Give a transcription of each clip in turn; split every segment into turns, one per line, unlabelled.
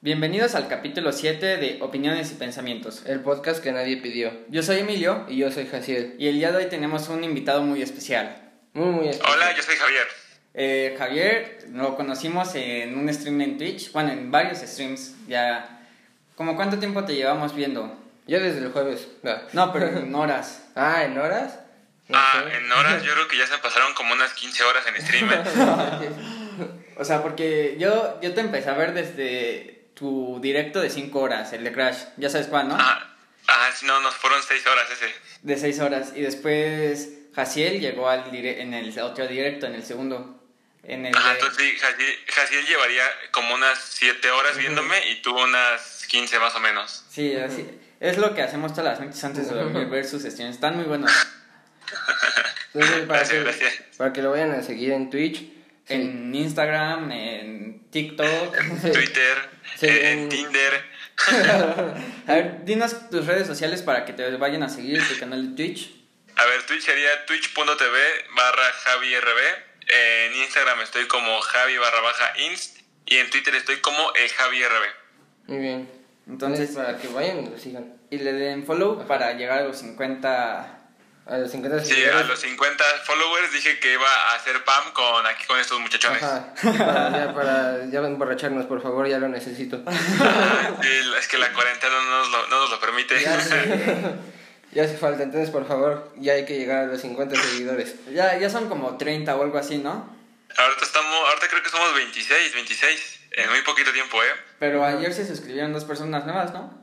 Bienvenidos al capítulo 7 de Opiniones y Pensamientos.
El podcast que nadie pidió.
Yo soy Emilio
Y yo soy Jaciel.
y el día de hoy tenemos un invitado muy especial.
Muy, muy este. especial.
Hola, yo soy Javier.
Eh, Javier lo conocimos en un stream en Twitch, bueno, en varios streams. Ya, ¿como cuánto tiempo te llevamos viendo?
Yo desde el jueves. Ah,
No, pero en horas.
Ah, ¿en horas? No
Ah,
sé.
en horas yo creo que ya se pasaron como unas 15 horas en streamer.
O sea, porque yo, yo te empecé a ver desde tu directo de 5 horas, el de Crash. Ya sabes cuál, ¿no?
Ah, ah, sí, no, nos fueron 6 horas ese.
De 6 horas. Y después Jaciel llegó al dire- en el otro directo, en el segundo. En el
Ah,
de-
entonces sí, Jaciel- Jaciel llevaría como unas 7 horas viéndome y tú unas 15 más o menos.
Sí, así. Es lo que hacemos todas las noches antes de dormir, ver sus sesiones. Están muy buenos.
Entonces, para,
Gracias,
que,
gracias.
para que lo vayan a seguir en Twitch. Sí.
En Instagram, en TikTok.
Sí.
Twitter,
Sí,
eh,
un-
en Tinder.
A ver, dinos tus redes sociales para que te vayan a seguir, tu canal de Twitch.
A ver, Twitch sería twitch.tv barra javierb. En Instagram estoy como javi barra baja inst. Y en Twitter estoy como e el javierb.
Muy bien.
Entonces-
para que vayan y lo sigan.
Y le den follow para llegar a los 50.
A los 50
Sí, a los 50 followers dije que iba a hacer PAM con aquí con estos muchachones.
Ajá. Para, ya para ya emborracharnos, por favor, ya lo necesito.
Ah, sí, es que la cuarentena no nos lo, no nos lo permite.
Ya, sé. Ya hace falta, entonces por favor, ya hay que llegar a los 50 seguidores.
Ya, ya son como 30 o algo así, ¿no?
ahorita estamos, ahorita creo que somos 26, 26. En muy poquito tiempo, ¿eh?
Pero ayer se suscribieron dos personas nuevas, ¿no?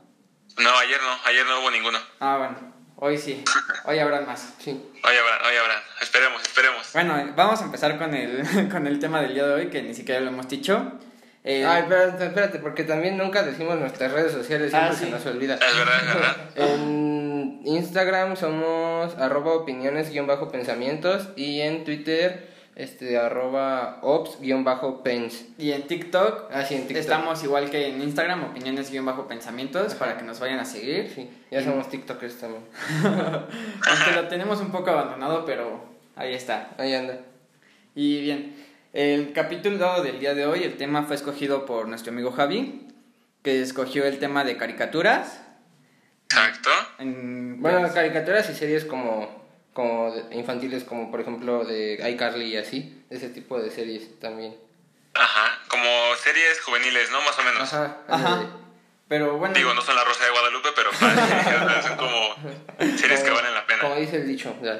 No, ayer no, ayer no hubo ninguno.
Ah, bueno. Hoy sí. Hoy habrá más.
Sí.
Hoy habrá, hoy habrá. Esperemos, esperemos.
Bueno, vamos a empezar con el, con el tema del día de hoy, que ni siquiera lo hemos dicho. Eh,
Ay, espérate, espérate, porque también nunca decimos nuestras redes sociales,
Ah,
siempre
sí.
se nos olvida.
Es verdad, es verdad.
En Instagram somos arroba opiniones guión bajo pensamientos y en Twitter este arroba ops guión bajo pens.
y en TikTok
Así en TikTok.
Estamos igual que en Instagram, opiniones-pensamientos, para que nos vayan a seguir.
Sí, ya somos tiktokers también.
Aunque lo tenemos un poco abandonado, pero ahí está.
Ahí anda.
Y bien, el capítulo del día de hoy, el tema fue escogido por nuestro amigo Javi, que escogió el tema de caricaturas.
Exacto.
En- pues,
Bueno, caricaturas y series como como de- infantiles como por ejemplo de iCarly y así, ese tipo de series también.
Ajá. Como series juveniles, ¿no? Más o menos.
Ajá. ándale.
Ajá. Pero bueno,
Digo, no son la Rosa de Guadalupe, pero para- son como series que
Como-
valen la pena.
Como dice el dicho, ya.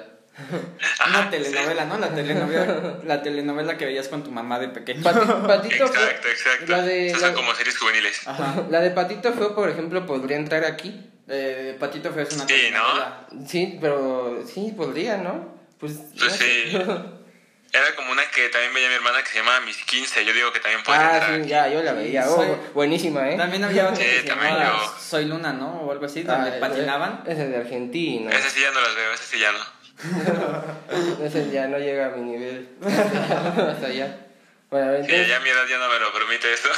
Ajá,
una telenovela, ¿no? La telenovela, la telenovela que veías con tu mamá de pequeño.
Pati- Patito Feo-
Exacto, exacto.
La de, Ah,
Esas
la-
son como series juveniles.
Ajá.
la de Patito Feo, por ejemplo, podría entrar aquí.
Eh, Patito Feo es una
Sí, ¿no?
telenovela.
Sí, pero sí, podría, ¿no? Pues, no
Pues sí.
sé.
Era como una que también veía mi hermana que se llamaba Mis 15. Yo digo que también puede
ah,
entrar.
sí, ya, yo la veía.
Sí,
Oh,
soy-
buenísima, ¿eh?
También había otra que
Sí,
se
también
llamaba
yo.
Soy Luna, ¿no? O algo así,
Ah,
donde
ese-
patinaban.
Ese es de Argentina.
Esas sí ya no las veo, esas sí ya no.
Ese ya no llega a mi nivel. Hasta allá. Bueno, a ver,
Sí,
entonces,
ya mi edad ya no me lo permite eso.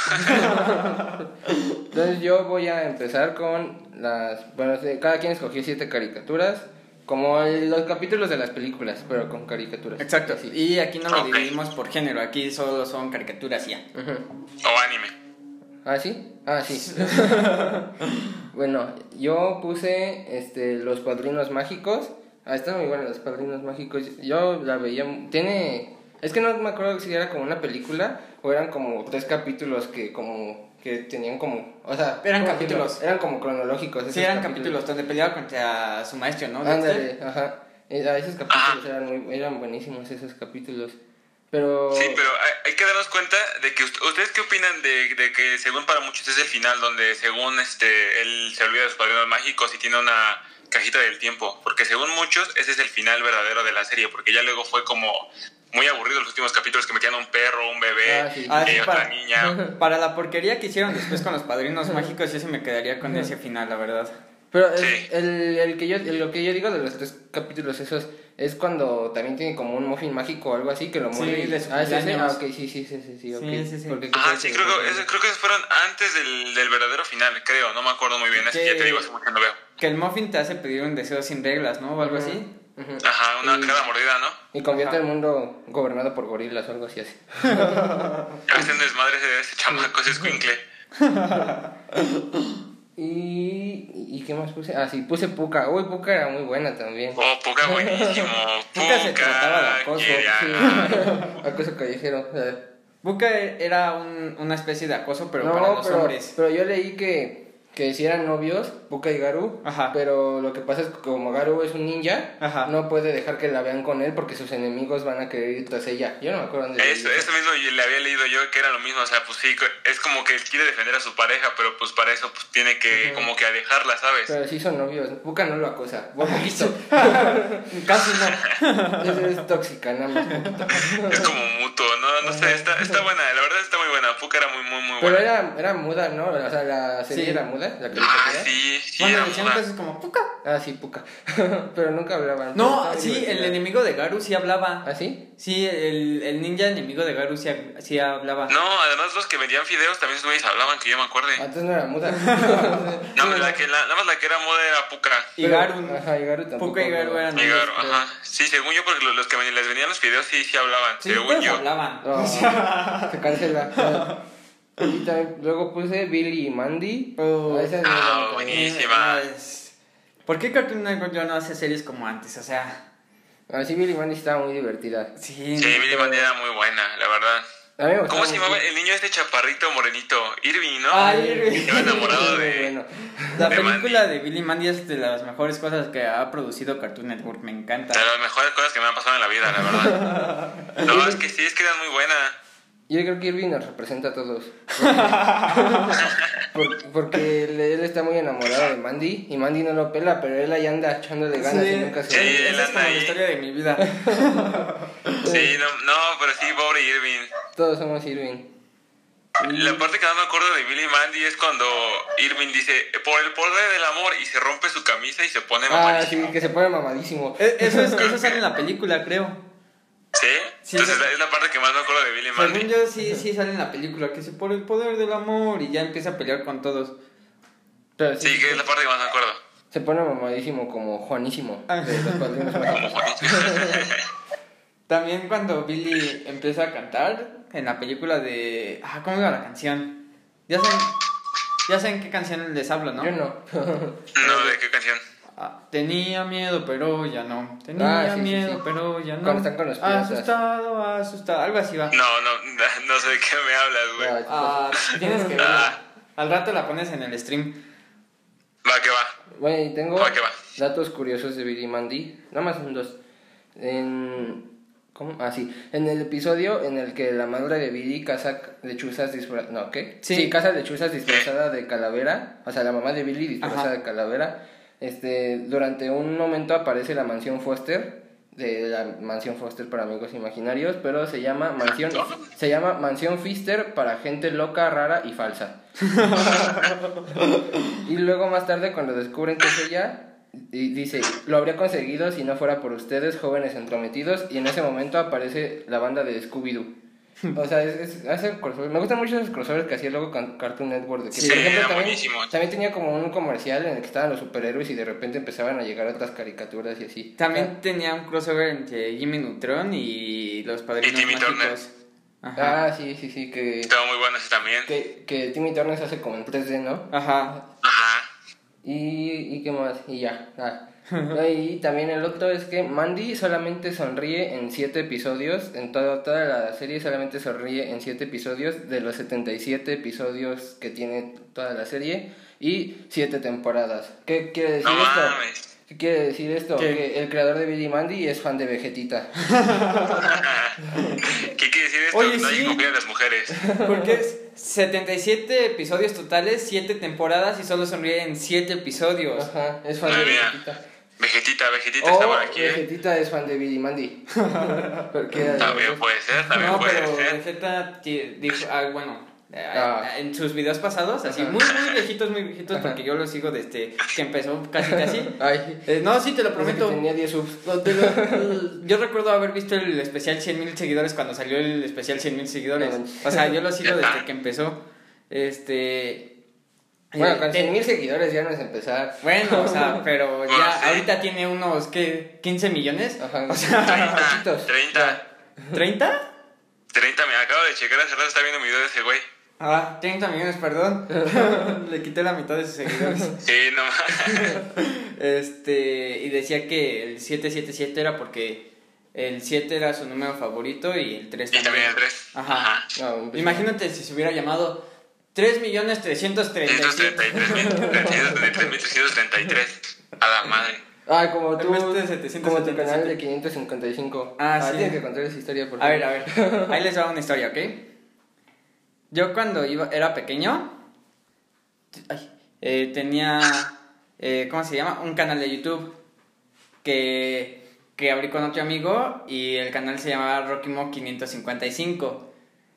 entonces yo voy a empezar con las. Bueno, sí, cada quien escogió siete caricaturas. Como el- los capítulos de las películas, pero con caricaturas.
Exacto,
Sí.
y aquí no lo
Ok.
dividimos por género, aquí solo son caricaturas y ya.
Ujú.
o anime.
¿Ah, sí? Ah, sí. Bueno, yo puse este Los Padrinos Mágicos. Ah, están muy buenos Los Padrinos Mágicos. Yo la veía. mu- Tiene. Es que no me acuerdo si era como una película o eran como tres capítulos que como que tenían como, o sea,
Eran
¿cómo
capítulos.
decirlo? eran como cronológicos.
Sí,
esos
eran capítulos donde peleaba contra su maestro, ¿no?
Ándale, ajá. Eh, ah, esos capítulos eran muy- eran buenísimos esos capítulos. Pero
Oh.
Sí, pero hay, hay que darnos cuenta de que ust- ustedes qué opinan de, de que según para muchos es el final donde según este él se olvida de sus padrinos mágicos y tiene una cajita del tiempo, porque según muchos ese es el final verdadero de la serie, porque ya luego fue como muy aburrido los últimos capítulos que metían a un perro, un bebé,
Ah, sí.
eh,
Ah, sí,
otra
para-
niña.
Para la porquería que hicieron después con los padrinos mágicos, yo sí me quedaría con ese final, la verdad.
Pero el-
Sí.
el, el que yo, el- lo que yo digo de los tres capítulos esos es cuando también tiene como un muffin mágico o algo así que lo
Sí,
mueve. y-
de su
ah, ¿es ese? Ah,
cumpleaños.
ok, sí, sí, sí, sí, sí, ok.
Sí, sí, sí.
Porque-
Ah, sí, creo que, ese- creo que esos fueron antes del, del verdadero final, creo, no me acuerdo muy bien, es que ya te digo, hace mucho que no veo.
Que el muffin te hace pedir un deseo sin reglas, ¿no? O algo así.
Ujú.
Ajá, una
Sí.
cada mordida, ¿no?
Y convierte
Ajá.
el mundo gobernado por gorilas o algo así así.
A veces desmadre ese, ese chamaco, ese escuincle.
y, ¿Y qué más puse? Ah, sí, puse Puka. Uy, Puka era muy buena también.
Oh, Puka buenísimo.
Puka se trataba de
Puka.
acoso,
yeah.
Acoso callejero. o sea,
Buca era un- una especie de acoso, pero
no,
para los
pero,
hombres.
pero yo leí que, que si eran novios, Puka y Garu.
Ajá.
Pero lo que pasa es que como Garu es un ninja,
Ajá.
no puede dejar que la vean con él porque sus enemigos van a querer ir tras ella. Yo no me acuerdo dónde leí
Eso, eso mismo yo- le había leído yo que era lo mismo, o sea, pues sí, co- es como que él quiere defender a su pareja, pero pues para eso pues tiene que
Ujú.
como que alejarla, ¿sabes?
Pero sí son novios. Puka no lo acosa. Un poquito.
Casi no.
es, es tóxica, nada más poquito.
Es como mutuo, no, no sé, está, está buena, la verdad está muy buena, Puka era muy, muy, muy
Pero
buena.
era, era muda, ¿no? O sea, la serie
Sí.
era muda, la
Ah,
caricatura.
sí, sí,
Bueno,
era
le decían
muda.
cosas como Puca.
Ah, sí, Puka. pero nunca hablaban. pero
No,
estaba
sí,
divertida.
el enemigo de Garu sí hablaba.
¿Ah, sí?
Sí, el, el ninja enemigo de Garu sí, ha- sí hablaba.
No, además los que vendían fideos también sus güeyes hablaban, que yo me acuerde.
Ah,
Antes no era muda.
No, la que, la, nada más la que era moda era Puka.
Y Garu.
Ajá, y Garu tampoco.
Puka y Garu
hablaba.
eran.
Llegaron,
amigos,
ajá. Sí, según yo, porque lo- los que ven- les venían los videos sí, sí hablaban,
este, Sí,
según
todos
yo.
hablaban.
No, se cancela. Y también, luego puse Billy y Mandy.
Oh.
Ah, esa es
Ah,
muy bonita.
buenísimo.
Ah, es- ¿Por qué Cartoon Network ya no hace series como antes? O sea,
Ah, sí, Billy y Mandy estaba muy divertida.
sí.
Sí, Billy Mandy era muy buena, la verdad.
A mí me gustaba
¿Cómo se
mucho.
llamaba el niño este chaparrito morenito? Irving, ¿no?
Ay, Ah, Irving.
Estaba enamorado
Muy
de...
bueno.
La
de
película de Billy Mandy es de las mejores cosas que ha producido Cartoon Network, me encanta.
De las mejores cosas que me han pasado en la vida, la verdad. No, es que sí, es que era muy buena.
Yo creo que Irving nos representa a todos. Por- porque él, él está muy enamorado de Mandy y Mandy no lo pela, pero él ahí anda echándole ganas y nunca se
sí,
Sí, él
esa es
anda
como la
ahí.
historia de mi vida.
Sí, no, no, pero sí, pobre Irving.
Todos somos Irving.
La parte que no me acuerdo de Billy Mandy es cuando Irving dice, por el poder del amor, y se rompe su camisa y se pone
Ah,
mamadísimo.
sí, que se pone mamadísimo.
E- Eso, es, eso sale en la película, creo.
¿Sí?
Sí,
Entonces
sí.
es la parte que más me acuerdo de Billy
Según
Mandy.
yo, sí, sí sale en la película, que es por el poder del amor y ya empieza a pelear con todos.
Pero sí,
Sí, que es la parte que más me acuerdo.
Se pone mamadísimo como Juanísimo.
Ah.
de los Padrinos
Como
Mágicos.
También cuando Billy empieza a cantar en la película de... Ah, ¿cómo iba la canción? Ya saben, ya saben qué canción les hablo, ¿no?
Yo no.
No, ¿de qué canción?
Ah, tenía miedo, pero ya no. Tenía
Ah, sí, sí,
miedo,
sí.
pero ya no.
Cuando están con los piratas.
Asustado, asustado, algo así va.
No, no, no sé de qué me hablas, güey.
Ya,
Ah, tienes que verla. Al rato la pones en el stream.
Va, que va.
Bueno, y tengo
Va, que va.
datos curiosos de Billy Mandy. Nada más son dos. En... ¿Cómo? Ah, sí. En el episodio en el que la madre de Billy caza lechuzas disfrazadas... ¿No? ¿Qué?
Sí.
caza lechuzas disfrazada de calavera. O sea, la mamá de Billy disfrazada
Ajá.
de calavera. Este, durante un momento aparece la mansión Foster de la mansión Foster para amigos imaginarios, pero se llama mansión se llama mansión Fister para gente loca, rara y falsa. Y luego más tarde cuando descubren que es ella, y dice, lo habría conseguido si no fuera por ustedes, jóvenes entrometidos, y en ese momento aparece la banda de Scooby-Doo. O sea, es, es- hace crossover. Me gustan mucho esos crossovers que hacía luego con Cartoon Network. de que,
Sí,
por ejemplo,
era
también,
buenísimo.
también tenía como un comercial en el que estaban los superhéroes y de repente empezaban a llegar otras caricaturas y así.
También tenía un crossover entre Jimmy Neutron y los
Y
padrinos
Timmy
mágicos. Ajá.
Ah, sí, sí, sí, que,
Estaba muy bueno ese también.
que, que Timmy Turner se hace como en 3D, ¿no?
Ajá.
Ajá.
Y, y qué más, y ya. ah. No, y también el otro es que Mandy solamente sonríe en 7 episodios, en toda, toda la serie solamente sonríe en 7 episodios de los 77 episodios que tiene toda la serie y 7 temporadas. ¿Qué quiere decir
No
esto?
mames.
¿Qué quiere decir esto?
¿Qué?
Que el creador de Billy Mandy es fan de Vegetita.
¿Qué quiere decir esto?
Oye,
no hay
sí.
que cumplir a las mujeres.
Porque es 77 episodios totales, 7 temporadas y solo sonríe en 7 episodios.
Ajá, es fan de
Madre mía.
Vegetita.
Vegetita, Vegetita
Oh,
O
está por aquí, ¿eh?
Vegetita es fan de Billy Mandy. Porque era de
También
los-
puede ser, también
No,
puede
pero
ser.
Vegeta ti- dijo, ah, bueno, eh,
Ah.
en sus videos pasados, así
Ajá.
muy, muy viejitos, muy viejitos,
Ajá.
porque yo los sigo desde que empezó casi casi.
Ay,
Eh, no, sí, te lo prometo.
Tenía 10 subs.
No, te lo- Yo recuerdo haber visto el especial 100.000 seguidores cuando salió el especial 100.000 seguidores.
No manches.
O sea, yo lo sigo desde que empezó. Este.
Bueno,
eh,
con
te-
100 mil seguidores ya no es empezar.
Bueno, o sea, pero
Bueno,
ya
Ah, sí.
ahorita tiene unos, ¿qué? ¿15 millones?
Ajá.
O sea,
30,
poquitos.
30,
¿30?
30, me acabo de checar hace rato, estaba viendo un video de ese güey.
Ah, 30 millones, perdón. Le quité la mitad de sus seguidores.
Sí, no mames.
Este, y decía que el 777 era porque el 7 era su número favorito y el 3
Y también el 3.
Ajá.
No, un beso.
Imagínate si se hubiera llamado 3 millones 337.
333.333. A la madre.
Ah, como
En
tú.
vez de 777.
Como tu canal de 555.
Ah, sí.
Tienes que contar esa historia, por
A
favor.
ver, a ver. Ahí les va una historia, ¿ok? Yo cuando iba, era pequeño, t- ay, eh, tenía, eh, ¿cómo se llama? Un canal de YouTube que, que abrí con otro amigo y el canal se llamaba Rockimo 555.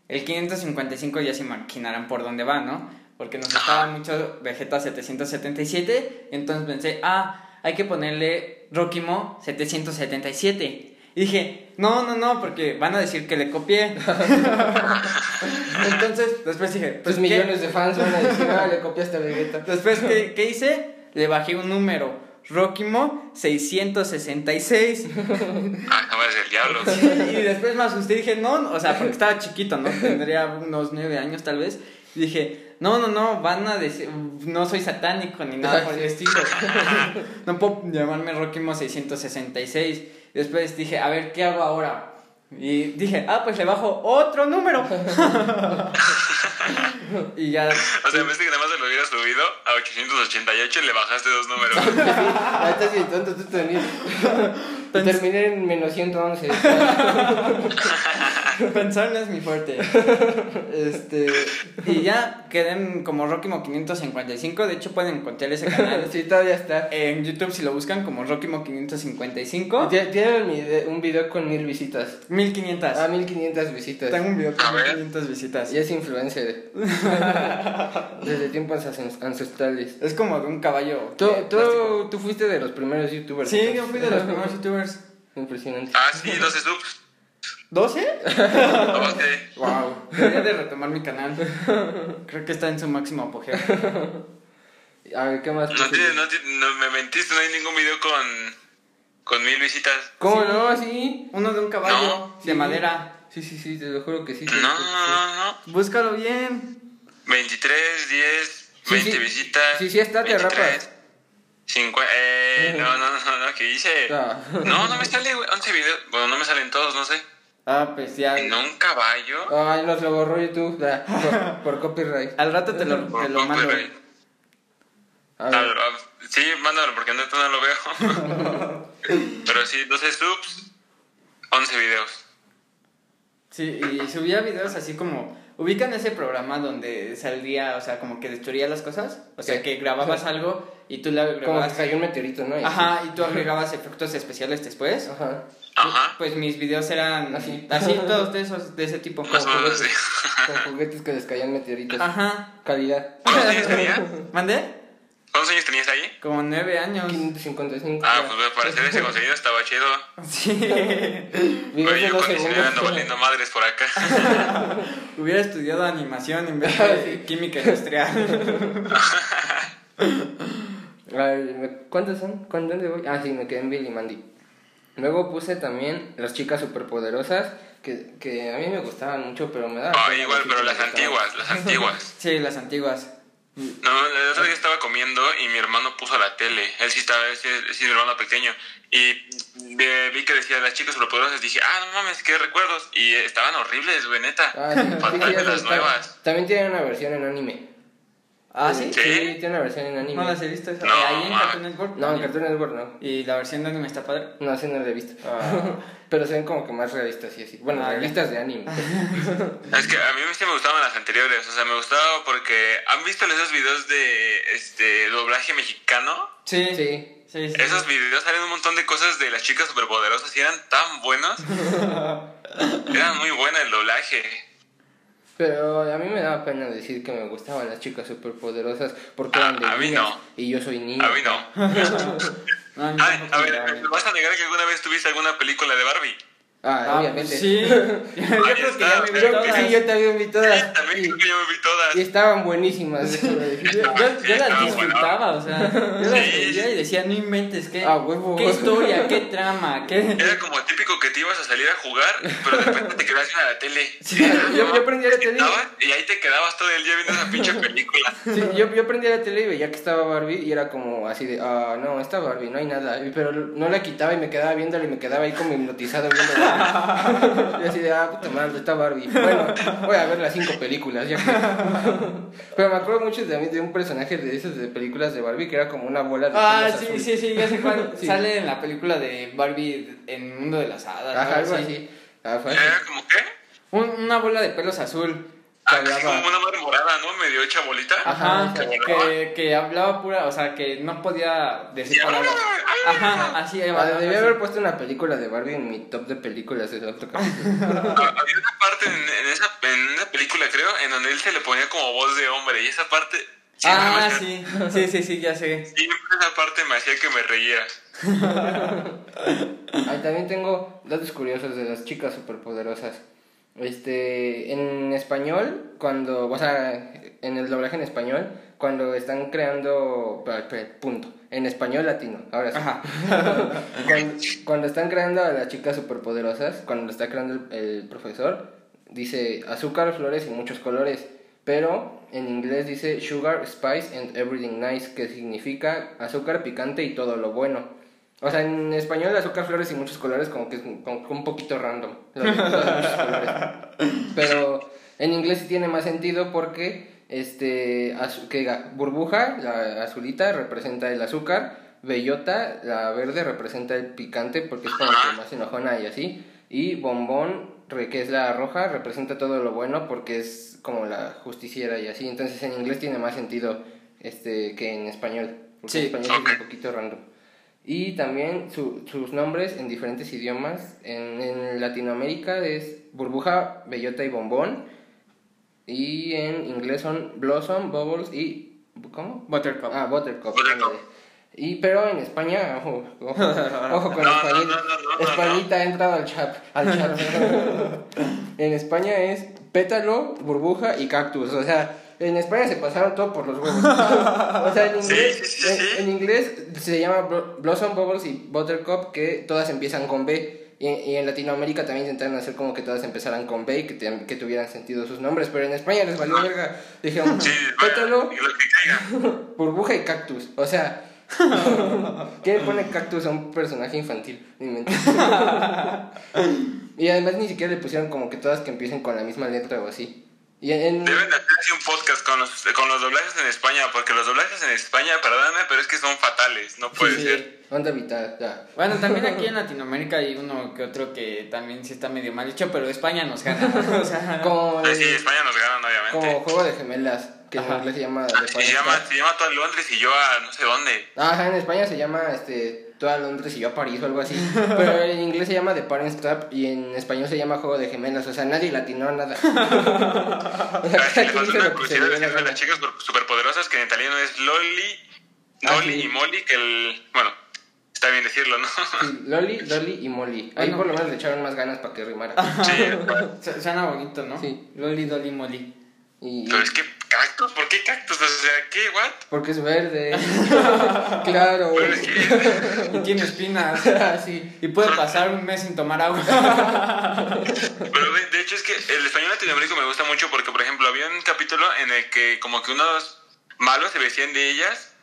El 555 ya se imaginarán por dónde va, ¿no? Porque nos gustaba mucho Vegeta 777, entonces pensé, ah, hay que ponerle Rockimo 777. Y dije, no, no, no, porque van a decir que le copié. entonces, después dije,
Pues
¿qué?
millones de fans van a decir, ah, le copiaste a Vegeta.
Después, ¿qué, qué hice? Le bajé un número. Rockimo 666.
Ah, cámaras del diablo.
y después me asusté y dije, no, no, o sea, porque estaba chiquito, ¿no? Tendría unos nueve años tal vez. Y dije, no, no, no, van a decir, no soy satánico ni nada por el estilo. no puedo llamarme Rockimo 666. Después dije, a ver, ¿qué hago ahora? Y dije, ah, pues le bajo otro número. y ya.
O sea, en vez de que nada más se lo hubiera subido a 888, le bajaste dos números.
Ah, estás bien tonto, tú también. Y Terminé en menos 111.
Pensar no es mi fuerte. Este. Y ya queden como Rockimo 555. De hecho, pueden encontrar ese canal.
sí, todavía está.
En YouTube, si lo buscan como Rockimo 555,
Tie- Tiene un vide- un video con mil visitas.
1500.
Ah, 1500 visitas.
Tengo un video
A
con
ver.
1500 visitas.
Y es influencer. Desde tiempos ancest- ancestrales.
Es como de un caballo.
Tú,
de Eh, plástico.
tú, tú fuiste de los primeros youtubers.
Sí, yo fui de los primeros youtubers.
Impresionante.
Ah, sí, 12 subs.
¿12?
Ok.
Wow. Debería de retomar mi canal. Creo que está en su máximo apogeo.
A ver, ¿qué más?
No, tiene- no, tiene- no, me mentiste, no hay ningún video con, con mil visitas.
¿Cómo
Sí.
no? ¿Sí?
Uno de un caballo
No.
de
Sí.
madera.
Sí, sí, sí, te lo juro que sí. te
No,
lo juro que
no,
sí.
no, no.
Búscalo bien.
23, 10,
Sí,
20
sí.
visitas.
Sí, sí, está, te
23,
rapas.
50, eh, no, no, no, no, ¿qué hice?
Ah.
No, no me sale güey, 11 videos. Bueno, no me salen todos, no sé.
Ah, pues ya.
En un caballo.
Ay, nos lo borró YouTube da, por, por copyright.
Al rato te lo, te lo mando.
Copyright.
A
Ah,
ver,
ah, sí, mándalo porque no, no lo veo. Pero sí, 12 subs, 11 pues, videos.
Sí, y subía videos así como. ¿Ubican ese programa donde salía, o sea, como que destruía las cosas? O sea,
Sí.
que grababas algo y tú le
como que
grababas.
cayó un meteorito, ¿no? Y-
Ajá, y tú agregabas efectos especiales después.
Ajá.
Ajá.
Pues mis videos eran
Ah. Así.
así, todos de esos, de ese tipo.
Más o menos así.
Con juguetes que les caían meteoritos.
Ajá.
Calidad.
¿Cuántos años tenías?
¿Mandé?
¿Cuántos años tenías ahí?
Como nueve años.
555.
Ah, pues güey, para hacer ese contenido estaba chido.
Sí.
Videos
Güey,
de
yo
dos
con 19 ando
segundos.
valiendo madres por acá.
Hubiera estudiado animación en vez de química industrial.
A ver, me- ¿Cuántos son? ¿Cuán- ¿Dónde voy? Ah, sí, me quedé en Billy Mandy. Luego puse también las chicas superpoderosas, que, que a mí me gustaban mucho, pero me daba...
Ah,
pena
igual,
decir
pero
que me
las
gustaban.
antiguas, las antiguas.
Sí, las antiguas.
No, el otro día estaba comiendo y mi hermano puso la tele. Él sí estaba, él sí, él sí, mi hermano pequeño. Y eh, vi que decía las chicas superpoderosas. Dije, ah, no mames, qué recuerdos. Y eh, estaban horribles, güey, neta.
Ah, sí, sí,
Fatal
sí, ya
de las
está.
nuevas.
También tienen una versión en anime.
Ah, sí.
Sí,
¿Sí?
tiene una versión en anime.
No las he visto. esas.
No,
Ahí en
mames.
Cartoon Network.
No, en
también.
Cartoon Network no.
Y la versión de anime está padre.
No, así no la he visto.
Ah.
pero se ven como que más realistas y así. Bueno,
Ah, ya.
realistas de anime.
Es que a mí sí me gustaban las anteriores. O sea, me gustaba porque. ¿Han visto esos videos de este doblaje mexicano?
Sí.
Sí.
Sí, sí.
Esos videos salen un montón de cosas de las chicas superpoderosas y eran tan buenos. eran muy buenas el doblaje.
Pero a mí me daba pena decir que me gustaban las chicas superpoderosas porque eran de
A- a mí
niñas
no.
y yo soy niño.
A mí no.
No, a mí
Ay,
tampoco
a
me agrada.
ver, ¿me vas a negar que alguna vez tuviste alguna película de Barbie?
Ah,
Ah, pues
obviamente.
sí. yo
Ahí
creo que
está,
ya me vi
Yo creo
todas.
que yo también vi todas.
También creo que
Y,
yo me vi todas.
y estaban buenísimas. déjame
Yo,
decirte.
yo- yo las
Ah, bueno.
disfrutaba, o sea, yo las
Sí.
veía y decía, no inventes, ¿qué,
Ah, huevo.
qué historia, qué trama, qué...
Era como típico que te ibas a salir a jugar, pero de repente te quedabas viendo la
Yo,
tele.
yo prendía la tele.
Estabas Y ahí te quedabas todo el día viendo esa pinche película.
Sí, yo, yo prendía la tele y veía que estaba Barbie y era como así de, ah, no, está Barbie, no hay nada. Y- Pero no la quitaba y me quedaba viéndola y me quedaba ahí como hipnotizado viendo Barbie. Y así de, ah, puta madre, está Barbie. Bueno, voy a ver las cinco películas. ya que- Pero me acuerdo mucho de, de un personaje de esas de películas de Barbie que era como una bola de
Ah,
plumas
sí,
azul.
sí, sí, ya sé cuál.
Sí.
Sale en la película de Barbie en Mundo de las Hadas.
Ajá, algo
algo así.
así. Ah, fue así.
Era como que.
Un- una bola de pelos azul.
Ah,
que
sí,
hablaba-
como una madre morada, ¿no? Medio hecha bolita.
Ajá,
Ajá,
que
que, que hablaba pura, o sea, que no podía decir
Y-
palabras. Ajá, así
Ah,
hablaba,
debí
así.
haber puesto una película de Barbie en mi top de películas del otro capítulo.
Ah, Había una parte en, en esa, en una película, creo, en donde él se le ponía como voz de hombre. Y esa parte. siempre me
Ah,
hacía-
sí, sí, sí, sí, ya sé.
Siempre esa parte me hacía que me reía.
Ahí también tengo datos curiosos de las chicas superpoderosas. Este, en español, cuando, o sea, en el doblaje en español, cuando están creando, pa- pa- punto, en español latino, ahora sí.
Ajá.
Cuando, cuando están creando a las chicas superpoderosas, cuando lo está creando el, el profesor, dice azúcar, flores y muchos colores, pero en inglés dice sugar, spice and everything nice, que significa azúcar picante y todo lo bueno. O sea, en español azúcar, flores y muchos colores como que es un- como que un poquito random. lo de- lo de muchos colores. Pero en inglés sí tiene más sentido porque este azu- que ga- burbuja, la azulita representa el azúcar, bellota, la verde representa el picante porque es como que más enojona y así, y bombón, re- que es la roja, representa todo lo bueno porque es como la justiciera y así. Entonces en inglés tiene más sentido este que en español, porque
Sí,
en español es un poquito random. Y también su- sus nombres en diferentes idiomas. En, en Latinoamérica es burbuja, bellota y bombón. Y en inglés son blossom, bubbles y... ¿Cómo?
Buttercup.
Ah, buttercup.
Buttercup.
ándale. Y pero en España, ojo, ojo, ojo con
No, no,
Españita.
no, no, no, no.
Españita ha entrado al chat. Al chat. en España es pétalo, burbuja y cactus. O sea, en España se pasaron todo por los huevos. o sea, en
Sí,
inglés,
sí, sí, sí.
en- en inglés se llama blo- Blossom Bubbles y Buttercup, que todas empiezan con B. Y, y en Latinoamérica también intentaron hacer como que todas empezaran con B y que, te- que tuvieran sentido sus nombres, pero en España les valió verga. Dijeron,
Sí, vaya,
pétalo,
lo que caiga.
burbuja y cactus. O sea, ¿quién le pone cactus a un personaje infantil? Ni me entiendo. y además ni siquiera le pusieron como que todas que empiecen con la misma letra o así. Y en,
Deben de hacerse un podcast con los, con los doblajes en España, porque los doblajes en España, perdóname, pero es que son fatales, no puede
Sí, sí.
ser.
onda vital, ya.
Bueno, también aquí en Latinoamérica hay uno que otro que también sí está medio mal hecho, pero España nos gana. O sea,
Como,
Pues sí, España nos ganan, obviamente.
como juego de gemelas, que
Ajá.
en inglés se llama... The
Y
Five
se llama,
Stars.
se llama tú a Londres y yo a no sé dónde.
Ajá, en España se llama este toda Londres y yo a París o algo así. Pero en inglés se llama The Parents Trap y en español se llama Juego de Gemelas. O sea, nadie latinó nada. O sea,
Ah, sí,
cada
le
quien hizo
falta una
lo que se
curiosidad
le dio la
de decirle a
gana.
las chicas super- superpoderosas que en italiano es Loli,
Ah,
Loli
sí.
y Molly, que el. Bueno, está bien decirlo, ¿no?
Sí, Loli, Dolly y Molly. Ahí
Bueno.
por lo menos le echaron más ganas para que rimara.
Sí,
su- suena bonito, ¿no?
Sí.
Loli, Dolly, Molly.
Y,
pero es que cactus, ¿por qué cactus? O sea, ¿qué? ¿What?
porque es verde. claro.
Pero es que.
Y tiene espinas.
sí.
Y puede pasar un mes sin tomar agua.
Pero de, de hecho es que el español latinoamericano me gusta mucho porque, por ejemplo, había un capítulo en el que como que unos malos se vestían de ellas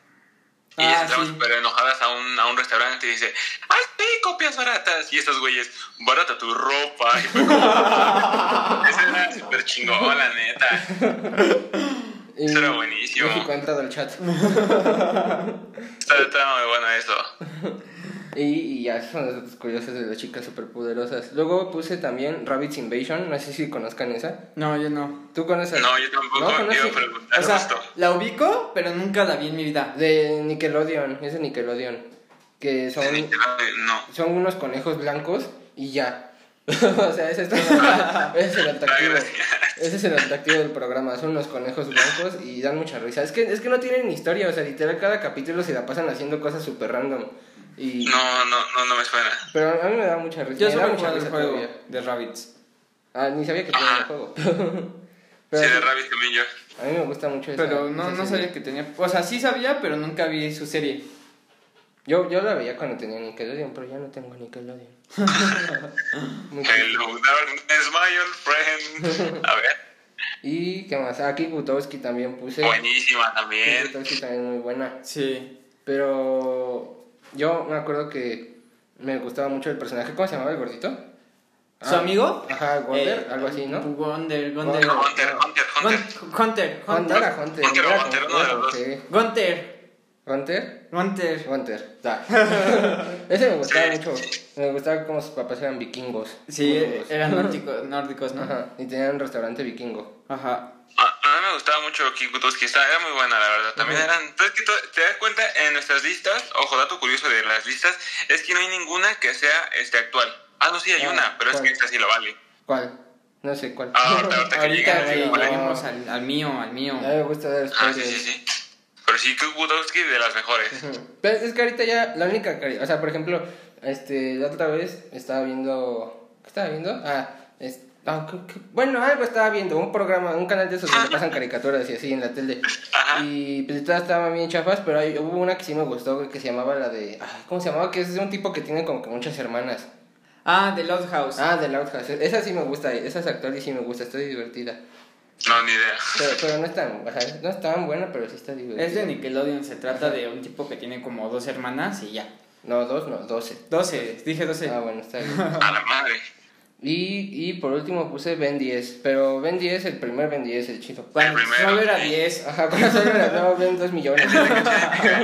y
Ah,
ellas entraban
sí.
súper enojadas a un, a un restaurante y dice, ¡Ay, sí, copias baratas! Y estos güeyes, ¡barata tu ropa! Y fue como... Esa era súper chingón, la neta.
Y
Eso era buenísimo.
México ha entrado al chat.
Está, está muy bueno eso.
Y, y ya, son las datos curiosas de las chicas superpoderosas. Luego puse también Rabbit's Invasion. No sé si conozcan esa.
No, yo no.
¿Tú conoces?
No, yo tampoco,
¿No
te iba a
conoces?
preguntar
O sea,
justo.
la ubico, pero nunca la vi en mi vida.
De Nickelodeon, es de Nickelodeon. Que son,
No.
son unos conejos blancos y ya. o sea, ese es, todo- ese es el atractivo. Ese es el atractivo del programa. Son unos conejos blancos y dan mucha risa. Es que, es que no tienen historia, o sea, literal cada capítulo se la pasan haciendo cosas súper random. Y,
No, no, no, no me suena.
Pero a mí me da mucha risa.
Yo
me da
solo he
mucha
jugado el
risa
juego
todavía.
de Rabbits.
Ah, ni sabía que tenía el juego. pero
sí, de Rabbit también yo.
a mí me gusta mucho esa-
Pero no,
esa
no
serie.
sabía que tenía. O sea, sí sabía, pero nunca vi su serie.
Yo, yo la veía cuando tenía Nickelodeon, pero ya no tengo Nickelodeon. Muy triste.
Hello, darkness, my old friend. A ver,
y qué más, aquí Gutowski también puse.
buenísima
Kiki
también.
Gutowski también muy buena.
Sí.
Pero yo me acuerdo que me gustaba mucho el personaje. ¿Cómo se llamaba el gordito?
¿Su
Ah,
amigo?
Ajá, Gonder,
Eh,
algo así, ¿no?
Gonder,
Gunter.
Gonder.
No, Hunter, Hunter, Hunter.
Gun- Hunter,
Hunter, era
Hunter.
Hunter.
Hunter o
era
Hunter, uno de los dos.
sí.
Gunter.
Hunter,
Hunter.
Hunter, da. Ese me gustaba
Sí.
mucho. Me gustaba como sus papás eran vikingos.
Sí, eh,
Vikingos.
eran nórdicos, nórdicos, ¿no?
Ajá, y tenían un restaurante vikingo.
Ajá.
A, a mí me gustaba mucho Kikutowski, estaba, era muy buena la verdad. También eran. Entonces, que to- te das cuenta en nuestras listas, ojo, dato curioso de las listas, es que no hay ninguna que sea este actual. Ah, no, sí, hay
Ah,
una, pero es
¿cuál?
que esta sí la vale.
¿Cuál? No sé cuál.
Ah, ahorita, ahorita que
Ahorita
llegue.
güey,
bueno,
vale.
no.
vamos al, al mío, al mío.
A mí me gusta dar
Ah, sí,
spoilers.
sí, sí. Pero sí, Kikutowski de las mejores.
Ujú. Pero es que ahorita ya la única cari- o sea, por ejemplo, este, la otra vez estaba viendo, ¿qué estaba viendo? Ah, es- ah, ¿qué- qué? bueno, algo estaba viendo, un programa, un canal de esos donde pasan caricaturas y así en la tele. Y pues todas estaban bien chafas, pero hay- hubo una que sí me gustó que se llamaba la de, ah, ¿cómo se llamaba? Que es de un tipo que tiene como que muchas hermanas.
Ah, The Lost House.
Ah, de Loud House. Esa sí me gusta, esa es actual y sí me gusta, está divertida.
No, ni idea.
Pero, pero no es tan, o sea, no es tan buena, pero sí está divertida.
Es de Nickelodeon, se trata de un tipo que tiene como dos hermanas y ya.
No, dos, no, doce.
12, dije 12.
Ah, bueno, está bien.
A la madre.
Y, y por último puse Ben 10, pero Ben 10, el primer Ben 10, el chido.
bueno,
el primero,
solo era
sí.
10.
Ajá, con eso le ganaba Ben 2 millones.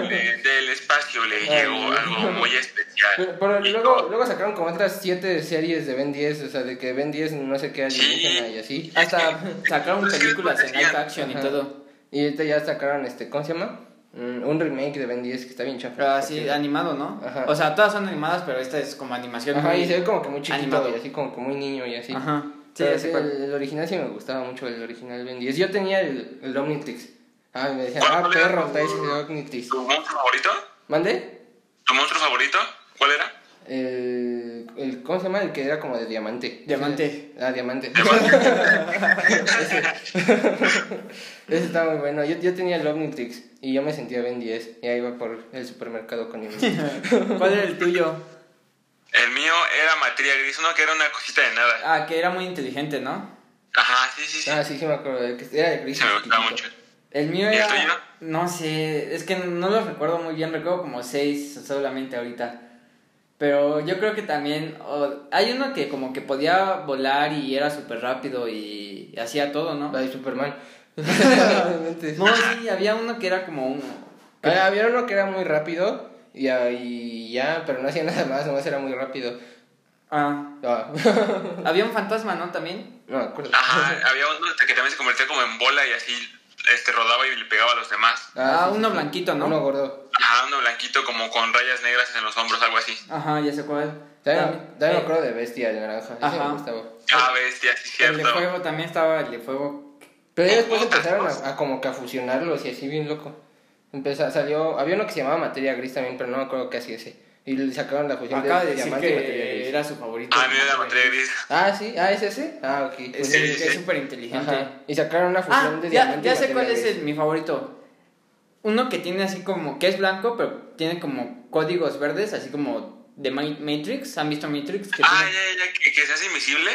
De- del espacio le llegó algo muy especial.
Pero, pero
Y
luego,
todo.
luego sacaron como otras 7 series de Ben 10, o sea, de que Ben 10 no sé qué alienígena y así.
Hasta sacaron
Es que
películas en live
decían,
action y
Ajá.
todo.
Y ahorita ya sacaron, este, ¿cómo se llama? Mm, un remake de Ben 10 que está bien chafa.
Pero así, animado, ¿no?
Ajá.
O sea, todas son animadas, pero esta es como animación.
Ajá,
muy-
y se ve como que muy chiquito
animado.
y así como que muy niño y así.
Ajá. Sí,
Pero
ya sé
sí,
cuál.
el, el original sí me gustaba mucho, el original Ben 10. Yo tenía el, el Omnitrix. Ah, me decían, ah,
¿Cuál era
perro,
tu-
traes el Omnitrix.
¿Tu monstruo favorito?
¿Mande?
¿Tu monstruo favorito? ¿Cuál era?
El, Eh, el- ¿Cómo se llama? El que era como de diamante.
Diamante.
Ah, diamante. Ese, ese estaba muy bueno. Yo, yo tenía el Omnitrix y yo me sentía Ben 10. Y ahí iba por el supermercado con mi
¿Cuál era el tuyo?
El mío era materia gris, uno que era una cosita de nada.
Ah, que era muy inteligente, ¿no?
Ajá, sí, sí, sí.
Ah, sí, sí me acuerdo. el que Era de gris.
Se me gustaba
chiquitito.
mucho.
El mío
¿Y el
era.
tuyo?
No sé, es que no lo recuerdo muy bien, recuerdo como seis solamente ahorita. Pero yo creo que también. o- hay uno que como que podía volar y era súper rápido y hacía todo, ¿no?
La de Superman. Realmente.
No, sí, había uno que era como uno.
Ah, Había uno que era muy rápido y, ah, y ya, pero no hacía nada más, nomás era muy rápido.
Ah,
Ah,
había un fantasma, ¿no? También.
no me acuerdo. Ah,
Ajá, había uno este que también se convertía como en bola y así este, rodaba y le pegaba a los demás.
Ah, uno blanquito, ¿no?
Uno gordo.
Ajá, uno blanquito como con rayas negras en los hombros, algo así.
Ajá, ya sé cuál.
También, también me
Eh,
acuerdo de Bestia, de naranja. Ese
Ajá.
me gustaba.
Ah, bestia, sí,
el de
cierto.
fuego también estaba el de fuego.
Pero ya después empezaron a, a como que a fusionarlos y así bien loco. Empezó, salió, había uno que se llamaba Materia Gris también, pero no me acuerdo qué hacía ese. Y le sacaron la fusión
Acaba de decir
Diamante y Materia
que
Gris.
era su favorito.
Ah, mío era materia gris.
Ah, sí, ah, ¿es ese? Ah, ok.
Sí,
Pues
Sí,
que
sí,
es
sí.
súper inteligente.
Ajá. Y sacaron una fusión
Ah,
de
ya,
Diamante
ya
y
sé
Materia
cuál es
Gris.
el- mi favorito. Uno que tiene así como, que es blanco, pero tiene como códigos verdes, así como de Ma- Matrix. ¿Han visto Matrix? Que
Ah,
tiene-
ya, ya, ya, que, que seas invisible.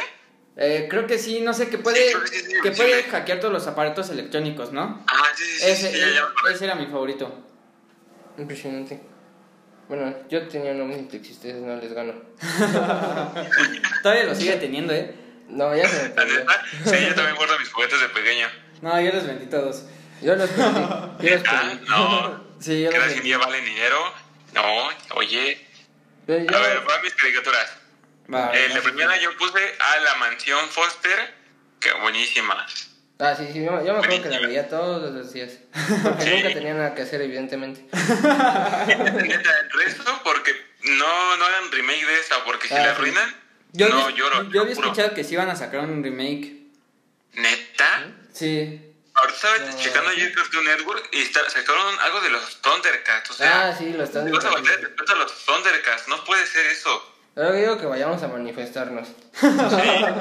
Eh, creo que sí, no sé, que puede,
Sí, creo que sí, sí,
que
sí.
puede hackear todos los aparatos electrónicos, ¿no?
Ah, sí, sí, sí,
Ese,
sí, ya, ya.
ese era mi favorito.
Impresionante. Bueno, yo tenía un Omnitrix y ustedes no les gano.
Todavía lo sigue teniendo, ¿eh?
No, ya se me
La
perdió.
neta, sí, yo también guardo mis juguetes de pequeño.
No, yo los vendí todos.
Yo los perdí. Yo los
Ah,
perdí.
no.
Sí, yo los
Cada
vendí.
día valen dinero. No, oye.
Pero yo-
A ver, para mis caricaturas.
Ah,
Va,
Eh,
va.
la primera yo puse a la mansión Foster, que buenísima.
Ah, sí, sí, yo, yo me acuerdo que la veía todos los días. Porque nunca tenía nada que hacer, evidentemente.
Neta, el resto, porque no, no hagan remake de esta, porque si
Ah,
la
sí.
arruinan,
Yo
no
había-
lloro.
Yo había
juro.
escuchado que sí iban a sacar un remake.
Neta,
Sí.
ahorita ahorita estaba
¿Eh? No.
checando ayer Cartoon Network y está- sacaron algo de los Thundercats. O sea,
Ah, sí, lo están
te vas a batear de frente a los Thundercats. No puede ser eso.
Ahora digo que vayamos a manifestarnos.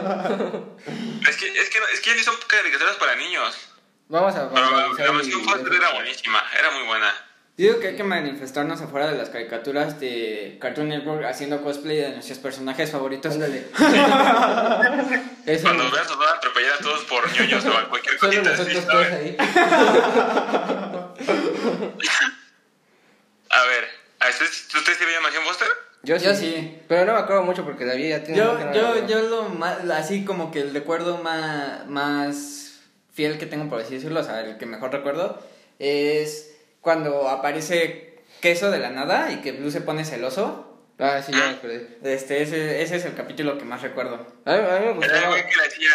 Es que, es que, no- es que ya ni son caricaturas para niños.
Vamos a
Pero la
vandalizar
la versión
y-
Foster era buenísima, era muy buena.
Digo que hay que manifestarnos afuera de las caricaturas de Cartoon Network haciendo cosplay de nuestros personajes favoritos.
Ándale. Eso,
Cuando veas nos van a atropellar a todos por ñoños o cualquier
solo
cosita así,
nosotros
¿sabes?
tres ahí.
A ver, ¿a ustedes, ¿ustedes sí veían Mansión Foster?
Yo sí,
Yo sí.
Pero no me acuerdo mucho porque David ya tiene... mucho que
Yo,
no
yo,
lo
yo lo más, así como que el recuerdo más, más fiel que tengo, por así decirlo, o sea, el que mejor recuerdo, es cuando aparece queso de la nada y que Blue se pone celoso.
veo. Ah, sí, ya me acordé.
Este, ese, ese es el capítulo que más recuerdo.
A mí, a mí me
Era el
gustaba...
güey que le decía,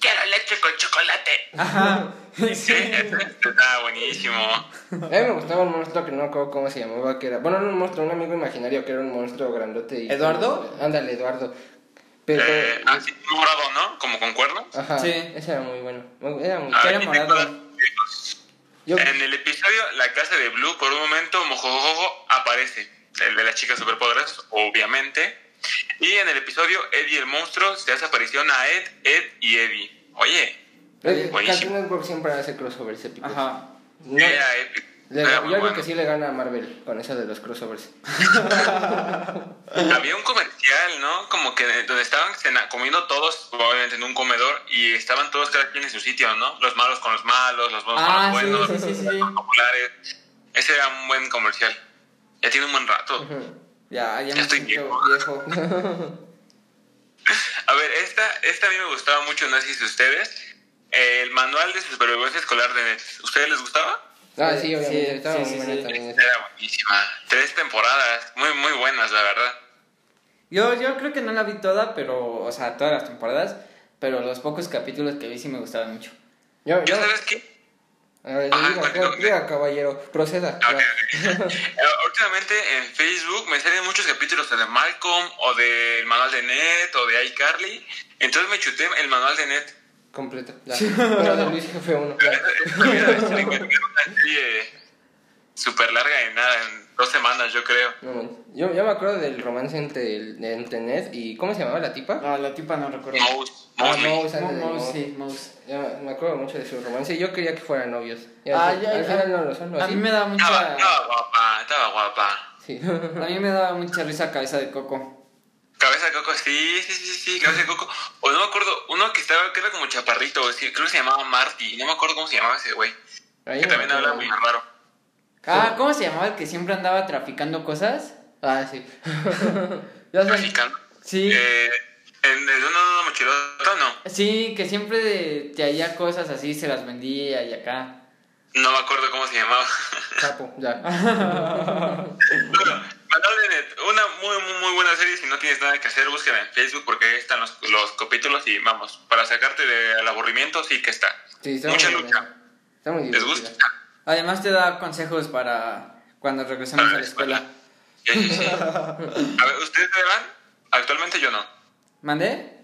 quiero leche con chocolate.
Ajá.
Sí, ese estaba buenísimo.
A mí me gustaba un monstruo que no me acuerdo cómo se llamaba, que era... Bueno, no un monstruo, un amigo imaginario que era un monstruo grandote y...
¿Eduardo?
Ándale, Eduardo. Pero...
Eh, así, morado, ¿no? Como con cuernos.
Ajá,
Sí.
ese era muy bueno. Me- Ah, Era muy...
A ver,
era
¿y te
morado.
acuerdas?
Yo...
Ah, En el episodio La Casa de Blue, por un momento, Mojojojo aparece, el de las chicas superpoderosas, obviamente. Y en el episodio Eddie el monstruo se hace aparición a Ed, Ed y Eddie. Oye,
eh,
buenísimo.
Cartoon Network siempre hace crossovers épicos.
Ajá.
No-
era épico.
Le-
era
yo
Ah, muy
creo
bueno.
que sí le gana a Marvel con esa de los crossovers.
Había un comercial, ¿no? Como que donde estaban cena- comiendo todos, obviamente en un comedor, y estaban todos cada quien en su sitio, ¿no? Los malos con los malos, los buenos
Ah,
con los buenos,
sí, sí, sí, sí.
los populares. Ese era un buen comercial. Ya tiene un buen rato.
Ya, ya me
estoy
siento
viejo.
viejo.
A ver, esta, esta a mí me gustaba mucho, no sé si ustedes. Eh, el manual de supervivencia escolar de Ned. ¿Ustedes les gustaba?
Ah,
Sí,
sí, obviamente.
sí,
estaba
sí,
muy
sí,
buena
sí.
también esa.
Era buenísima. Tres temporadas, muy, muy buenas, la verdad.
Yo, yo creo que no la vi toda, pero, o sea, todas las temporadas, pero los pocos capítulos que vi sí me gustaban mucho.
Yo, yo,
¿Yo sabes qué?
a ver,
Ajá,
diga,
continúa.
diga, caballero, proceda.
A ver, eh, Últimamente en Facebook me salen muchos capítulos o de Malcolm o del manual de Ned o de iCarly. Entonces me chuté el manual de Ned.
Completa. ya. Bueno, de Luis jefe uno. ya.
Súper larga en nada, en dos semanas yo creo.
No, no. yo, yo me acuerdo del romance entre, el, entre Ned y... ¿Cómo se llamaba la tipa?
No, Ah, la tipa no recuerdo.
Mouse,
Ah,
Mosley.
Mouse, ándale,
Mouse,
Mouse.
sí, Mouse.
Ya me- me acuerdo mucho de su romance. Yo quería que fueran novios. Y
Ah,
al,
ya,
al
ya.
final no lo son. ¿o
A
sí?
mí me da
Estaba,
mucha...
estaba guapa, estaba guapa.
Sí.
A mí me daba mucha risa cabeza de coco.
Cabeza de coco, sí, sí, sí, sí, cabeza de coco. O no me acuerdo, uno que estaba, que era como chaparrito, o sí, creo que se llamaba Marty, no me acuerdo cómo se llamaba ese güey.
Ahí
Que
me
también
acuerdo.
habla muy raro.
Ah, ¿cómo se llamaba el que siempre andaba traficando cosas?
Ah, sí. ya sé.
Mexicano.
Sí,
Eh, en el de una una mochilota, no.
sí, que siempre de- te hallaba cosas así, se las vendía y acá.
No me acuerdo cómo se llamaba.
Capo, ya.
bueno, Manual de Net, una muy, muy, muy buena serie. Si no tienes nada que hacer, búsquela en Facebook porque ahí están los, los capítulos y vamos, para sacarte del aburrimiento, sí que está.
Sí, está
Mucha
muy
lucha.
bien. Está muy
¿Les
divertida.
gusta?
Además te da consejos para cuando regresemos
Para
a la escuela.
Sí, sí, sí. A ver, ¿ustedes se van? Actualmente yo no.
¿Mandé?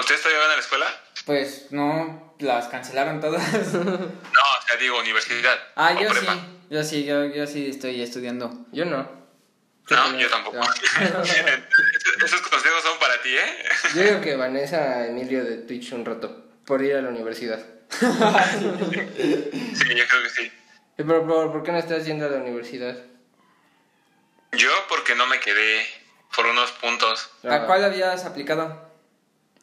¿Ustedes todavía van a la escuela?
Pues no, las cancelaron todas.
No, o sea, digo universidad.
Ah,
o
yo sí,
prepa.
yo sí, yo, yo sí estoy estudiando.
Yo no.
No, yo tampoco. Esos consejos son para ti, ¿eh?
Yo digo que Vanessa Emilio de Twitch un rato por ir a la universidad.
Sí, yo creo que sí.
Eh, Pero, pero, ¿por qué no estás yendo a la universidad?
Yo porque no me quedé por unos puntos.
Ah,
¿A cuál habías aplicado?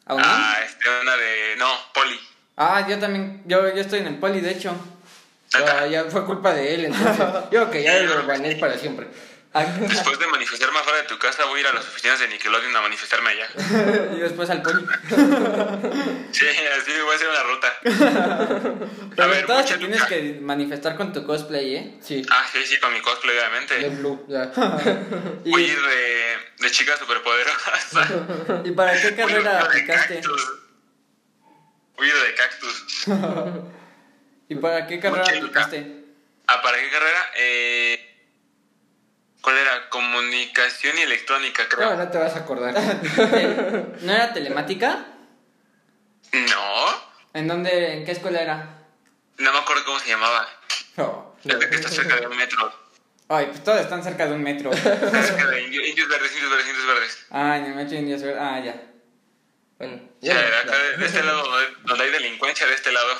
¿A UNAM?
Ah, este, una de... No, poli.
Ah, yo también, yo, yo estoy en el poli, de hecho.
Ya, ya fue culpa de él, entonces. Yo creo que ya lo bané para siempre.
A-
Después de manifestarme afuera de tu casa, voy a ir a las oficinas de Nickelodeon a manifestarme allá.
y después al poli.
Sí, así voy a hacer una ruta.
Pero todas
mucha
te tienes
lucha.
que manifestar con tu cosplay, ¿eh?
Sí,
Ah, sí, sí, con mi cosplay,
de
obviamente.
Blue, ya.
Y,
Voy a ir de, de chica superpoderosa.
¿y para qué
Voy a ir de
carrera aplicaste?
cactus. Voy a ir de cactus.
¿Y para qué carrera
Mucha lucha.
aplicaste?
Ah, ¿para qué carrera? Eh, ¿Cuál era? Comunicación y electrónica,
No,
creo.
no te vas a acordar.
Eh, ¿No era telemática?
No.
¿En dónde, en qué escuela era?
No me acuerdo cómo se llamaba.
No.
El de que está cerca de un metro.
Ay, pues todos están cerca de un metro.
Cerca de indio- indios verdes, indios verdes, indios verdes.
Ah, en el metro Indios Verdes. Ah, ya.
Bueno,
O sea,
ya.
acá de, de este lado donde, donde hay delincuencia, de este lado.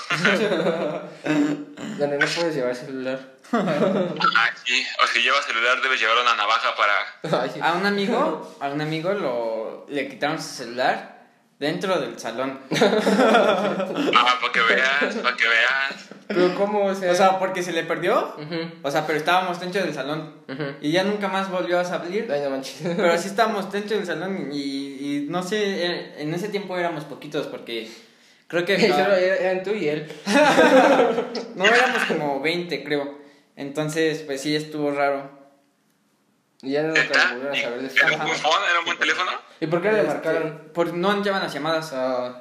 Donde no puedes llevar celular.
Ah, sí. O si llevas celular, debes llevar una navaja para.
Ay, sí.
A un amigo, a un amigo lo, le quitaron su celular dentro del salón.
Ah, para que veas, para que veas.
Pero ¿cómo? O sea...
O sea, porque se le perdió.
Ujú,
O sea, pero estábamos dentro del salón.
ujú.
Y ya nunca más volvió a salir.
Ay, no manches.
Pero sí estábamos dentro del salón y, y no sé, eh, en ese tiempo éramos poquitos porque creo que...
Solo era- eran tú y él.
No éramos como 20, creo. Entonces, pues sí, estuvo raro.
Y ya no
¿Neta?
volvieron a saber de eso.
¿Era un buen phone? ¿Era un buen teléfono?
¿Y por qué le
Este,
marcaron?
Por, no llevan las llamadas. Este,
Ah,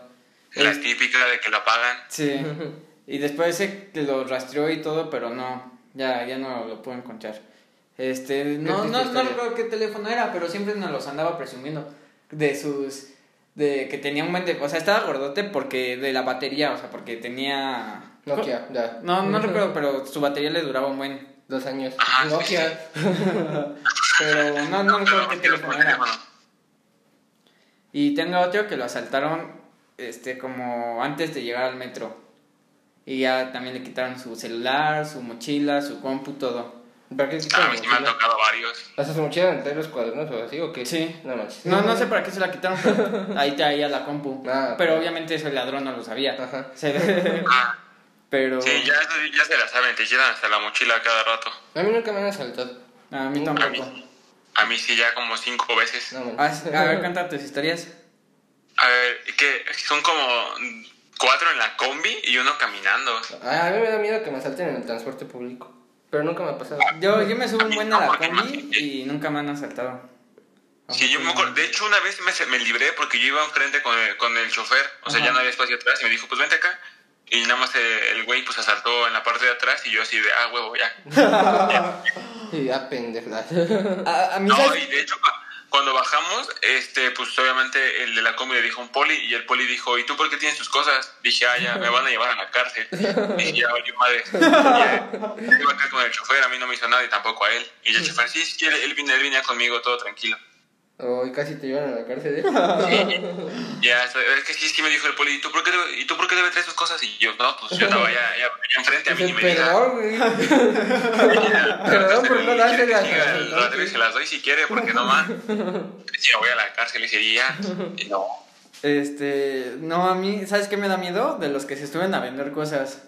La típica de que la pagan.
Sí. Y después se lo rastreó y todo, pero no, ya, ya no lo puedo encontrar. Este, no,
triste
no, no
historia.
recuerdo qué teléfono era, pero siempre nos los andaba presumiendo de sus, de que tenía un buen, de- o sea, estaba gordote porque de la batería, o sea, porque tenía...
Nokia, ya.
No, no recuerdo, pero su batería le duraba un buen.
Dos años.
Ajá, sí,
Nokia.
Pero no, no recuerdo
Pero
qué
no quiero
teléfono
un
era.
teléfono.
Y tengo otro que lo asaltaron este como antes de llegar al metro. Y ya también le quitaron su celular, su mochila, su compu, todo.
¿Para qué
Ah,
quitan
a mí sí me han
mochila?
tocado varios.
¿Hasta su mochila entre los cuadernos o así o qué?
Sí.
No manches.
No, no sé para qué se la quitaron, pero ahí traía la compu.
Ah.
pero obviamente ese ladrón no lo sabía.
Ajá.
Se-
Ah,
pero
sí, ya, ya se la saben, te llenan hasta la mochila cada rato.
A mí nunca me han asaltado.
a mí
A
tampoco.
mí, a mí sí, ya como cinco veces.
No
Ah,
manches.
sí, a ver, canta tus historias.
A ver, que son como cuatro en la combi y uno caminando.
Ah, a mí me da miedo que me asalten en el transporte público. Pero nunca me ha pasado.
Yo, yo me subo un buen a la combi y nunca me han asaltado.
Sí, yo me acuerdo. De hecho, una vez me, se- me libré porque yo iba enfrente con el, con el chofer. O sea,
Ajá.
ya no había espacio atrás y me dijo, pues vente acá. Y nada más eh, el güey pues asaltó en la parte de atrás y yo así de, ah, huevo, ya.
Y ya pendeja.
A, a mí,
No,
¿sabes?
y de hecho, pa- cuando bajamos, este, pues obviamente el de la combi le dijo a un poli y el poli dijo, ¿y tú por qué tienes tus cosas? Dije, ah, ya, me van a llevar a la cárcel. Dije, ya, valió madre. Y, eh, Iba acá con el chofer, a mí no me hizo nada y tampoco a él. Y el chofer, sí, sí, él, él, vine- él venía conmigo, todo tranquilo.
Hoy casi te llevan a la cárcel. ¿eh?
Ya, hasta- es que sí, es que me dijo el poli, ¿y tú por qué, te- ¿y tú por qué debes traer tus cosas? Y yo, no, pues yo estaba ya, ya, ya enfrente a mí y me diga.
Perdón, güey.
Perdón
por no dárselas.
El ratero y se las doy si quiere, porque no más. Sí, voy a la cárcel ese día. Y no.
Este, no, a mí, ¿sabes qué me da miedo? De los que se suben a vender cosas.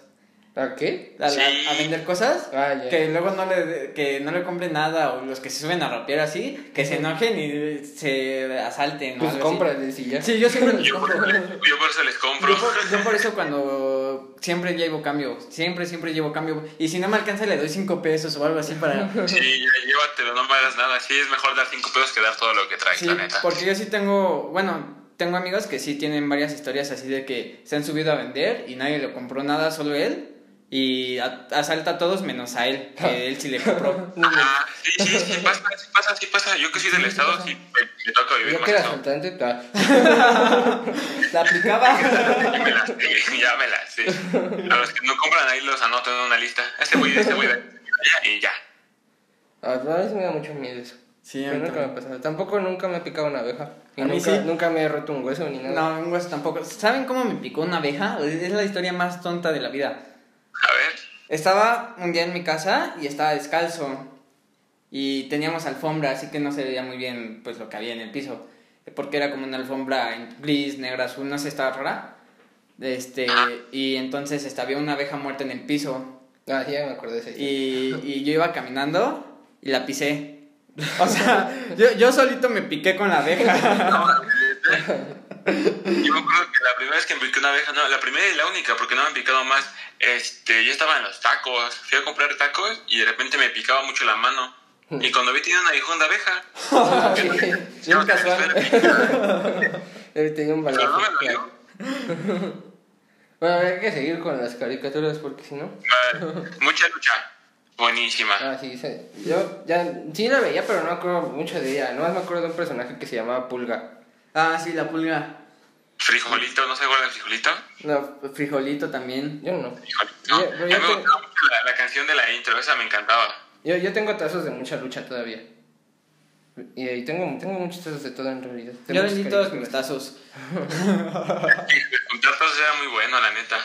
¿A qué?
a, la-
Sí.
a vender cosas
Ah, ya.
que luego no le que no le compren nada o los que se suben a rapear así que se enojen y se asalten o
Pues
algo así.
cómprales y ya.
sí yo siempre los
Yo por,
compro
eso les, yo por eso les compro.
yo por, yo por eso cuando siempre llevo cambio siempre siempre llevo cambio y si no me alcanza le doy cinco pesos o algo así para
Sí, ya, llévatelo, no me hagas nada. Sí, es mejor dar cinco pesos que dar todo lo que traes,
sí
la neta.
porque yo sí tengo bueno tengo amigos que sí tienen varias historias así de que se han subido a vender y nadie le compró nada solo él y a- asalta a todos menos a él que él sí le compró
Ah, sí, sí, sí, pasa, sí pasa, sí pasa. Yo que soy del estado, sí me, me toca vivir
Yo
más
que era
eso.
asaltante, ah,
la aplicaba
Ya me las sé, ya me las sé. A los que no compran ahí los anoto en una lista. Este güey, este güey, ya, y ya.
a veces me da mucho miedo eso.
sí a
Pero
mí
nunca me
también.
ha pasado. Tampoco nunca me ha picado una abeja. Y
A mí
nunca,
sí.
nunca me he roto un hueso ni nada.
No, un hueso tampoco. ¿Saben cómo me picó una abeja? Es la historia más tonta de la vida.
A ver.
Estaba un día en mi casa y estaba descalzo. Y teníamos alfombra, así que no se veía muy bien pues lo que había en el piso. Porque era como una alfombra en gris, negra, azul, no sé, estaba rara. Este, y entonces este, había una abeja muerta en el piso.
Ah, sí, ya me acordé de esa historia.
Y, y yo iba caminando y la pisé. O sea, yo, yo solito me piqué con la abeja.
No, yo me acuerdo que la primera vez que me piqué una abeja, no, la primera y la única, porque no me han picado más, este, yo estaba en los tacos, fui a comprar tacos y de repente me picaba mucho la mano. Y cuando vi tenía un aguijón de abeja,
Ah, sí.
Bien
no,
casual.
Eh, Tenía un
pero
balazo.
no me lo
claro.
dio.
Bueno, hay que seguir con las caricaturas porque si no.
Ah, Mucha lucha, buenísima.
Ah, sí, sí. Yo ya, sí la veía, pero no me acuerdo mucho de ella. Nomás me acuerdo de un personaje que se llamaba Pulga.
Ah, sí, la pulga.
Frijolito, ¿no se acuerdan del frijolito?
No, frijolito también.
Yo no.
Frijolito.
Ya, pero
A
ya
mí me
te-
gustaba mucho la, la canción de la intro, esa me encantaba.
Yo, yo tengo tazos de mucha lucha todavía. Y, y tengo, tengo muchos tazos de todo en realidad. Tengo
Yo
muchas
vendí todos mis
caricaturas.
tazos.
Juntar tazos era muy bueno, la neta.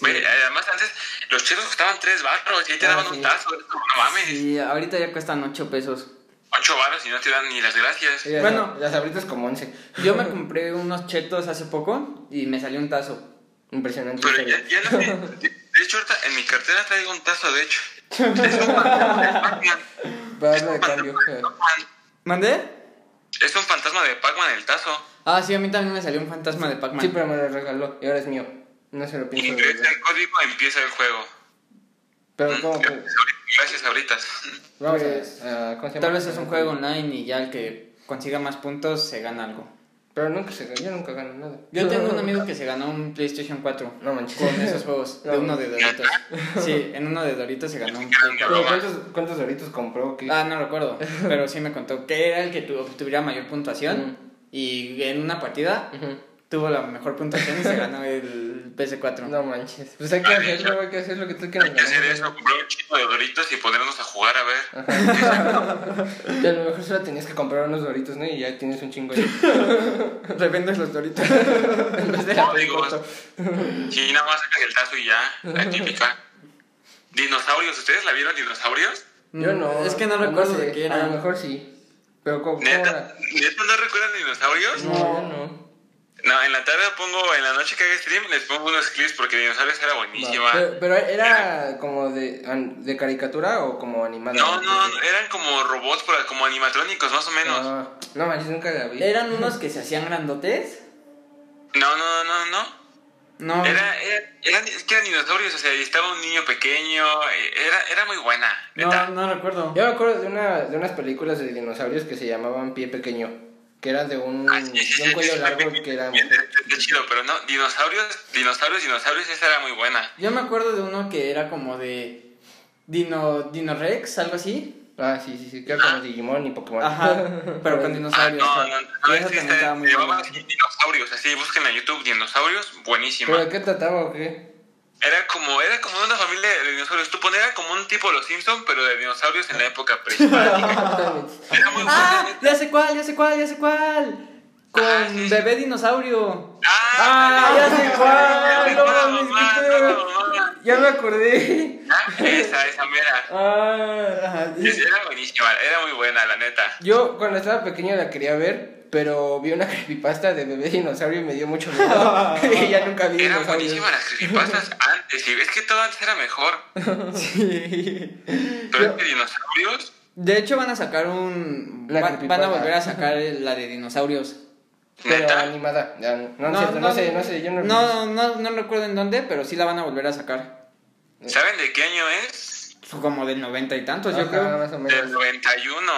Güey, además, antes los chetos costaban 3 barros y ahí te
Ah,
daban
sí.
un tazo. era como, No mames,
Y ahorita ya cuestan 8 pesos.
8 barros y no te dan ni las gracias.
Sí, las-
Bueno.
las abritas como 11.
Yo me compré unos chetos hace poco y me salió un tazo.
Impresionante.
Pero
historia.
ya, ya no sé. De hecho, ahorita en mi cartera traigo un tazo, de hecho. Es un fantasma de Pac-Man.
Va, va, de cambio. eh.
¿Mandé?
Es un fantasma de Pac-Man el tazo.
Ah, sí, a mí también me salió un fantasma de Pac-Man.
Sí, pero me lo regaló y ahora es mío. No se lo
Y
pienso
ingresa
devolver.
el código, empieza el juego.
Pero como que.
Gracias, ahoritas.
Vamos a
Pues,
a- ¿cómo se llama?
Tal vez es un juego online y ya el que consiga más puntos se gana algo.
Pero nunca se yo nunca gano nada.
Yo tengo un amigo que se ganó un PlayStation 4
No manches.
con esos juegos, de
No.
uno de Doritos. Sí, en uno de Doritos se ganó un Play 4.
Pero
Pero ¿cuántos, ¿Cuántos doritos compró? ¿Qué?
Ah, no recuerdo, pero sí me contó que era el que tu- obtuviera mayor puntuación
Ujú.
y en una partida
Ujú.
tuvo la mejor puntuación y se ganó el PS4.
No manches. Pues hay que hacerlo, hay que hacer lo que tú quieras.
Hay que hacer eso, comprar un chico de doritos y ponernos a jugar a ver.
Y a lo mejor solo tenías que comprar unos doritos, ¿no? Y ya tienes un chingo de.
Revendes los Doritos. En vez de la Play
Códigos.
4.
Sí, nada más sacas el tazo y ya, la típica. Dinosaurios, ¿ustedes la vieron dinosaurios?
Yo no.
Mm, Es que no recuerdo
sé,
de qué
A lo
era.
mejor sí. Pero ¿cómo, cómo
¿Neta?
era?
¿Neta no recuerdan dinosaurios?
No, yo no.
No, en la tarde pongo, en la noche que haga stream, les pongo unos clips porque dinosaurios era buenísima.
Va. Pero, pero era como de, an- de caricatura o como animada.
No, no, no, eran como robots, pero como animatrónicos, más o menos.
Ah, No, manches, nunca la vi.
¿Eran unos que se hacían grandotes?
No, no, no, no.
No.
Era, era, eran, es que eran dinosaurios, o sea, y estaba un niño pequeño, eh, era, era muy buena, neta.
No, no recuerdo.
Yo me acuerdo de, una, de unas películas de dinosaurios que se llamaban Pie Pequeño, que era de un,
Ah, sí, sí, sí,
de un cuello
sí,
largo
sí,
que era
sí,
mujer.
sí, sí, eh, chido, pero no, dinosaurios, dinosaurios, dinosaurios, esa era muy buena.
Yo me acuerdo de uno que era como de Dino, Dino Rex, algo así.
Ah, sí, sí, sí, que era como Digimon y Pokémon.
Ajá, pero con
Ah,
dinosaurios.
no, no, no,
Y
es
eso
que
también estaba
se
muy
llevaba
bueno.
así dinosaurios, así busquen en YouTube dinosaurios, buenísima.
¿Pero de qué trataba o qué?
Era como, era como de una familia de dinosaurios, tú pones, era como un tipo de los Simpsons, pero de dinosaurios en la época prehispánica. Era muy buena.
¡Ah! Ya sé cuál, ya sé cuál, ya sé cuál. Con
Ah, sí, sí.
bebé dinosaurio.
¡Ah!
Ah, ya sé cuál, no
Mamá,
mames,
mamá,
qué pedo.
mamá.
Ya me acordé.
Ah, Esa, esa mera.
Ah, ajá.
Es- Era buenísima, era muy buena, la neta.
Yo cuando estaba pequeño la quería ver, pero vi una creepypasta de bebé dinosaurio y me dio mucho miedo. y ya nunca vi
Eran
dinosaurios.
buenísimas las creepypastas antes, y es que todo antes era mejor.
Sí.
Pero es que dinosaurios,
De hecho van a sacar un va-
La
van a
creepypasta.
volver a sacar la de dinosaurios.
Pero
neta,
animada. Ya, No, no, es cierto, no, sé, no sé, yo no...
No, no, no recuerdo en dónde, pero sí la van a volver a sacar.
¿saben de qué año es?
Como del noventa y tantos, pues yo
Ajá,
creo.
más o
Del
menos.
91.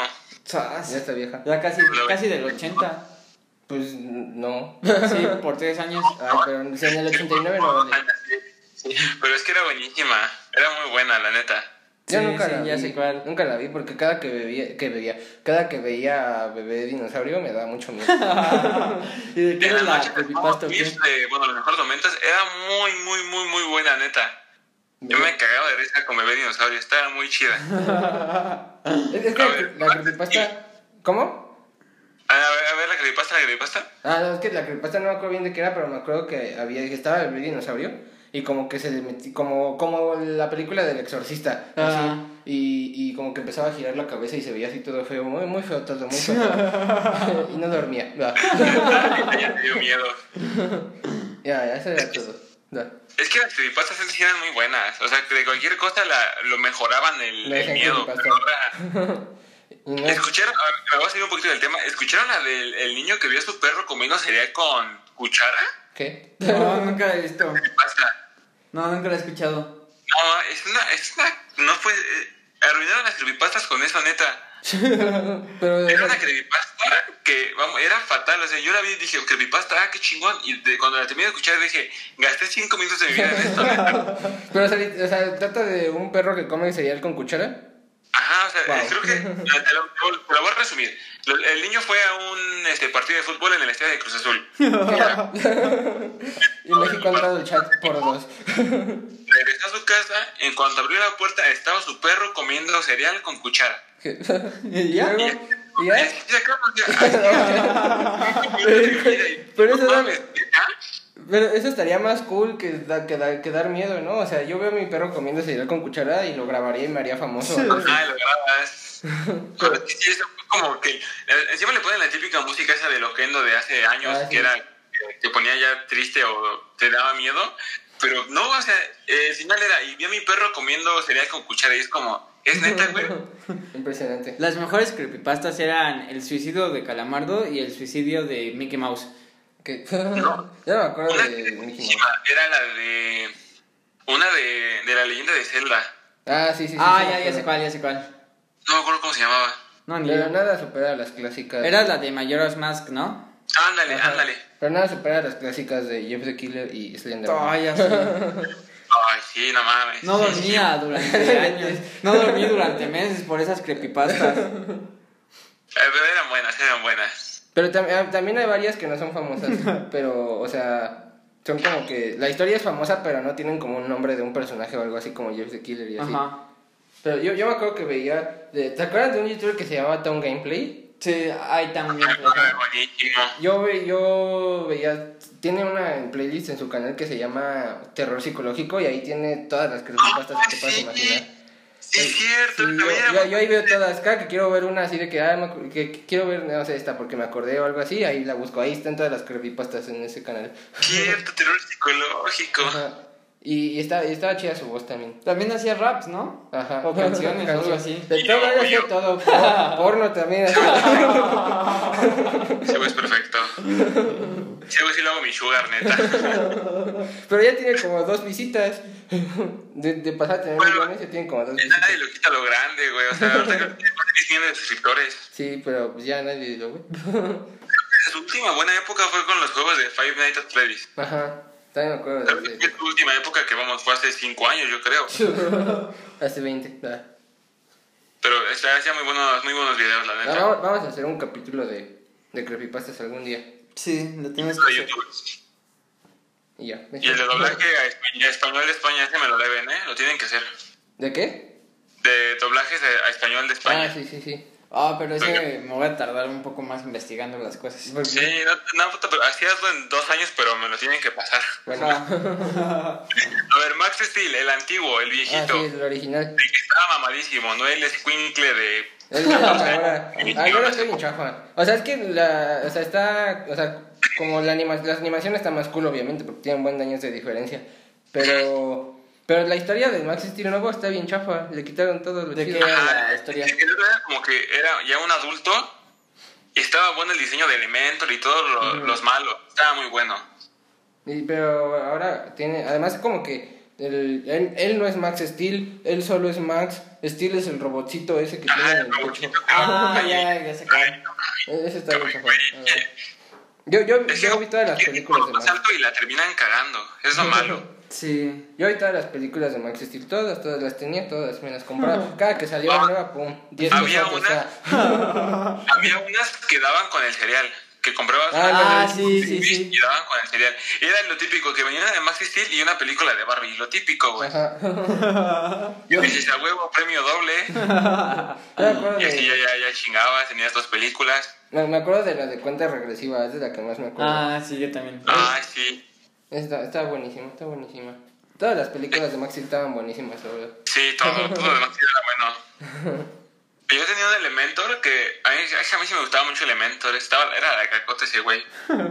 Sas.
Ya está vieja.
Ya casi, casi del 80.
Pues no.
Sí, por tres años.
Ah, pero si en el 89 no vale.
Pero es que era buenísima, era muy buena, la neta.
Yo
Sí,
nunca
sí,
la
ya
vi,
sé cuál.
nunca la vi porque cada que bebía, que bebía, cada que veía a bebé dinosaurio me daba mucho miedo.
¿Y de qué
En
era
la
la
noche te pongo
creepypasta o qué?
clips de, bueno, los mejores momentos, era muy, muy, muy, muy buena, neta. Yo me cagaba de risa con bebé dinosaurio, estaba muy chida.
es, es que
A ver,
la creepypasta, ¿cómo?
A ver, a ver, la creepypasta, la creepypasta.
Ah, no, es que la creepypasta no me acuerdo bien de qué era, pero me acuerdo que había que estaba el bebé dinosaurio y como que se le metí, como como la película del exorcista,
Ah.
así, y, y como que empezaba a girar la cabeza y se veía así todo feo, muy muy feo todo, muy feo. todo. y no dormía. Ya,
ya me dio miedo.
ya, eso era todo. Ya.
Es que las creepypastas antes eran muy buenas. O sea, que de cualquier cosa la, lo mejoraban el,
Le
el
decían
miedo.
creepypasta.
pero ahora-
Y no-
¿Escucharon? a ver, Me voy a salir un poquito del tema. ¿Escucharon la del el niño que vio a su perro comiendo cereal con cuchara?
¿Qué?
No, nunca la he visto.
¿Qué pasa?
No, nunca la he escuchado.
No, es una. Es una no fue. eh, arruinaron las creepypastas con eso, neta.
Pero
Era una creepypasta que, vamos, era fatal. O sea, yo la vi y dije, creepypasta, ah, qué chingón. Y de- cuando la terminé de escuchar dije, gasté cinco minutos de mi vida en esto. neta.
Pero, o sea, o sea, trata de un perro que come cereal con cuchara.
Ajá, o sea, eh,
Wow.
creo que te lo, te lo voy a resumir. Lo- El niño fue a un este, partido de fútbol en el estadio de Cruz Azul.
Y México ha entrado el chat por dos.
Regresó a su casa, en cuanto abrió la puerta estaba su perro comiendo cereal con cuchara.
Y
ya?
luego, ¿y
Ya,
ya?
ya, claro, o sea, así es.
Pero eso
No
da-
mames, ¿ah?
Pero eso estaría más cool que, da- que, da- que dar miedo, ¿no? O sea, yo veo a mi perro comiendo cereal con cuchara y lo grabaría y me haría famoso.
Ajá, lo grabas. Pero sí, sí, eso fue como que. eh, Encima le ponen la típica música esa del Oquendo de hace años,
Ah, sí.
que era. que Te ponía ya triste o te daba miedo. Pero no, o sea, eh, el final era. Y vi a mi perro comiendo cereal con cuchara y es como. Es neta, güey.
Impresionante.
Las mejores creepypastas eran el suicidio de Calamardo y el suicidio de Mickey Mouse.
Que- ya me acuerdo
Una
de
que
Mickey Mouse.
buenísima era la de. Una de, de la leyenda de Zelda.
Ah, sí, sí, sí.
ah,
sí, me
ya, ya sé
acuerdo.
cuál, ya sé cuál.
No me acuerdo cómo se llamaba.
No, ni
Pero
yo.
nada supera a las clásicas.
Era la de Majora's Mask, ¿no?
Ándale,
Ajá.
ándale.
Pero nada supera a las clásicas de Jeff the Killer y Slenderman.
Ay, ya sé.
Ay, sí, no mames.
No
Sí,
dormía durante años. No dormí durante meses por esas creepypastas.
sí. Eh, pero eran buenas, eran buenas.
Pero tam- ah, también hay varias que no son famosas, pero, o sea, son como que la historia es famosa, pero no tienen como un nombre de un personaje o algo así como Jeff the Killer y así.
Ajá.
Pero yo, yo me acuerdo que veía, de- ¿te acuerdas de un youtuber que se llamaba Tom Gameplay?
Sí, ahí también.
Ay, buenísimo.
Yo, ve- yo veía, tiene una playlist en su canal que se llama Terror Psicológico y ahí tiene todas las creepypastas que te puedas imaginar.
Sí, es
Sí,
cierto.
yo,
también era
yo- yo ahí veo todas, cada que quiero ver una así de que, ah, me acu- que que quiero ver, no sé, esta porque me acordé o algo así, ahí la busco, ahí están todas las creepypastas en ese canal.
cierto, terror psicológico.
Ajá. Y, y está, y estaba chida su voz también.
También hacía raps, ¿no?
Ajá.
O canciones, o algo así.
De todo, era así de todo. Por- Porno también. así.
Ese güey es perfecto. Ese güey sí lo hago mi sugar, neta.
Pero ya tiene como dos visitas. De, de pasar a tener
Bueno,
millones, ya tiene como dos visitas.
Nadie lo quita lo grande, güey. O sea, ahorita creo que tiene más de 10 millones de suscriptores.
Sí, pero pues ya nadie lo ve.
Su última buena época fue con los juegos de Five Nights at Freddy's.
Ajá. También me acuerdo de ese.
Es su última época que, vamos, fue hace 5 años, yo creo.
Hace 20. ah.
Pero este, hacía muy buenos, muy buenos videos, la
No,
neta.
vamos, vamos a hacer un capítulo de, de creepypastas algún día.
Sí, lo
Ah,
tienes
Los
que hacer.
youtubers.
Y ya.
Y el de doblaje a España- a español de España se me lo deben, ¿eh? Lo tienen que hacer.
¿De qué?
De doblajes a a español de España.
Ah, sí, sí, sí.
Ah, pero ese me voy a tardar un poco más investigando las cosas.
Porque-
Sí, no, no, puta, pero hacía eso en dos años, pero me lo tienen que pasar.
Bueno, ah,
Ajá.
A ver, Max Steel, el antiguo, el viejito,
Ah, sí, el original.
el que estaba mamadísimo, no el squinkle de...
Es la ahora. Ahora estoy bien chafa. O sea, es que la. O sea, está. O sea, como la, anima, la animación está más cool, obviamente, porque tienen buen daños de diferencia. Pero. Pero la historia de Max Steel nuevo está bien chafa. Le quitaron todo lo
¿De
chido.
qué era la historia?
Ah, El que era como que era ya un adulto y estaba bueno el diseño de Elementor y todos lo- los malos. Estaba muy bueno.
Y- pero ahora tiene. Además, como que. el- él, él no es Max Steel, él solo es Max. Steel es el robotcito ese que tiene
Ajá,
en
el
el pecho.
robotito.
Ah, ya, ya sé cuál.
E- Ese está bien chafa. Ah. Yo, yo, yo vi todas las películas de
más
Max.
alto y la terminan cagando. Es lo malo.
Sí.
Yo ahorita las películas de Max Steel, todas, todas las tenía, todas me las compraba. Cada que salía
Ah.
una nueva, pum, 10
Había
pesos, o
una-
sea,
Había unas que daban con el cereal, que comprabas
Ah,
Ah,
no,
sí, sí,
y
sí.
daban con el cereal. Era lo típico, que venía de Max Steel y una película de Barbie, lo típico, güey.
Ajá.
Y dices, a huevo, premio doble.
Yo me acuerdo
Y así ya,
de.
ya, ya chingabas, tenías dos películas.
Me, me acuerdo de la de cuenta regresiva, es de la que más me acuerdo.
Ah, sí, yo también.
Ah, sí.
Está, está buenísima, está buenísima. Todas las películas de Max Steel estaban buenísimas, la verdad.
Sí, todo, todo de Max Steel era bueno. Yo tenía un Elementor que a mí, a mí sí me gustaba mucho Elementor. Estaba, era la cacota ese güey.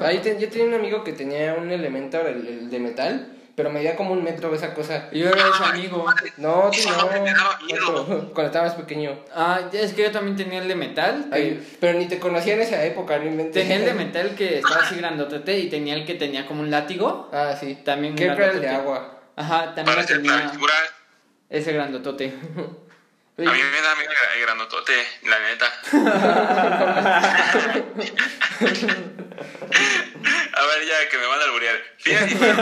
Ahí te- yo tenía un amigo que tenía un Elementor, el, el de metal, pero medía como un metro esa cosa.
Yo era ese amigo.
No, tú
Eso
no.
no me daba
Otro, Cuando estaba más pequeño.
Ah, ya, es que yo también tenía el de metal. que-
Ay, pero ni te conocía en esa época, no inventes.
Tenía el de metal que estaba así grandotote y tenía el que tenía como un látigo.
Ah, sí.
También
Creo que era el de
grandotote.
agua.
Ajá, también
Para
lo
hacer la
tenía
figura,
ese grandotote. Ah,
a mí me da miedo el grandotote, la neta. A ver, ya que me van a alburear. Fías y Fer.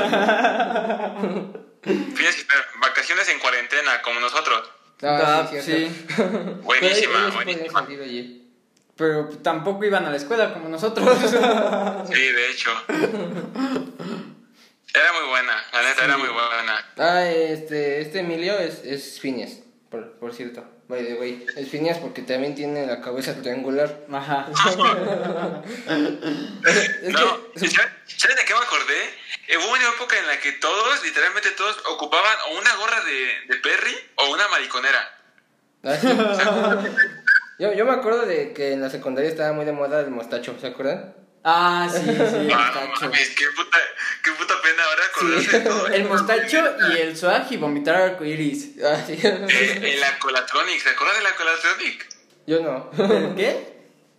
Fías y Fer, Vacaciones en cuarentena, como nosotros.
Ah,
Ah,
sí,
sí.
cierto.
Buenísima,
Pero ellos sí podrían
buenísima.
salir allí.
Pero tampoco iban a la escuela como nosotros.
Sí, de hecho. Era muy buena, la neta, era muy buena.
Ah, este, este Emilio es, es Phineas, por, por cierto. By the way, es Phineas porque también tiene la cabeza triangular.
Ajá.
Ah.
Es
No,
que-
¿sabes sabes de qué me acordé? Eh, Hubo una época en la que todos, literalmente todos, ocupaban o una gorra de, de Perry o una mariconera.
Ah, sí. yo, yo me acuerdo de que en la secundaria estaba muy de moda el mostacho, ¿se acuerdan?
Ah, sí, sí, el
Ah, no
mostacho.
mames, qué puta, qué puta pena ahora acordarse de todo
El
eso.
mostacho y el swag y vomitar arcoiris.
Ah, sí.
Eh, el Acolatronic, ¿se acuerdan del Acolatronic?
yo no.
¿El qué?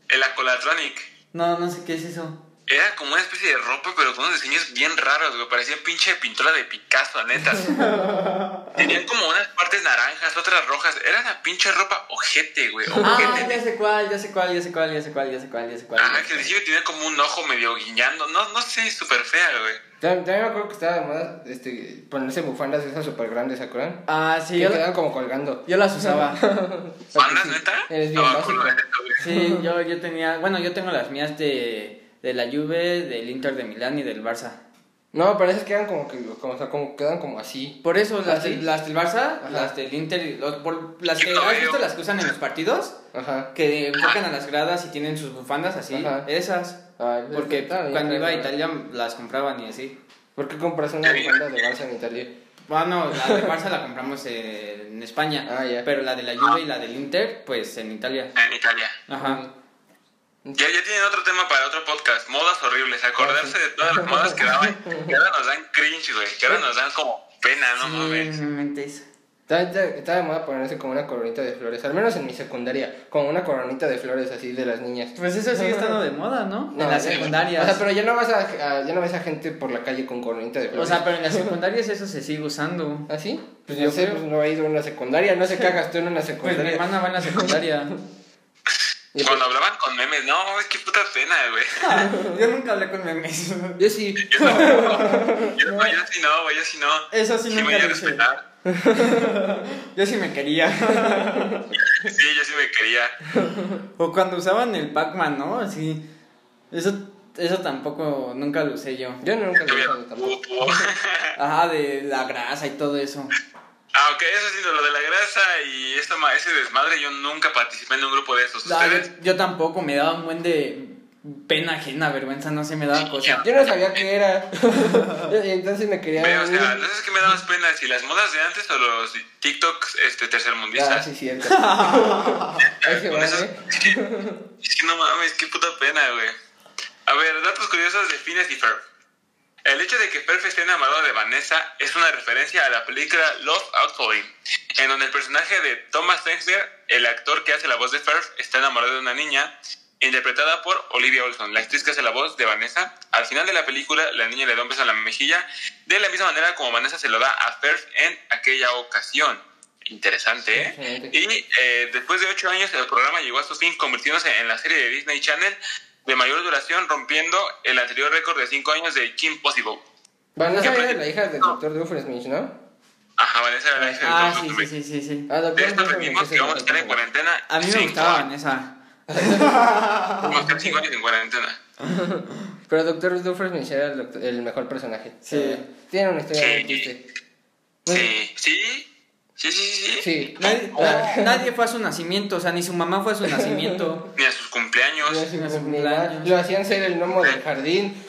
El Acolatronic.
No, no sé qué es eso.
Era como una especie de ropa, pero con unos diseños bien raros, güey. Parecía pinche pintura de Picasso, neta. Tenían como unas partes naranjas, otras rojas. Era una pinche ropa ojete, güey.
Ah,
Ojete.
ya sé cuál, ya sé cuál, ya sé cuál, ya sé cuál, ya sé cuál, ya sé cuál.
Ah,
Ajá, que el diseño tenía como un ojo medio guiñando. No, no sé, súper fea, güey.
También, también me acuerdo que estaba de moda este, ponerse bufandas de esas super grandes, ¿se acuerdan?
Ah, sí,
Que
yo,
quedaban como colgando.
yo las usaba.
¿Bandas, neta?
Eres bien
No,
básico.
culo, neta, güey.
Sí, yo, yo tenía, bueno, yo tengo las mías de, de la Juve, del Inter de Milán y del Barça.
No, pero esas quedan como que, como, o sea, como quedan como así.
Por eso, las,
¿Ah, sí?
las del Barça,
Ajá.
las del Inter, y los- por- las
Yo
que,
lo
¿has visto
veo.
las que usan en los partidos?
Ajá.
Que enfocan a las gradas y tienen sus bufandas así,
Ajá.
esas.
Ay, pues,
Porque
está bien,
cuando
está
iba a
bien.
Italia las compraban y así.
¿Por qué compras una bufanda de Barça en Italia?
Bueno, la de Barça la compramos eh, en España,
Ah, ya.
pero la de la Juve y la del Inter, pues en Italia.
En Italia.
Ajá.
Ya, ya tienen otro tema para otro podcast. Modas horribles. Acordarse de todas las modas que daban. Que ahora nos dan cringe, güey. Que ahora nos dan como pena, no mames.
Sí, no mentes.
Estaba- Estaba estaba de moda ponerse como una coronita de flores, al menos en mi secundaria, como una coronita de flores así de las niñas.
Pues eso sigue estando de moda, ¿no? eh,
No,
en las
ya-
secundarias.
O sea, pero ya no, vas a, a- ya no ves a gente por la calle con coronita de flores.
pero en las secundarias eso se sigue usando.
¿Ah, sí? Pues
Yo
yo sé,
creo.
pues no he ido a una secundaria, no sé qué hagas tú en una
Pues mi
secundaria.
hermana va en la secundaria.
Y pues-
Cuando hablaban con memes, no mames, qué puta pena, güey.
Yo nunca hablé con memes.
yo sí.
Yo no, yo, no, yo sí no, güey, yo sí no.
Eso sí
Sí
nunca
me iba a
lo hice.
respetar.
Yo sí me quería.
Sí, yo sí me quería.
O cuando usaban el Pac-Man, ¿no? Así. Eso, eso tampoco, nunca lo usé yo.
Yo nunca
Yo
lo he
me-
usado tampoco.
Ajá, de la grasa y todo eso.
Ah, ok, eso sí, lo de la grasa y esta, ma- ese desmadre, yo nunca participé en un grupo de esos.
Ah,
¿Ustedes?
yo, yo tampoco, me daba un buen de pena ajena, vergüenza, no sé, me daba cosa.
Yo no sabía qué era. Y Entonces me quería.
Ve, o sea, entonces, ¿qué me dabas pena? ¿Si las modas de antes o los TikToks este,
Ah,
tercermundistas?
sí, cierto. Ahí se
Con
va,
esas-
¿eh?
Es que no mames, qué puta pena, güey. A ver, datos curiosos de Phineas y Ferb. El hecho de que Ferb esté enamorado de Vanessa es una referencia a la película Love Actually, en donde el personaje de Thomas Dexter, el actor que hace la voz de Ferb, está enamorado de una niña, interpretada por Olivia Olson, la actriz que hace la voz de Vanessa. Al final de la película, la niña le da un beso en la mejilla, de la misma manera como Vanessa se lo da a Ferb en aquella ocasión. Interesante, ¿eh?
Excelente.
Y eh, después de ocho años el programa llegó a su fin convirtiéndose en la serie de Disney Channel de mayor duración, rompiendo el anterior récord de cinco años de Kim Possible.
Vanessa
¿Qué
era
pre-
la hija del doctor Doofenshmirtz, ¿no?
Ajá, Vanessa era la hija del
Ah, sí,
doctor
sí,
Doofenshmirtz.
sí, sí, sí.
Ah,
De
doctor
esto
Doofenshmirtz
aprendimos
es
que
el
vamos a estar en
doctor
cuarentena.
A mí me
cinco
gustaban ¿eh?
años.
esa.
Vamos a estar cinco años en cuarentena.
Doofenshmirtz. Pero doctor Doofenshmirtz era el, doctor- el mejor personaje.
Sí.
Eh, Tiene una historia
Sí.
muy triste.
Sí, sí, sí, sí, sí. sí.
Sí. Ah,
Nadie, nadie fue a su nacimiento, o sea, ni su mamá fue a su nacimiento.
Ni a sus cumpleaños.
Yo sí me
Hace un
cumplía.
cumpleaños.
Lo hacían ser el gnomo del jardín.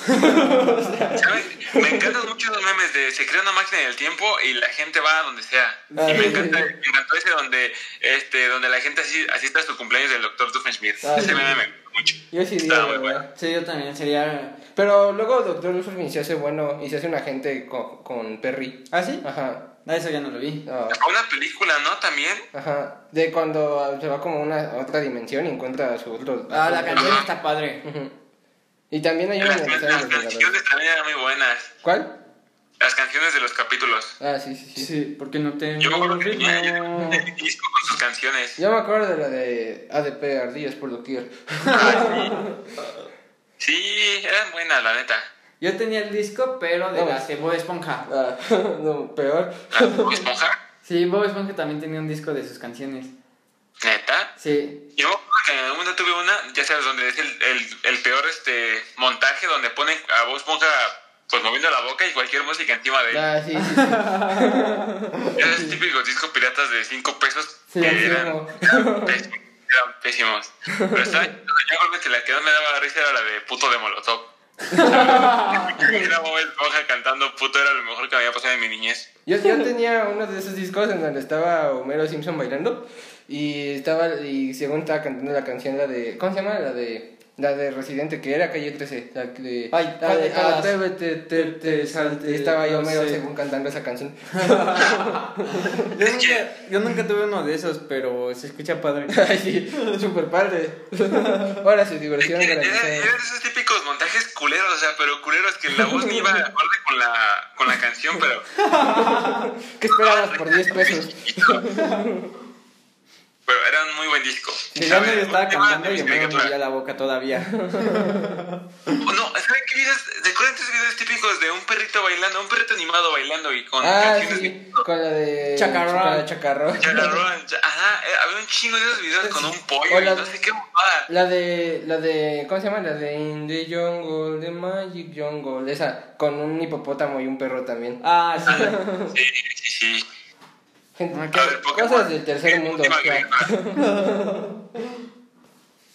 ¿Sabes? Me encantan mucho los memes de se crea una máquina del tiempo y la gente va a donde sea. Y
Ah,
me
sí,
encanta,
sí,
me encantó ese donde, este, donde la gente asi- asiste a su cumpleaños del doctor Doofenshmirtz.
Ah,
ese
sí.
meme me encanta mucho.
Yo sí digo,
Estaba muy
la
bueno.
verdad.
Sí, yo también sería.
Pero luego Doctor Doofenshmirtz se hace bueno y se hace un agente con, con Perry.
¿Ah, sí?
Ajá.
Ah, eso ya no lo vi.
Ah,
Una película, ¿no? También.
ajá. De cuando se va como a una a otra dimensión y encuentra a su otro.
Ah, la
Ujú.
canción está padre.
Y también hay una
Las,
de
las
los Vengadores.
canciones también eran muy buenas.
¿Cuál?
Las canciones de los capítulos.
Ah, sí, sí, sí.
Sí, porque no te.
Yo me acuerdo que tenía yo tenía el disco con sus canciones.
Yo me acuerdo de la de ADP Ardillas por doquier.
Sí, eran buenas, la neta.
Yo tenía el disco, pero de
No,
la
pues.
cebo esponja.
Ah, no, peor.
La Bob esponja.
Sí, Sí, Bob Esponja también tenía un disco de sus canciones.
¿Neta?
Sí.
Yo me acuerdo que en algún momento tuve una, ya sabes, donde es el, el, el peor este montaje donde ponen a Bob Esponja pues moviendo la boca y cualquier música encima de él.
Ah, sí, sí, sí.
Esos típicos discos piratas de 5 pesos
Sí,
que
sí,
eran,
no.
pésimos, eran pésimos. Pero estaba, yo creo que la que no me daba risa era la de puto de Molotov. Era Bob Esponja cantando puto, era lo mejor que me había pasado en mi niñez.
Yo, yo tenía uno de esos discos en donde estaba Homero Simpson bailando y estaba y según estaba cantando la canción la de ¿cómo se llama? La de la de Residente que era calle 13, la de
Ay,
la de
¿cuál-
atrévete, te, te, salte. Estaba yo
No
Homero
sé.
según cantando esa canción.
Yo nunca, yo nunca tuve uno de esos, pero se escucha padre.
Ay, sí, super padre. Ahora se diversión
Eran
garantizada.
eran esos típicos montajes culeros, o sea, pero culeros que la voz ni iba acorde con la, con la canción, pero...
¿Qué esperabas por 10 pesos?
Pero era un muy buen disco.
Que yo
A ver,
me estaba
un tema de
cantando y
mis
me
caricaturas.
movía la boca todavía.
Oh, No, ¿saben qué videos? ¿Recuerdan esos videos típicos de un perrito bailando, un perrito animado bailando y con
Ah,
canciones de...
sí, con la de
Chacarrón.
con la de Chacarrón.
Chacarrón, cha- Ajá, eh, había un chingo de esos videos con un pollo
Hola.
y no sé qué mamada.
La de, la de, ¿cómo se llama? La de In the Jungle, The Magic Jungle, esa, con un hipopótamo y un perro también.
Ah, sí.
Sí, sí, sí.
Gente,
Ah,
A ver, Pokémon.
cosas del tercer mundo.
Última
o sea.
película.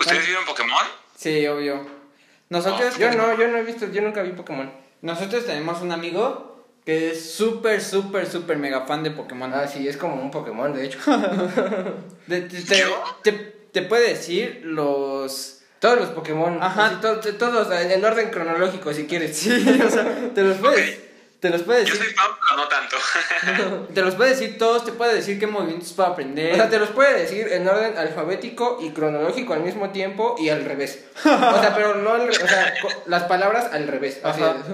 ¿Ustedes vieron Pokémon?
Sí, obvio. Nosotros,
Yo no, yo no he visto, yo nunca vi Pokémon.
nosotros tenemos un amigo que es súper, súper, súper mega fan de Pokémon.
Ah, sí, es como un Pokémon, de hecho.
De- te, te-
¿Yo?
te- te puede decir los...
Todos los Pokémon.
Ajá.
así, to- to- todos, en en orden cronológico, si quieres.
Sí, o sea, te los puedes... Te los puede
Yo
decir,
soy fan, pero no tanto.
te los puede decir todos, te puede decir qué movimientos para aprender.
O sea, te los puede decir en orden alfabético y cronológico al mismo tiempo y al revés. O sea, pero no al re- o sea, co- las palabras al revés. Así
Ajá.
es.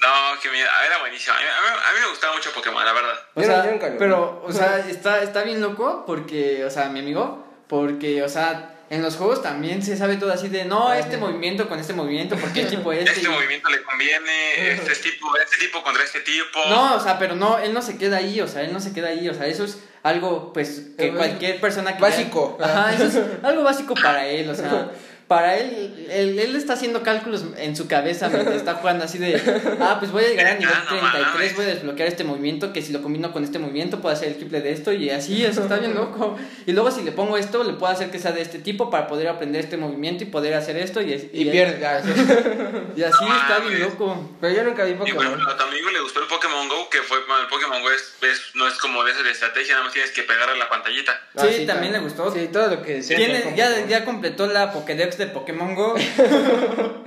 No, que miedo. Ah, Era buenísimo. A mí, a mí- a mí me gustaba mucho Pokémon, la verdad.
O
Yo no-
sea,
yo nunca lo vi.
pero, o sea, está, está bien loco porque, o sea, mi amigo, porque, o sea, en los juegos también se sabe todo así de, no,
Ajá.
este movimiento con este movimiento, porque el tipo este.
Este movimiento le conviene, este tipo, este tipo contra este tipo.
No, o sea, pero no, él no se queda ahí, o sea, él no se queda ahí, o sea, eso es algo, pues, que
Eh,
cualquier persona que...
básico.
Ajá, eso es algo básico para él, o sea, para él, él, él está haciendo cálculos en su cabeza mientras está jugando así de, ah, pues voy a llegar a nivel
Ah, no
33,
mames.
voy a desbloquear este movimiento, que si lo combino con este movimiento puedo hacer el triple de esto y así, eso está bien loco. Y luego si le pongo esto, le puedo hacer que sea de este tipo para poder aprender este movimiento y poder hacer esto y, es-
Y pierde. ah, sí.
Y así
No
está bien
mames.
loco.
Pero yo nunca vi
Y por
Pokémon. Ah,
ejemplo, a tu amigo le gustó el Pokémon Go, que fue bueno, el Pokémon Go es, es- no es como de esa de estrategia, nada más tienes que pegarle a la pantallita.
Ah,
Sí, también le gustó.
Sí, todo lo que decía.
Tiene- ya, ya completó la Pokédex de Pokémon Go.
A mí todavía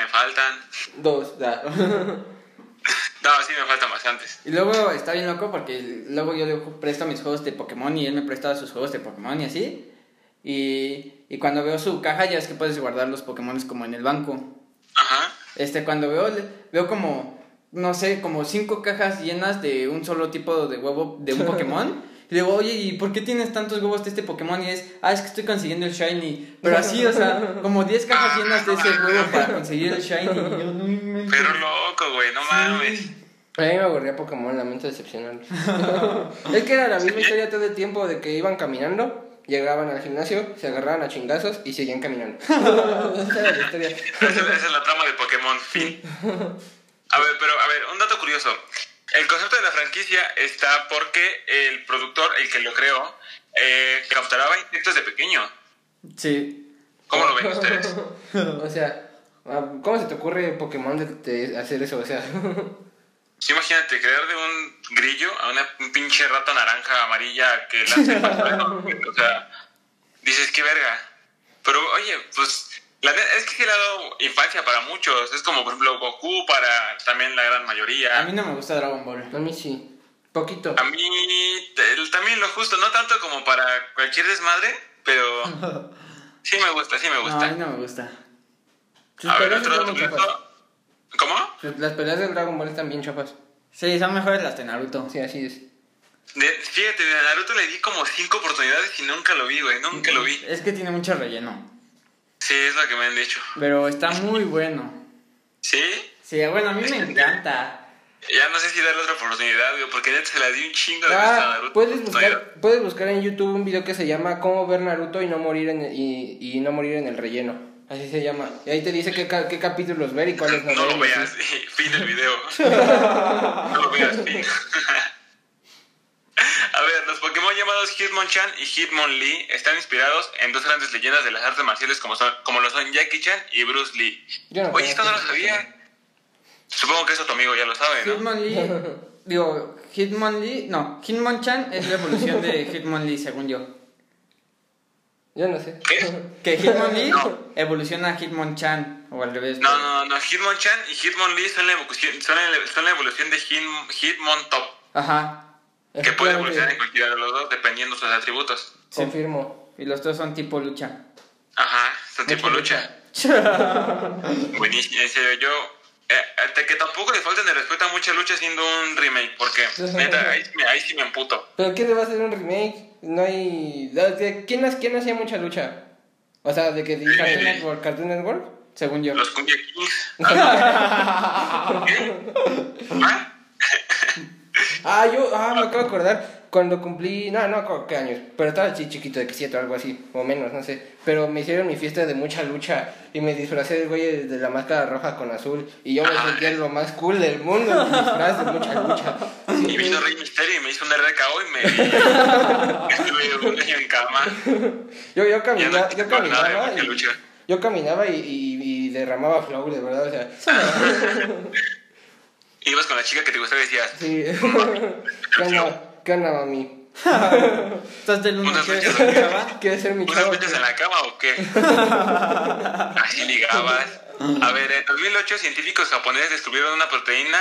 me faltan.
Dos, da.
No, sí me faltan bastantes.
Y luego está bien loco porque luego yo le presto mis juegos de Pokémon y él me presta sus juegos de Pokémon y así. Y, y cuando veo su caja ya es que puedes guardar los Pokémon como en el banco.
Ajá.
Este, cuando veo, le- veo como, no sé, como cinco cajas llenas de un solo tipo de huevo de un Pokémon. Y digo, oye, ¿y por qué tienes tantos huevos de este Pokémon? Y es, ah, es que estoy consiguiendo el Shiny. Pero así, o sea, como 10 cajas llenas de ese huevo para conseguir el Shiny. Y yo, no inventes.
Pero loco, güey, no mames.
A mí me aburría Pokémon, lamento decepcionarlo. es que era la misma historia todo el tiempo de que iban caminando, llegaban al gimnasio, se agarraban a chingazos y seguían caminando. Esa era la historia.
Esa, esa es la trama de Pokémon, fin. A ver, pero a ver, un dato curioso. El concepto de la franquicia está porque el productor, el que lo creó, eh, capturaba insectos de pequeño.
Sí.
¿Cómo lo ven ustedes?
o sea, ah, ¿cómo se te ocurre Pokémon de, de hacer eso? O sea,
Sí, imagínate, crear de un grillo a una un pinche rata naranja amarilla que la hace pasar, ¿no? O sea, dices, qué verga. Pero, oye, pues, la neta, es que he dado infancia para muchos. Es como, por ejemplo, Goku para también la gran mayoría.
A mí no me gusta Dragon Ball.
a mí sí, poquito.
A mí te- también lo justo, no tanto como para cualquier desmadre, pero sí me gusta, sí me
No, a
gusta.
mí no me gusta.
Sus
a ver,
peleas
otro
están
dato
muy chafas.
curioso. ¿Cómo?
Sus- Las peleas de Dragon Ball están bien chafas.
Sí, son mejores las de Naruto.
Sí, así es.
De- fíjate, de Naruto le di como cinco oportunidades y nunca lo vi, güey, nunca lo vi.
Es que tiene mucho relleno.
Sí, es lo que me han dicho.
Pero está muy bueno.
¿Sí?
Sí, bueno, a mí me encanta.
Ya no sé si darle otra oportunidad, güey, porque neta se la di un chingo de veces a
Ah,
Naruto.
puedes
No,
buscar, puedes buscar en YouTube un video que se llama Cómo ver Naruto y no morir en el, y, y no morir en el relleno. Así se llama. Y ahí te dice qué, ca- qué capítulos ver y cuáles no,
No lo
ver y así.
veas, fin del video. No lo veas, fin. A ver, los Pokémon llamados Hitmonchan y Hitmonlee están inspirados en dos grandes leyendas de las artes marciales como, son, como lo son Jackie Chan y Bruce Lee.
Yo no
Oye,
conozco
esto no lo
ese
sabía. Supongo que eso tu amigo ya lo sabe, ¿no?
Hitmonlee, digo, Hitmonlee, no, Hitmonchan es la evolución de Hitmonlee, según yo.
Yo no sé.
¿Qué?
Que Hitmonlee
No.
evoluciona a Hitmonchan, o al revés.
No,
pero-
no, no, Hitmonchan y Hitmonlee son la evolución, son la, son la evolución de Hitmon- Hitmontop,
Ajá,
que puede
Efectivamente,
evolucionar en cualquiera de los dos dependiendo sus atributos.
sí.
Confirmo.
Y los dos son tipo lucha.
Ajá, este tipo
Mucha
lucha. Buenísimo, en serio, yo. eh, hasta que tampoco le falten de respeto a mucha lucha haciendo un remake, porque neta, ahí, sí me- ahí sí me emputo.
¿Pero quién le va a hacer un remake? No hay. no, o sea, ¿Quién, ha- quién hacía mucha lucha? O sea, de que de Cartoon Network. ¿Cartoon Network?
Según yo.
Los Cumbia Kings. ¿Qué? ¿Ah?
Ah, yo. Ah, me acabo de acordar. Cuando cumplí. No, no, acuerdo ¿qué años? Pero estaba chi- chiquito, de que siete o algo así. O menos, no sé. Pero me hicieron mi fiesta de mucha lucha. Y me disfracé del güey de la máscara roja con azul. Y yo me sentía lo más cool del mundo. en Mi disfraz de mucha lucha.
Y vino Rey Misterio y me hizo un RKO y me. Estuve un año en cama.
Yo, yo
Ya
caminaba,
no
yo
tengo nada de
caminaba
mucha
y,
lucha.
yo caminaba y, y- y derramaba flow, de verdad, o sea,
Ibas con la chica que te gustaba y decías,
sí. ¿Qué onda, qué onda, mami?
Estás del uno,
Unas
¿quieres
luchas.
ser mi chava?
¿Quieres ser mi
¿Usas
chavo?
luchas en la cama o qué? Así ligabas. A ver, en 2008 científicos japoneses descubrieron una proteína,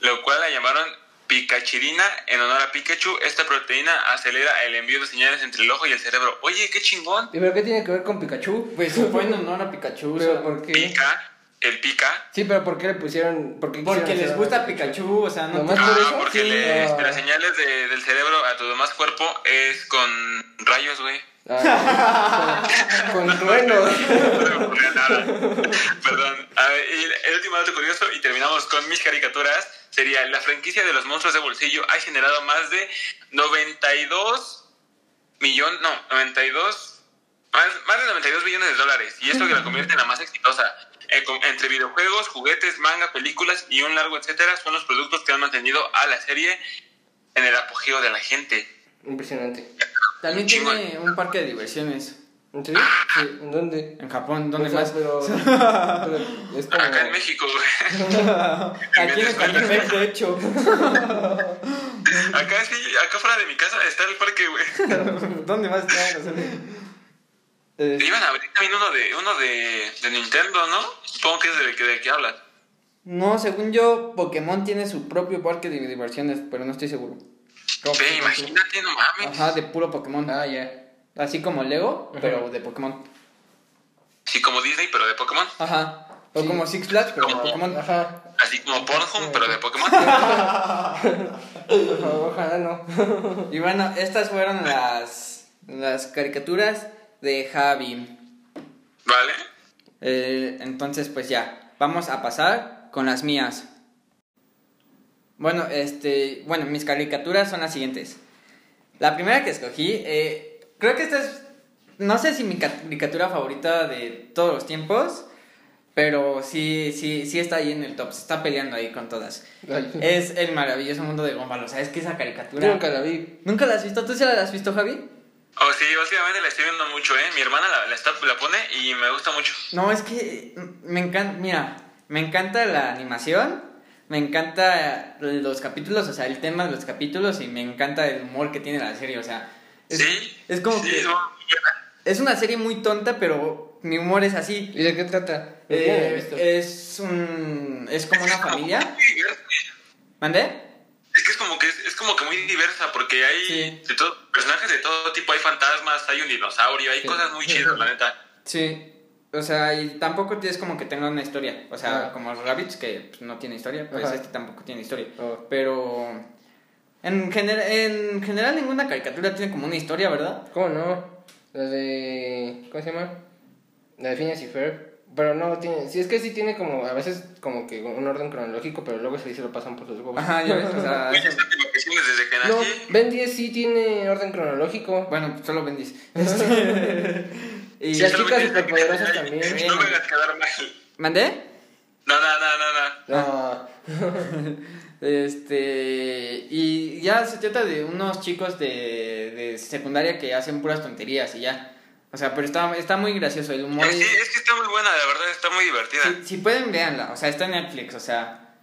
lo cual la llamaron Pikachirina en honor a Pikachu. Esta proteína acelera el envío de señales entre el ojo y el cerebro. Oye, qué chingón.
¿Y pero qué tiene que ver con Pikachu?
Pues fue en honor a Pikachu. o
Pero
sea,
¿por qué?
Pica, el pica.
Sí, pero ¿por qué le pusieron...? ¿por qué
Porque
quisieron
les
hacer
gusta
algo?
Pikachu, o sea, no...
Nomás
te-
por
Ah,
eso?
porque
Sí.
le- este, las señales de- del cerebro a tu demás cuerpo es con rayos, güey.
Ah, con con truenos.
No me ocurrió nada. Perdón. A ver, y el último dato curioso, y terminamos con mis caricaturas, sería la franquicia de los monstruos de bolsillo ha generado más de 92 millones, no, 92, más, más de 92 billones de dólares, y esto que la convierte en la más exitosa. Eh, con- Entre videojuegos, juguetes, manga, películas y un largo etcétera, son los productos que han mantenido a la serie en el apogeo de la gente.
Impresionante.
Ah, También
Chingón.
tiene un parque de diversiones
¿En serio? ¿En dónde?
en Japón, ¿dónde
O sea,
más?
Pero, pero es como...
Acá en México, güey.
Aquí en Ecatepec, de hecho.
acá sí, acá fuera de mi casa está el parque, güey.
¿Dónde más? está? O sea, eh,
Iban a abrir también uno de uno de, de Nintendo, ¿no? Supongo que es del que, del que hablas.
No, según yo, Pokémon tiene su propio parque de diversiones, pero no estoy seguro.
Ve, imagínate, no mames.
Ajá, de puro Pokémon.
Ah, ya.
Así como Lego,
Ajá.
pero de Pokémon.
Sí, como Disney, pero de Pokémon.
Ajá. O
Sí.
como Six Flags, pero de Pokémon.
Ajá.
Así como Pornhub, pero de Pokémon.
Por favor, ojalá no.
Y bueno, estas fueron las, las caricaturas de Javi.
¿Vale?
Eh, entonces, pues ya, vamos a pasar con las mías. Bueno, este, bueno, mis caricaturas son las siguientes. La primera que escogí, eh, creo que esta es, no sé si mi caricatura favorita de todos los tiempos, pero sí, sí, sí está ahí en el top, se está peleando ahí con todas.
Ay,
Es el maravilloso mundo de Gumball, o sea, es que esa caricatura...
Yo nunca la vi.
¿Nunca la has visto? ¿Tú sí la has visto, Javi?
O Oh, sí, básicamente la estoy viendo mucho, ¿eh? Mi hermana la, la, está, la pone y me gusta mucho.
No, es que eh, me encanta, mira, me encanta la animación, me encanta los capítulos, o sea, el tema de los capítulos y me encanta el humor que tiene la serie, o sea, es,
sí.
es como
sí,
que
es muy buena.
es una serie muy tonta, pero mi humor es así.
¿Y de qué trata?
Eh,
Ya la he visto.
es un es como una familia,
Muy diversa.
¿mande?
Es que es como que es, es como que muy diversa porque hay
Sí.
de todo, personajes de todo tipo, hay fantasmas, hay un dinosaurio, hay
Sí.
cosas muy chidas, la neta.
Sí. O sea, y tampoco es como que tenga una historia. O sea,
Ah.
como los Rabbits, que pues, no tiene historia, pues
Ajá.
este tampoco tiene historia.
Ah.
Pero en, gener- en general ninguna caricatura tiene como una historia, ¿verdad?
¿Cómo no? La de. ¿Cómo se llama? La de Phineas y Ferb. Pero no tiene. Sí, es que sí tiene como. A veces como que un orden cronológico, pero luego sí se lo pasan por los huevos.
Ajá, ya ves, o sea,
Güey, esas equivocaciones desde que
No,
nací.
Ben 10 sí tiene orden cronológico.
Bueno, pues, solo bendice. Este, y
Y
Sí,
las
solo
chicas
me-
superpoderosas
Ay,
también.
No me hagas quedar mal.
¿Mandé? Ah.
No, no, no, no, no.
No.
Este. Y ya se trata de unos chicos de, de secundaria que hacen puras tonterías y ya. O sea, pero está, está muy gracioso el humor.
Eh, Sí, es que está muy buena, la verdad, está muy divertida.
Si, si pueden, véanla. O sea, está en Netflix, o sea.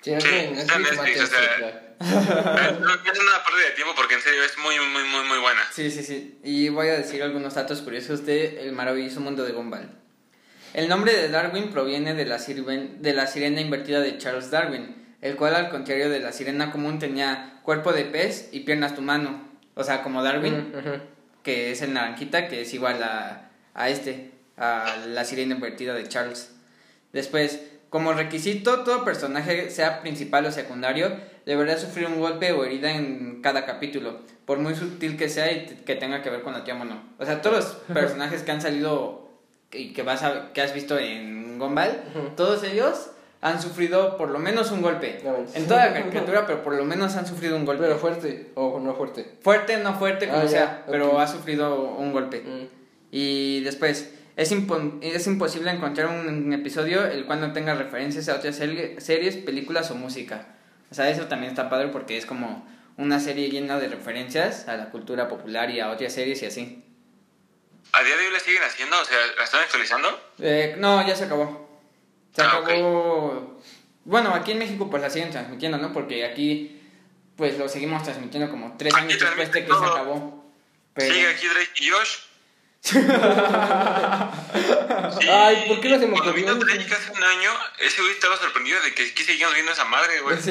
Si no
Sí,
tienen
está en
Netflix,
Netflix, o
mátense,
sea.
claro.
No no es una pérdida de tiempo porque en serio es muy, muy, muy, muy buena.
Sí, sí, sí. Y voy a decir algunos datos curiosos de El maravilloso mundo de Gumball. El nombre de Darwin proviene de la, sirven- de la sirena invertida de Charles Darwin, el cual, al contrario de la sirena común, tenía cuerpo de pez y piernas de humano. O sea, como Darwin.
Ujú, ujú.
que es el naranjita, que es igual a, a este, a la sirena invertida de Charles. Después, como requisito, todo personaje, sea principal o secundario, deberá sufrir un golpe o herida en cada capítulo, por muy sutil que sea y t- que tenga que ver con la trama o no. O sea, todos los personajes que han salido y que, vas a- que has visto en Gumball,
Ujú.
todos ellos han sufrido por lo menos un golpe.
No manches.
En toda la caricatura, pero por lo menos han sufrido un golpe.
Pero fuerte o no fuerte.
Fuerte, no fuerte, como
Ah, ya,
sea, pero
ok. Mm.
ha sufrido un golpe. Y después, es, impo- es imposible encontrar un, episodio el cual no tenga referencias a otras ser- series, películas o música. O sea, eso también está padre porque es como una serie llena de referencias a la cultura popular y a otras series y así.
A día de hoy la siguen haciendo, o sea, la están actualizando.
Eh, no, ya se acabó. Se
Ah, ok.
acabó... Bueno, aquí en México pues la siguen transmitiendo, ¿no? Porque aquí pues lo seguimos transmitiendo como tres
Aquí
años después de que se
transmiten todo.
acabó. Pero...
Sigue aquí Drake y Josh. Sí,
Ay, ¿por qué no se me
Cuando vino
ocurrió?
Drake hace un año, ese güey estaba sorprendido de que aquí seguíamos viendo esa madre, güey.
Sí.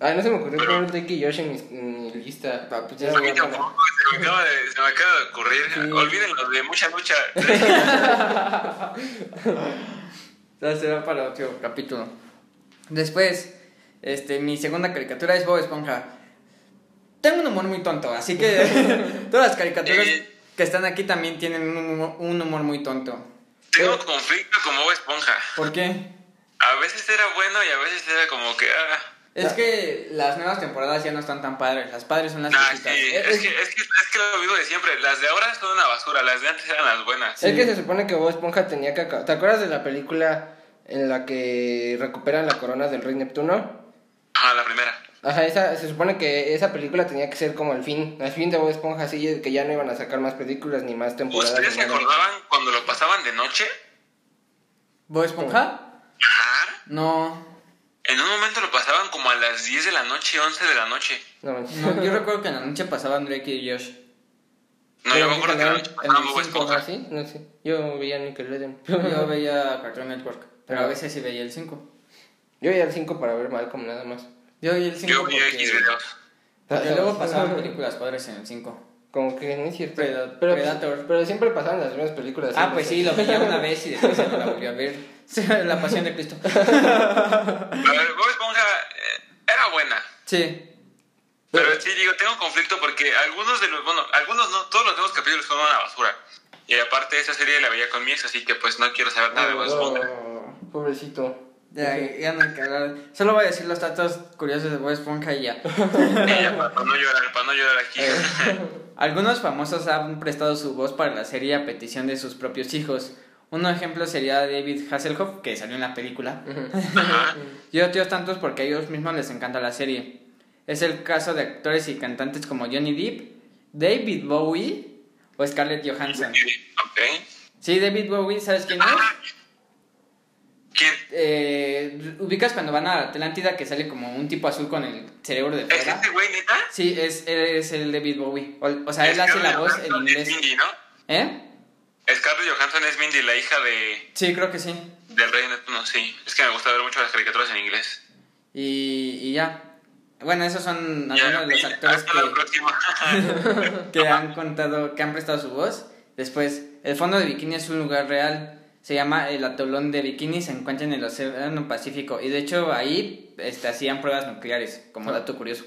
Ay, no se me ocurrió
Pero-
poner Drake y Josh en mi, en mi lista.
Ah, pues ya se
Era
A mí
buena
tampoco, se me acaba de, se me acaba de ocurrir.
Sí.
Olvídenlo de mucha lucha.
Ya será para otro capítulo. Después, este, mi segunda caricatura es Bob Esponja. Tengo un humor muy tonto, así que todas las caricaturas
Eh.
que están aquí también tienen un humor, un humor muy tonto.
Tengo un conflicto como Bob Esponja.
¿Por qué?
A veces era bueno y a veces era como que. Ah,
Es que las nuevas temporadas ya no están tan padres. Las padres son las
nah,
viejitas.
Ah, sí.
Eh,
Es, que, es, que, es que lo mismo de siempre. Las de ahora son una basura, las de antes eran las buenas.
Es que se supone que Bob Esponja tenía que... aca- ¿Te acuerdas de la película en la que recuperan la corona del rey Neptuno?
Ajá, la primera.
Ajá, esa, se supone que esa película tenía que ser como el fin, el fin de Bob Esponja, así que ya no iban a sacar más películas ni más temporadas.
¿Ustedes
ni
se
nada.
acordaban cuando lo pasaban de noche?
¿Bob Esponja?
Ajá.
No.
En un momento lo pasaban como a las 10 de la noche, 11 de la noche.
No, manches.
no. Yo recuerdo que en la noche pasaban Drake y Josh.
No,
Pero
yo me acuerdo que la
en
noche pasaban Bob
el cinco,
Esponja.
¿sí? No sé. Yo veía Nickelodeon.
Yo veía Cartoon Network, pero
Ah.
a veces sí veía el 5.
Yo veía el 5 para ver Malcolm nada más.
Yo veía el 5
Yo vi X videos.
Pero luego pasaban películas padres en el 5.
Como que no es cierto.
Preda-
pero, pues,
Predator.
pero siempre pasaban las mismas películas.
Ah,
siempre.
pues sí, lo veía una vez y después ya no la volví a ver. La pasión de Cristo.
A ver, Bob Esponja eh, era buena.
Sí.
Pero sí, digo, tengo conflicto porque algunos de los, bueno, algunos no, todos los nuevos capítulos son una basura. Y aparte esa serie la veía con mi ex, así que pues no quiero saber nada de Bob Esponja.
Oh, pobrecito.
Ya, ya no hay que hablar. Solo voy a decir los datos curiosos de Bob Esponja y ya.
Y ya, para, para no llorar, para no llorar aquí.
Eh, Algunos famosos han prestado su voz para la serie a petición de sus propios hijos. Un ejemplo sería David Hasselhoff, que salió en la película.
Ajá.
Y otros tantos porque a ellos mismos les encanta la serie. Es el caso de actores y cantantes como Johnny Depp, David Bowie o Scarlett Johansson.
Ok. Ah,
Sí, David Bowie, ¿sabes quién es?
¿Quién?
Eh, ubicas cuando van a Atlántida que sale como un tipo azul con el cerebro de
¿Es
fuera.
este güey, neta?
Sí, es, es el David Bowie. O, o sea, él hace la
Scarlett
voz en
Johansson Es
inglés.
Mindy, ¿no?
¿Eh?
Scarlett Johansson es Mindy, la hija de,
Sí, creo que sí.
del rey Neptuno, sí. Es que me gusta ver mucho las caricaturas en inglés.
Y, y ya. Bueno, esos son
Ya, Ah,
algunos de los
Mindy,
actores
hasta la próxima.
que, que han contado, que han prestado su voz. Después, el fondo de bikini es un lugar real. Se llama el atolón de bikini. Se encuentra en el Océano Pacífico. Y de hecho, ahí este, hacían pruebas nucleares, como dato curioso.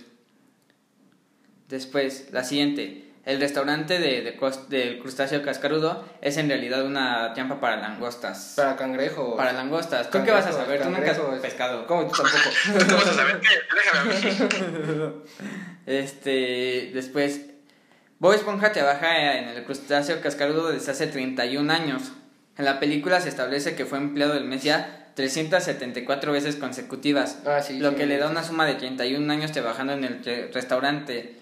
Después, la siguiente. el restaurante de, de cos- del crustáceo cascarudo es en realidad una trampa para langostas.
Para cangrejos.
Para langostas. ¿Tú qué vas a saber? Tú nunca has
Cangrejos.
pescado.
¿Cómo tú tampoco?
¿Cómo vas a saber qué? Déjame a mí.
Este, después, Bob Esponja trabaja en el crustáceo cascarudo desde hace 31 años. En la película se establece que fue empleado del mes ya 374 veces consecutivas,
Ah, sí,
lo
sí,
que
me
le da
dice.
una suma de 31 años trabajando en el re- restaurante.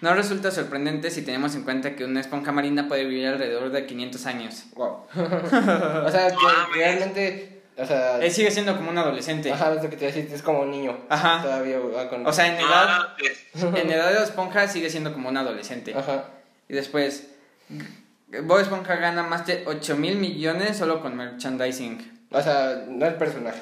No resulta sorprendente si tenemos en cuenta que una esponja marina puede vivir alrededor de 500 años.
Wow. o sea, que
Mames.
realmente. O sea.
Él Eh, sigue siendo como un adolescente.
Ajá, es lo que te decía, es como un niño.
este. Ajá.
Todavía va con.
O sea, en edad,
Ah, sí.
en edad de esponja sigue siendo como un adolescente.
este. Ajá.
Y después, Bob Esponja gana más de 8 mil millones solo con merchandising.
O sea, no el personaje.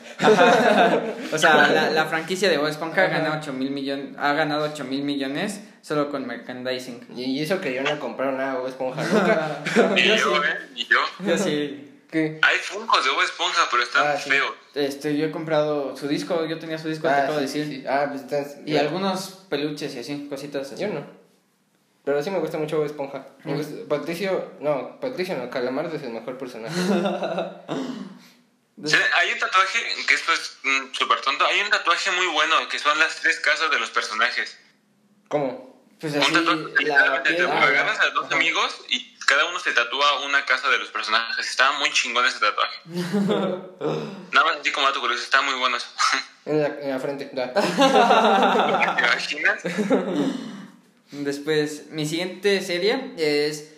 O sea, la, la franquicia de Bob Esponja
Ajá.
gana 8 mil millon- ha ganado 8 mil millones solo con merchandising.
Y y eso que yo no compré nada de Bob Esponja nunca.
Ni
Yo
yo,
sí.
¿eh? Ni yo.
Yo sí.
¿Qué?
Hay funcos de Bob Esponja, pero están
Ah, sí.
feos.
Este, yo he comprado su disco, yo tenía su disco, te
Ah,
acabo de
sí,
decir.
sí. Ah, pues estás.
Y algunos peluches y así, cositas así.
Yo no. Pero sí me gusta mucho Bob Esponja. Me gusta- Patricio. No, Patricio no, Calamardo es el mejor personaje.
Sí, Hay un tatuaje, que esto es mm, súper tonto, hay un tatuaje muy bueno, que son las tres casas de los personajes.
¿Cómo?
Pues
Un
así,
tatuaje que
la ah.
literalmente te
piedra.
agarras a dos
Ajá.
amigos y cada uno se tatúa una casa de los personajes. Está muy chingón ese tatuaje. Nada más así como dato curioso, está muy bueno eso.
En la, en la frente. da.
¿Te imaginas?
Después, mi siguiente serie es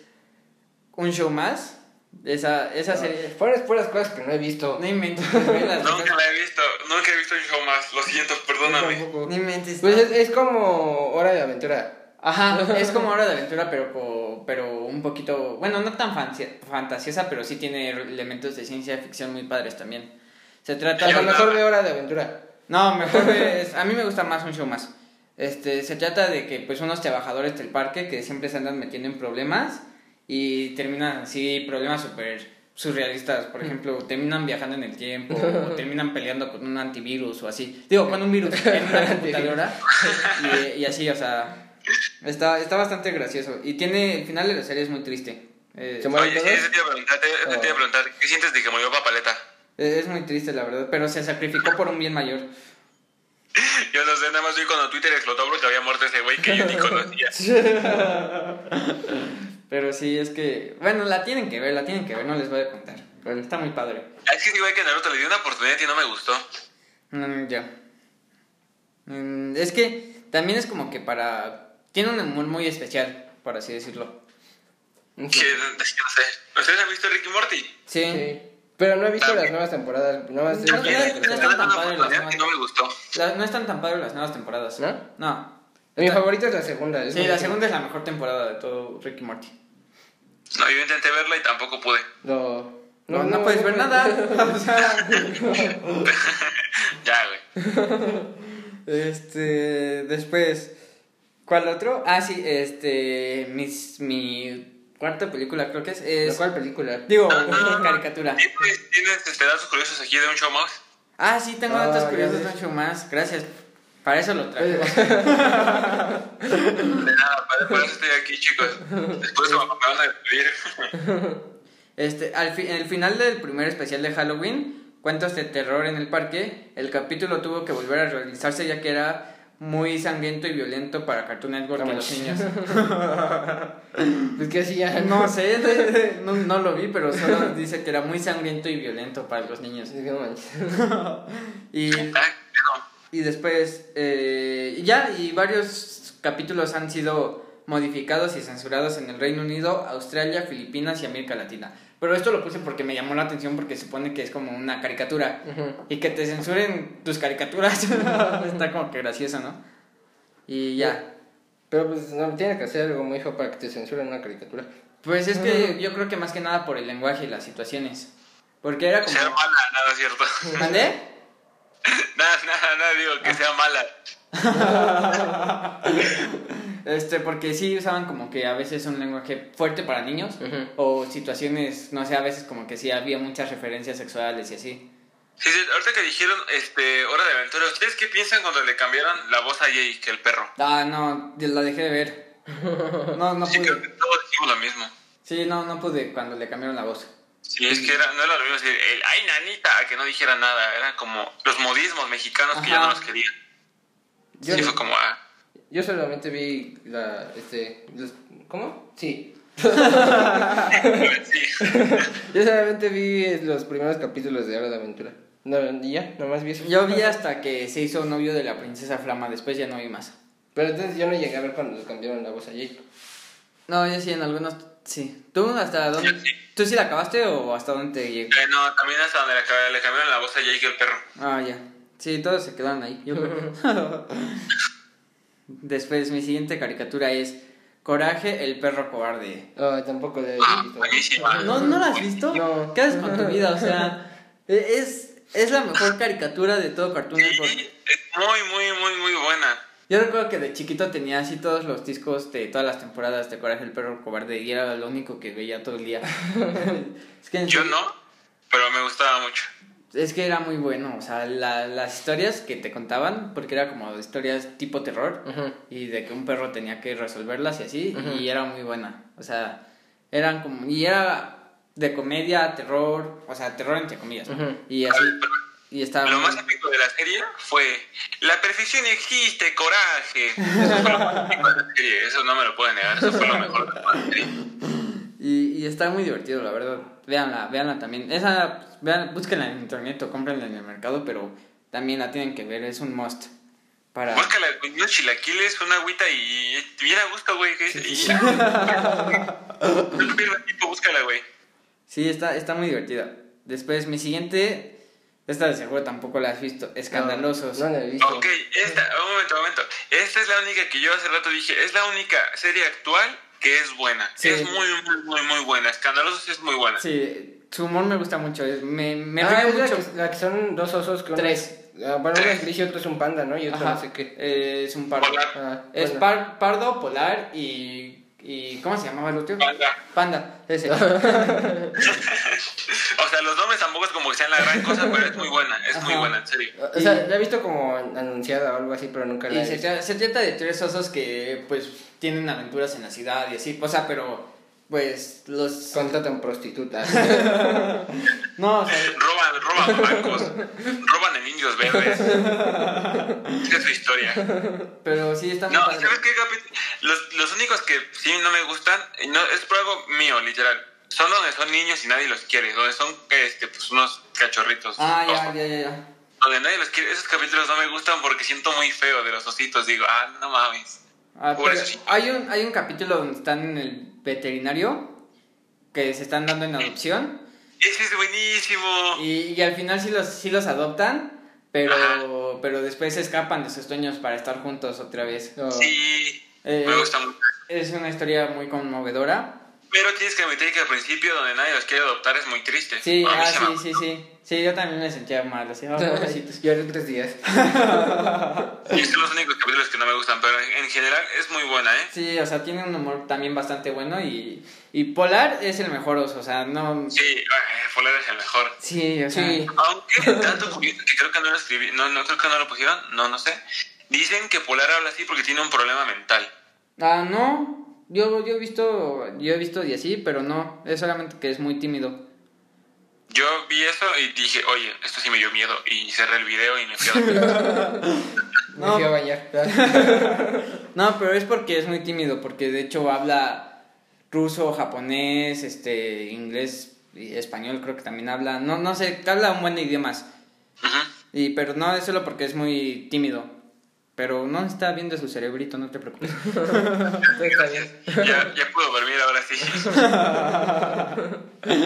Un Show Más. Esa,
Ah.
esa serie.
Fueron puras cosas que no he visto.
No inventes, güey, las
Nunca la he visto, nunca he visto un show más, lo siento, perdóname.
No inventes.
Pues es, es como Hora de Aventura.
Ajá, es como Hora de Aventura, pero, co- pero un poquito. Bueno, no tan fanci- fantasiosa, pero sí tiene elementos de ciencia ficción muy padres también. Se trata.
A lo
Yo no.
mejor de Hora de Aventura.
No, mejor es. A mí me gusta más un show más. Este, se trata de que, pues, unos trabajadores del parque que siempre se andan metiendo en problemas y terminan así, problemas súper surrealistas. Por ejemplo, terminan viajando en el tiempo o terminan peleando con un antivirus o así. Digo, con un virus en una computadora y, y así, o sea. Está, está bastante gracioso. Y tiene. El final de la serie es muy triste. Eh,
Se muere.
Oye, sí, eso te iba a preguntar, te, eso
Ah.
te iba a preguntar, ¿qué sientes de que murió Papaleta?
es muy triste, la verdad, pero se sacrificó por un bien mayor.
Yo no sé, nada más vi cuando Twitter explotó porque había muerto ese güey que yo ni conocía.
Pero sí, es que. Bueno, la tienen que ver, la tienen que ver, no les voy a contar.
Bueno.
Está muy padre.
Ah, Es que sí, güey, que Naruto le dio una oportunidad y no me gustó.
Mm, ya. Mm, es que también es como que para. Tiene un humor muy especial, por así decirlo.
Que, es que no sé. ¿Ustedes han visto Ricky Morty?
Sí.
Sí. Pero no he visto las nuevas temporadas. Nada más he
No,
visto
no,
la
no,
Le
tercera.
están
tan
dando una
padre la
oportunidad
nueva.
y no me gustó.
La- no están tan padres las nuevas temporadas.
¿No?
No.
Mi favorita es la segunda. es
Sí,
muy
la
buena.
segunda es la mejor temporada de todo Ricky Morty.
No, yo intenté verla y tampoco pude.
No.
No, no, puedes ver nada. O sea,
Ya, güey.
Este, después, ¿cuál otro? Ah, sí, este, mis, mi cuarta película creo que es,
¿De
es
cuál película?
digo,
Ah.
caricatura.
¿Tienes, tienes este, datos curiosos aquí de un show más?
Ah, sí, tengo
Ah,
datos
ya
curiosos
ves. Eh.
mucho más, gracias, para eso lo traigo.
De nada, para, por eso estoy aquí, chicos. Después se me van a despedir.
Este, al fi- en el final del primer especial de Halloween, Cuentos de Terror en el Parque, el capítulo tuvo que volver a realizarse ya que era muy sangriento y violento para Cartoon Network y
Vamos.
los niños.
Pues que así ya.
No sé, de- de- no, no lo vi, pero solo dice que era muy sangriento y violento para los niños.
Sí, no manches.
Y,
Ah, no.
y después, eh, y ya, y varios capítulos han sido modificados y censurados en el Reino Unido, Australia, Filipinas y América Latina. Pero esto lo puse porque me llamó la atención porque supone que es como una caricatura.
Ujú.
Y que te censuren tus caricaturas está como que gracioso, ¿no? Y ya.
Pero pues no, tienes que hacer algo muy hijo para que te censuren una caricatura.
Pues es que yo creo que más que nada por el lenguaje y las situaciones. Porque era como...
Sea mala, nada, cierto.
¿Mandé?
Nada, nada, nada, digo, que sea mala.
Este, porque sí usaban como que a veces un lenguaje fuerte para niños
Ujú.
o situaciones, no sé, a veces como que sí había muchas referencias sexuales y así.
Sí, sí, ahorita que dijeron este, Hora de Aventura, ¿ustedes qué piensan cuando le cambiaron la voz a Jake, el perro?
Ah, no, yo la dejé de ver. No, no
Sí, creo que
pude.
todos dijimos lo mismo.
Sí, no, no pude cuando le cambiaron la voz.
Sí, es que era, no era lo mismo decir, el, ay, nanita, a que no dijera nada. Eran como los modismos mexicanos que ya
Ajá.
no los querían.
Yo,
sí, fue como, ah,
yo solamente vi la. Este, los- ¿Cómo? Sí.
sí.
Yo solamente vi los primeros capítulos de Hora de Aventura. No, y ya, nomás vi eso.
Yo vi hasta que se hizo novio de la princesa Flama, después ya no vi más.
Pero entonces yo no llegué a ver cuando le cambiaron la voz a Jake.
No, yo sí, en algunos, sí. ¿Tú hasta dónde?
Yo sí.
¿Tú sí la acabaste o hasta dónde te llegó?
Eh, no, también hasta donde le, acab- le cambiaron la voz a Jake el perro.
Ah, ya. Sí, todos se quedaron ahí. yo creo. Después, mi siguiente caricatura es Coraje, el perro cobarde.
No, tampoco le he
Ah,
visto.
buenísima.
¿No, ¿no la has visto?
No.
¿Qué haces con tu vida? O sea, e- es, es la mejor caricatura de todo Cartoon Network.
Sí, es muy, muy, muy, muy buena.
Yo recuerdo que de chiquito tenía así todos los discos de todas las temporadas de Coraje el Perro Cobarde y era lo único que veía todo el día. es, que en
Yo
serio,
no, pero me gustaba mucho.
es que era muy bueno, o sea, la- las historias que te contaban, porque era como historias tipo terror
Ujú.
y de que un perro tenía que resolverlas y así,
Ujú.
y era muy buena. O sea, eran como... Y era de comedia, terror, o sea, terror entre comillas. ¿no?
Ujú.
Y así... Y estaba...
Lo
muy-
más épico de la serie fue La perfección existe, coraje. Eso fue lo más épico de la serie, eso no me lo pueden negar, eso fue lo mejor de la serie.
Y, y está muy divertido, la verdad. Véanla, véanla también. Esa, pues, vean, búsquenla en internet o cómprenla en el mercado, pero también la tienen que ver, es un must. Para...
Búscala, güey, unos chilaquiles, una agüita y bien a gusto, güey. que- y- No pierdas tiempo, búscala, güey.
Sí, está, está muy divertida. Después, mi siguiente, esta de seguro tampoco la has visto, Escandalosos.
No, no la he visto.
Ok, esta, un momento, un momento. Esta es la única que yo hace rato dije, es la única serie actual que es buena.
Sí.
Es muy, muy, muy, muy buena. Escandalosos es muy buena.
Sí, su humor me gusta mucho, es- me, me
Ah,
río
es la
mucho.
que- La que son dos osos que uno
Tres.
es- ah, bueno, uno es gris y otro es un panda, ¿no? Y otro
Ajá,
no sé qué.
eh, es un pardo.
Polar.
Ah,
Es
bueno.
par- pardo, polar y, y... ¿Cómo se llamaba el otro?
Panda.
Panda, ese.
O sea, los nombres tampoco es como que sean la gran cosa, pero es muy buena, es muy
Ajá.
buena, en serio.
O sea, la he visto como anunciada o algo así, pero nunca la
Y
he
se,
visto.
tra- se trata de tres osos que pues tienen aventuras en la ciudad y así, o sea, pero pues los...
Contratan prostitutas.
No, o sea,
Roban, roban blancos, roban en indios verdes. Esa es su historia.
pero sí está muy
No,
padre.
¿sabes qué, Capi? Los, los únicos que sí no me gustan, y no, es por algo mío, literal. Son donde son niños y nadie los quiere, donde son este, pues, unos cachorritos.
Ah, ya,
ojo,
ya, ya, ya.
Donde nadie los quiere. Esos capítulos no me gustan porque siento muy feo de los ositos. Digo, ah, no mames.
Ah,
Por
pero
eso sí.
hay, un, hay un capítulo donde están en el veterinario que se están dando en adopción
Ese es buenísimo.
y, y al final sí los, sí los adoptan, pero,
Ajá.
pero después se escapan de sus sueños para estar juntos otra vez.
No.
Sí,
Eh,
me gusta mucho.
Es una historia muy conmovedora.
Pero tienes que admitir que al principio, donde nadie los quiere adoptar, es muy triste.
Sí,
A mí
ah,
se me-
sí, sí, sí. Sí, yo también me sentía mal, así, ah, pobrecitos.
Lloré tres días.
Y son los únicos capítulos que no me gustan, pero en, en general es muy buena, ¿eh?
Sí, o sea, tiene un humor también bastante bueno y, y Polar es el mejor oso, o sea, no...
Sí, eh, Fuller es el mejor.
Sí, o sea...
Sí.
Aunque tanto curioso que creo que no lo escribí, no, no creo que no lo pusieron, no, no sé. Dicen que Polar habla así porque tiene un problema mental.
Ah, no, yo, yo he visto, yo he visto y así, pero no, es solamente que es muy tímido.
Yo vi eso y dije, oye, esto sí me dio miedo. Y cerré el video y me fui a dormir.
Me
No.
fui a bañar.
No, pero es porque es muy tímido, porque de hecho habla ruso, japonés, este, inglés, y español creo que también habla, no, no sé, habla un buen de idiomas.
Ujú.
Y, pero no, es solo porque es muy tímido. Pero no está bien de su cerebrito, no te preocupes.
Todo está bien.
ya, ya puedo dormir ahora sí.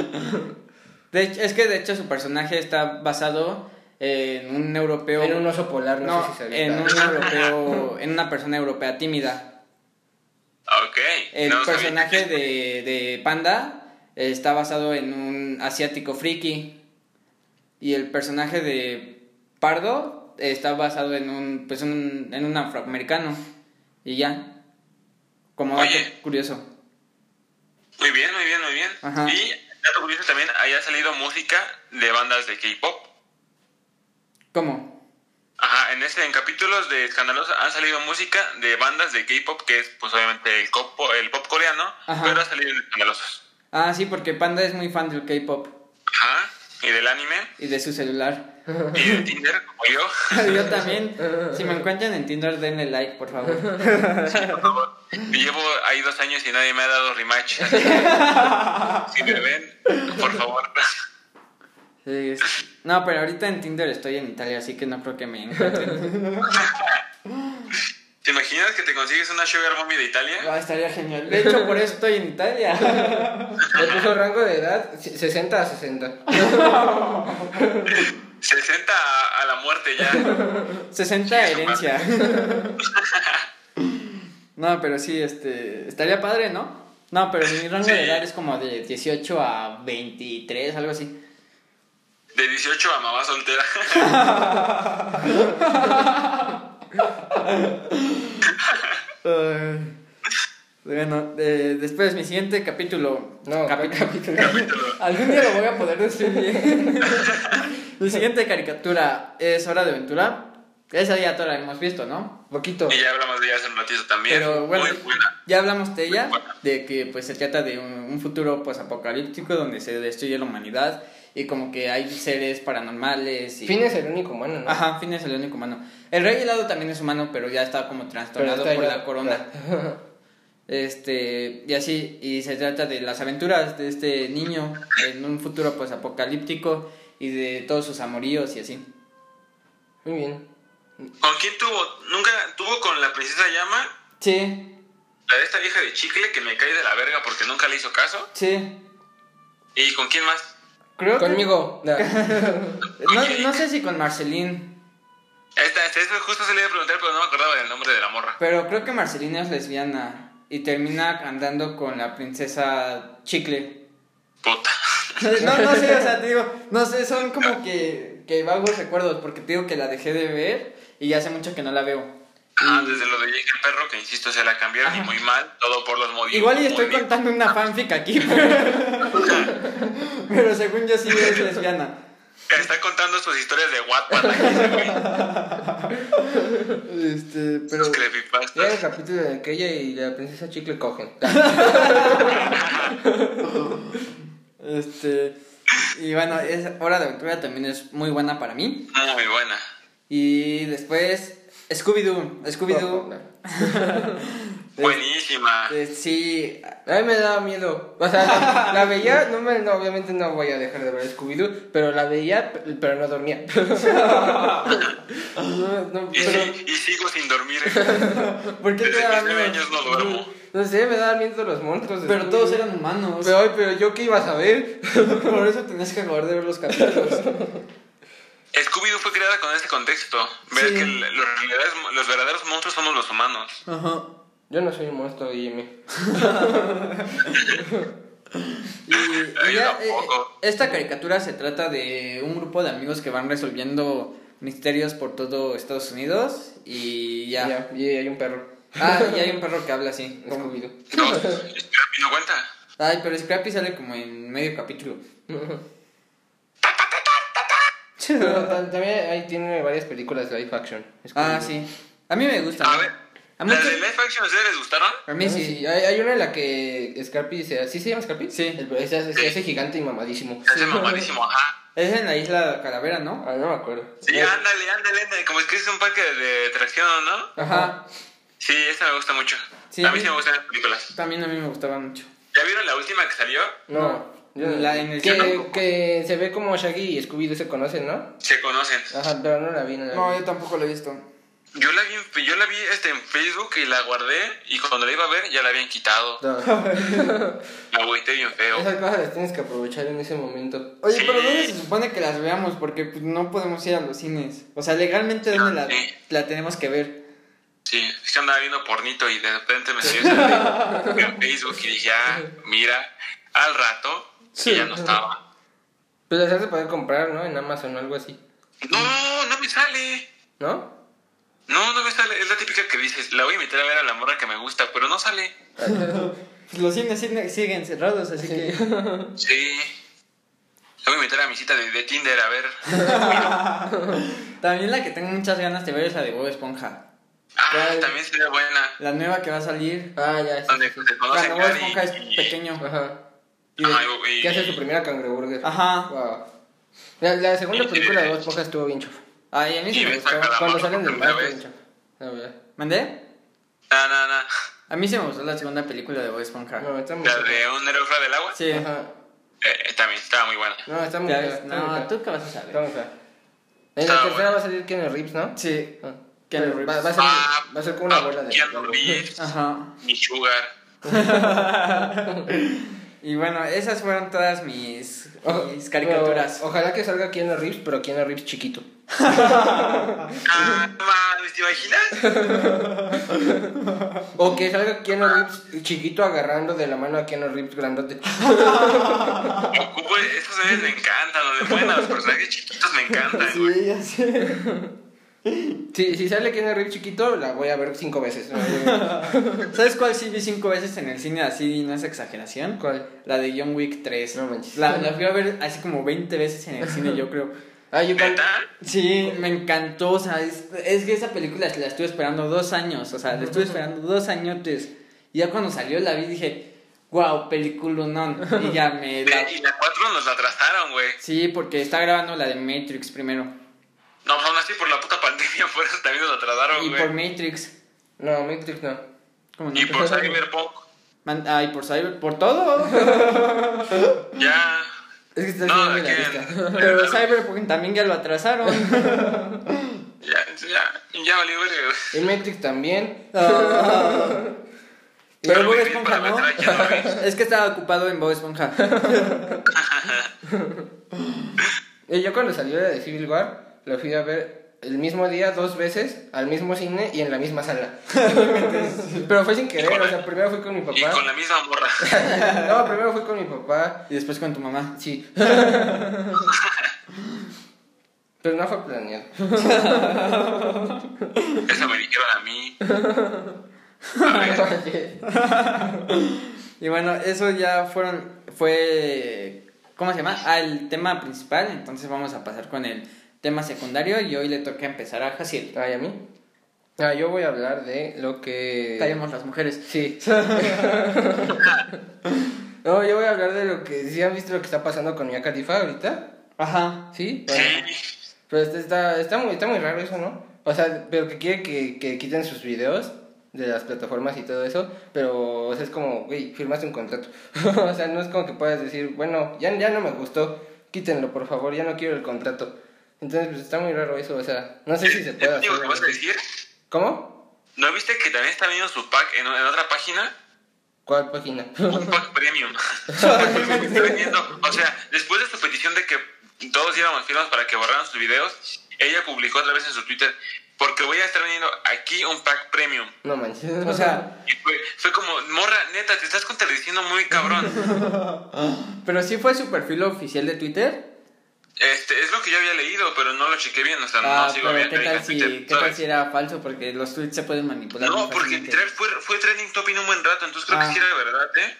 De hecho- es que de hecho su personaje está basado en un europeo.
Era un oso polar, no,
no,
sé si sabía. Ah.
en un europeo. En una persona europea tímida.
Ok.
El
no sabía.
personaje de, de Panda eh, está basado en un asiático friki. Y el personaje de Pardo eh, está basado en un, pues un- en un afroamericano. Y ya. Como dato
Oye.
curioso.
Muy bien, muy bien, muy bien.
Ajá.
Y dato curioso también, haya salido música de bandas de K-pop.
¿Cómo?
Ajá, Ajá, en este en capítulos de Escandalosa han salido música de bandas de K-pop, que es pues obviamente el pop, el pop coreano,
Ajá.
pero ha salido en Escandalosos.
Ah, sí, porque Panda es muy fan del K-pop
Ajá, y del anime,
y de su celular.
y de Tinder, como yo.
Yo también. Si me encuentran en Tinder, denle like, por favor.
Y llevo ahí dos años y nadie me ha dado rematch. así que, si me ven, por favor.
Sí, es- No, pero ahorita en Tinder estoy en Italia, así que no creo que me encuentren.
¿Te imaginas que te consigues una sugar mommy de Italia?
Ah, estaría genial. De hecho, por eso estoy en Italia.
Le puso rango de edad se- 60 a 60.
60 a, a la muerte ya.
60 herencia. No, pero sí, este. Estaría padre, ¿no? No, pero mi rango de
Sí.
edad es como de 18 a 23, algo así.
De 18 a mamá soltera.
Ay. Bueno, eh, después mi siguiente capítulo.
No,
Capi-
¿cuál capítulo?
Algún día lo voy a poder decir bien. mi siguiente caricatura es Hora de Aventura. Esa ya toda la hemos visto, ¿no?
Poquito.
Y ya hablamos de ella hace un ratito también.
Pero bueno,
Muy buena.
ya hablamos de ella,
Muy buena.
de que pues se trata de un, un futuro pues apocalíptico donde se destruye la humanidad y como que hay seres paranormales y...
Finn es el único humano, ¿no?
Ajá, Finn es el único humano. El rey helado también es humano, pero ya está como
Pero
trastornado
está
por
ya-
la corona. Este, y así, y se trata de las aventuras de este niño en un futuro pues apocalíptico y de todos sus amoríos y así.
Muy bien.
¿Con quién tuvo? Nunca tuvo con la princesa Llama,
Sí,
la de esta vieja de chicle que me cae de la verga porque nunca le hizo caso.
sí.
¿Y con quién más?
Creo que-
Conmigo. No.
No, no sé si con Marceline,
Esta, esta, esta justo se le iba a preguntar, pero no me acordaba del nombre de la morra.
pero creo que Marceline es lesbiana y termina andando con la princesa Chicle.
Puta.
Mm. No, no sé, o sea, te digo, no sé, son como que, que vagos recuerdos porque te digo que la dejé de ver y ya hace mucho que no la veo.
Ah, desde lo de Jake el perro, que insisto, se la cambiaron y muy mal, todo por los motivos.
Igual y estoy
muy bien.
contando una fanfic aquí, pero, pero según yo sí es lesbiana.
Está contando sus historias de Wattpad aquí, ese güey.
Este, pero...
Sus creepypastas.
Ya el capítulo en el que ella y la princesa Chicle cogen.
Este... Y bueno, es Hora de Aventura también es muy buena para mí.
Ah, Muy buena.
Y después, Scooby-Doo. Scooby-Doo.
Buenísima.
eh, sí,
A mí me daba miedo. O sea, la, la veía, no me, no, obviamente no voy a dejar de ver Scooby-Doo, pero la veía, p- pero no dormía. No, no,
Y,
pero-
sí- y sigo sin dormir.
¿por qué te
Desde mis
daba
nueve
miedo?
años no duermo.
no sé, me daban miedo los monstruos. de
Pero todos
Scooby-Doo.
eran humanos.
Pero, ay, pero yo qué iba a saber.
Por eso tenías que acabar de ver los capítulos.
Scooby-Doo fue creada con este contexto. Ver
Sí.
que el- los, verdaderos- los verdaderos monstruos somos los humanos.
Ajá.
Yo no soy un monstruo, Jimmy.
Y, y
Ay,
ya, eh,
tampoco.
esta caricatura se trata de un grupo de amigos que van resolviendo misterios por todo Estados Unidos y ya.
Ya, y hay un perro.
Ah, y hay un perro que habla así.
Scooby-Doo.
Dos. Espera, ¿y no cuenta?
Ay, pero Scrappy sale como en medio capítulo.
Pero ta- también ahí tiene varias películas de live action.
Ah,
Scooby-Doo.
sí. A mí me gusta.
A
¿no?
ver,
A mí
¿las
sí.
de Life Action a ustedes les gustaron?
A
A
mí
mí
sí.
sí. Hay, hay una en la que Scarpy se... ¿Sí se llama Scarpy?
Sí.
El- se, hace, se hace gigante y mamadísimo.
Se hace mamadísimo, ajá.
Es en la isla Calavera, ¿no?
Ah, no me acuerdo.
Sí, ándale, ándale, ándale. Como es que es un parque de atracción, ¿no?
Ajá.
Sí, esa me gusta mucho.
Sí.
A mí sí me gustan las películas.
También a mí me gustaba mucho.
¿Ya vieron la última que salió?
No. yo no.
La en el
que,
cielo.
que se ve como Shaggy y Scooby-Doo se conocen, ¿no?
Se conocen.
Ajá, pero no la vi, no la vi.
tampoco lo he visto.
Yo la vi, en- yo la vi este, en Facebook y la guardé y cuando la iba a ver ya la habían quitado.
No.
La agüité bien feo.
Esas cosas las tienes que aprovechar en ese momento.
Oye,
Sí.
pero ¿dónde se supone que las veamos? Porque pues, no podemos ir a los cines. O sea, legalmente, ¿dónde la,
Sí.
la tenemos que ver?
Sí, es que andaba viendo pornito y de repente me salió esa de- en Facebook y dije, ah, mira, al rato
Sí.
y ya no estaba.
Pues las has de poder comprar, ¿no? En Amazon o algo así.
No, no me sale.
¿No?
No, no me sale. Es la típica que dices, la voy a invitar a ver a la morra que me gusta, pero no sale.
Pues los cines siguen siguen cerrados, así que.
Sí. La voy a invitar a mi cita de, de Tinder, a ver.
También la que tengo muchas ganas de ver es la de Bob Esponja.
Ah,
¿Cuál?
también sería buena.
La nueva que va a salir.
Ah, ya. sí,
Donde
sí,
se conocen
Cuando Bob
Gary
Esponja es
y-
pequeño.
Ajá.
Y de-
Ajá, y-
Que hace su primera cangreburger.
Ajá.
Wow. La, la segunda película de Bob Esponja estuvo bien chofa.
Ay, a mí sí
Y
me
me
gustó.
saca la-
Cuando
mano
salen
por
del
primera
barco,
vez.
bien chofa. La verdad.
¿Mandé?
No, no, no.
A mí sí me gustó la segunda película de Bob Esponja.
No, está muy
Ah. La
chofa.
de un héroe fuera del agua.
Sí.
Ajá.
Eh, eh, también estaba muy buena.
No, está muy
Ya
fea,
ves,
está muy
No,
fea.
¿tú qué vas a saber?
Está muy fea. En la
Está
tercera
buena.
va a salir Kenny Reeves, ¿no?
Sí.
Ah.
Keanu
Pero Va,
Reeves.
va a salir,
Ah,
va a ser como una
ah,
abuela de.
Keanu Reeves
Ajá.
y Sugar.
Y bueno, esas fueron todas mis,
Ojo-
mis caricaturas.
pero ojalá que salga Keanu Reeves, pero Keanu Reeves chiquito.
Ah, mames, ¿te imaginas?
O que salga Keanu Reeves chiquito agarrando de la mano a Keanu Reeves grandote.
Ocupo, estos series me encantan, donde mueren a los personajes chiquitos me encantan, güey.
Sí, ya sé.
Si, si sale Keanu Reeves chiquito, la voy a ver cinco veces. oh.
¿Sabes cuál sí vi cinco veces en el cine así y no es exageración?
¿Cuál?
La de John Wick 3.
No manches.
La, la fui a ver así como 20 veces en el cine, yo creo.
Ah, yo cuando-
¿Neta?
Sí, me encantó. O sea, es, es que esa película la estuve esperando dos años. O sea, la estuve esperando dos añotes. Y ya cuando salió la vi y dije, wow, película no. Y ya me la.
Eh, Y la 4 nos la atrasaron, güey.
Sí, porque está grabando la de Matrix primero.
No, pues aún así por la puta pandemia, por eso también nos la atrasaron,
Y por
güey.
Matrix.
No, Matrix no.
¿Cómo no?
Y por Cyberpunk.
Man- ah, y por Cyber. Por todo.
Ya.
Es que está
No,
haciendo
¿de
la
quién?
lista.
Pero Cyberpunk también ya lo atrasaron.
Ya, ya, ya valió verga, güey.
Y Matrix también.
Ah. Pero
Yo
Bob
me vi
Esponja
para
no.
meter a Keanu Reeves.
Es que estaba ocupado en Bob Esponja.
Y Eh, yo cuando salió la de Civil War, la fui a ver el mismo día dos veces, al mismo cine y en la misma sala. Pero fue sin querer, o sea, primero fui con mi
Y con
papá.
la misma morra.
No, primero fui con mi papá.
Y después con tu mamá.
Sí. Pero no fue planeado.
Eso me dijeron a mí. A ver,
Y bueno, eso ya fueron. Fue. ¿Cómo se llama? Ah, el tema principal. Entonces vamos a pasar con el tema secundario. Y hoy le toca empezar a Jaciel.
Ay, a mí. Ah, yo voy a hablar de lo que.
Callemos las mujeres.
Sí. no, yo voy a hablar de lo que. ¿Sí han visto lo que está pasando con Mia Khalifa ahorita?
Ajá.
Sí. Bueno,
sí.
pero está, está, está muy, está muy raro eso, ¿no? O sea, pero que quiere que, que quiten sus videos de las plataformas y todo eso, pero o sea, es como, güey, firmaste un contrato. o sea, no es como que puedas decir, bueno, ya, ya no me gustó, quítenlo, por favor, ya no quiero el contrato. Entonces, pues está muy raro eso, o sea, no sé si se
¿Es
puede
lo único que vas a
hacer.
decir?
¿Cómo?
¿No viste que también está vendiendo su pack en, en otra página?
¿Cuál página?
Un pack premium. Está vendiendo. O sea, después de su petición de que todos diéramos firmas para que borraran sus videos, ella publicó otra vez en su Twitter, porque voy a estar vendiendo aquí un pack premium.
No manches.
O sea,
Y fue, fue como, morra, neta, te estás contradiciendo muy cabrón.
pero sí fue su perfil oficial de Twitter.
Este, es lo que yo había leído, pero no lo chequé bien, o sea,
Ah,
no sigo
pero
bien.
¿qué tal,
en
si,
Twitter,
¿qué tal
¿sabes?
si era falso? Porque los tweets se pueden manipular.
No,
muy
porque
fácilmente.
literal fue, fue trending topic un buen rato, entonces creo
Ah.
que sí era verdad, ¿eh?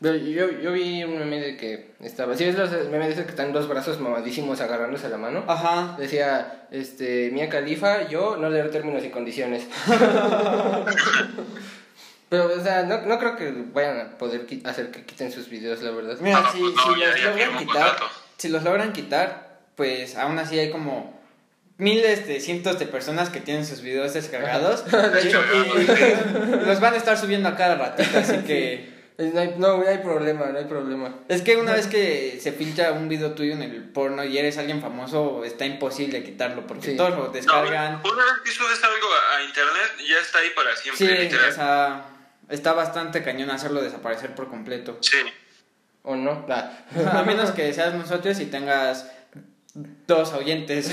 Pero yo, yo vi un meme de que estaba. ¿Sí ves los memes de esos que están dos brazos mamadísimos agarrándose la mano?
Ajá.
Decía, este, Mía Califa, yo no leer términos y condiciones. Pero, o sea, no, no creo que vayan a poder qui- hacer que quiten sus videos, la verdad.
Mira,
No,
si,
pues no,
si
ya-
los
ya
logran
firmó
quitar,
contrato.
si los logran quitar, pues aún así hay como miles de cientos de personas que tienen sus videos descargados
De
y-
hecho,
y- y los van a estar subiendo a cada ratito, así que
Es- No hay, no, no hay problema, no hay problema.
es que una vez que se filtra un video tuyo en el porno y eres alguien famoso, está imposible quitarlo porque
Sí.
todos lo descargan.
No, una vez que subes algo a, a internet, ya está ahí para siempre,
sí,
literal.
o sea, está bastante cañón hacerlo desaparecer por completo.
Sí.
¿O no? Ah.
A menos que seas nosotros y tengas dos oyentes.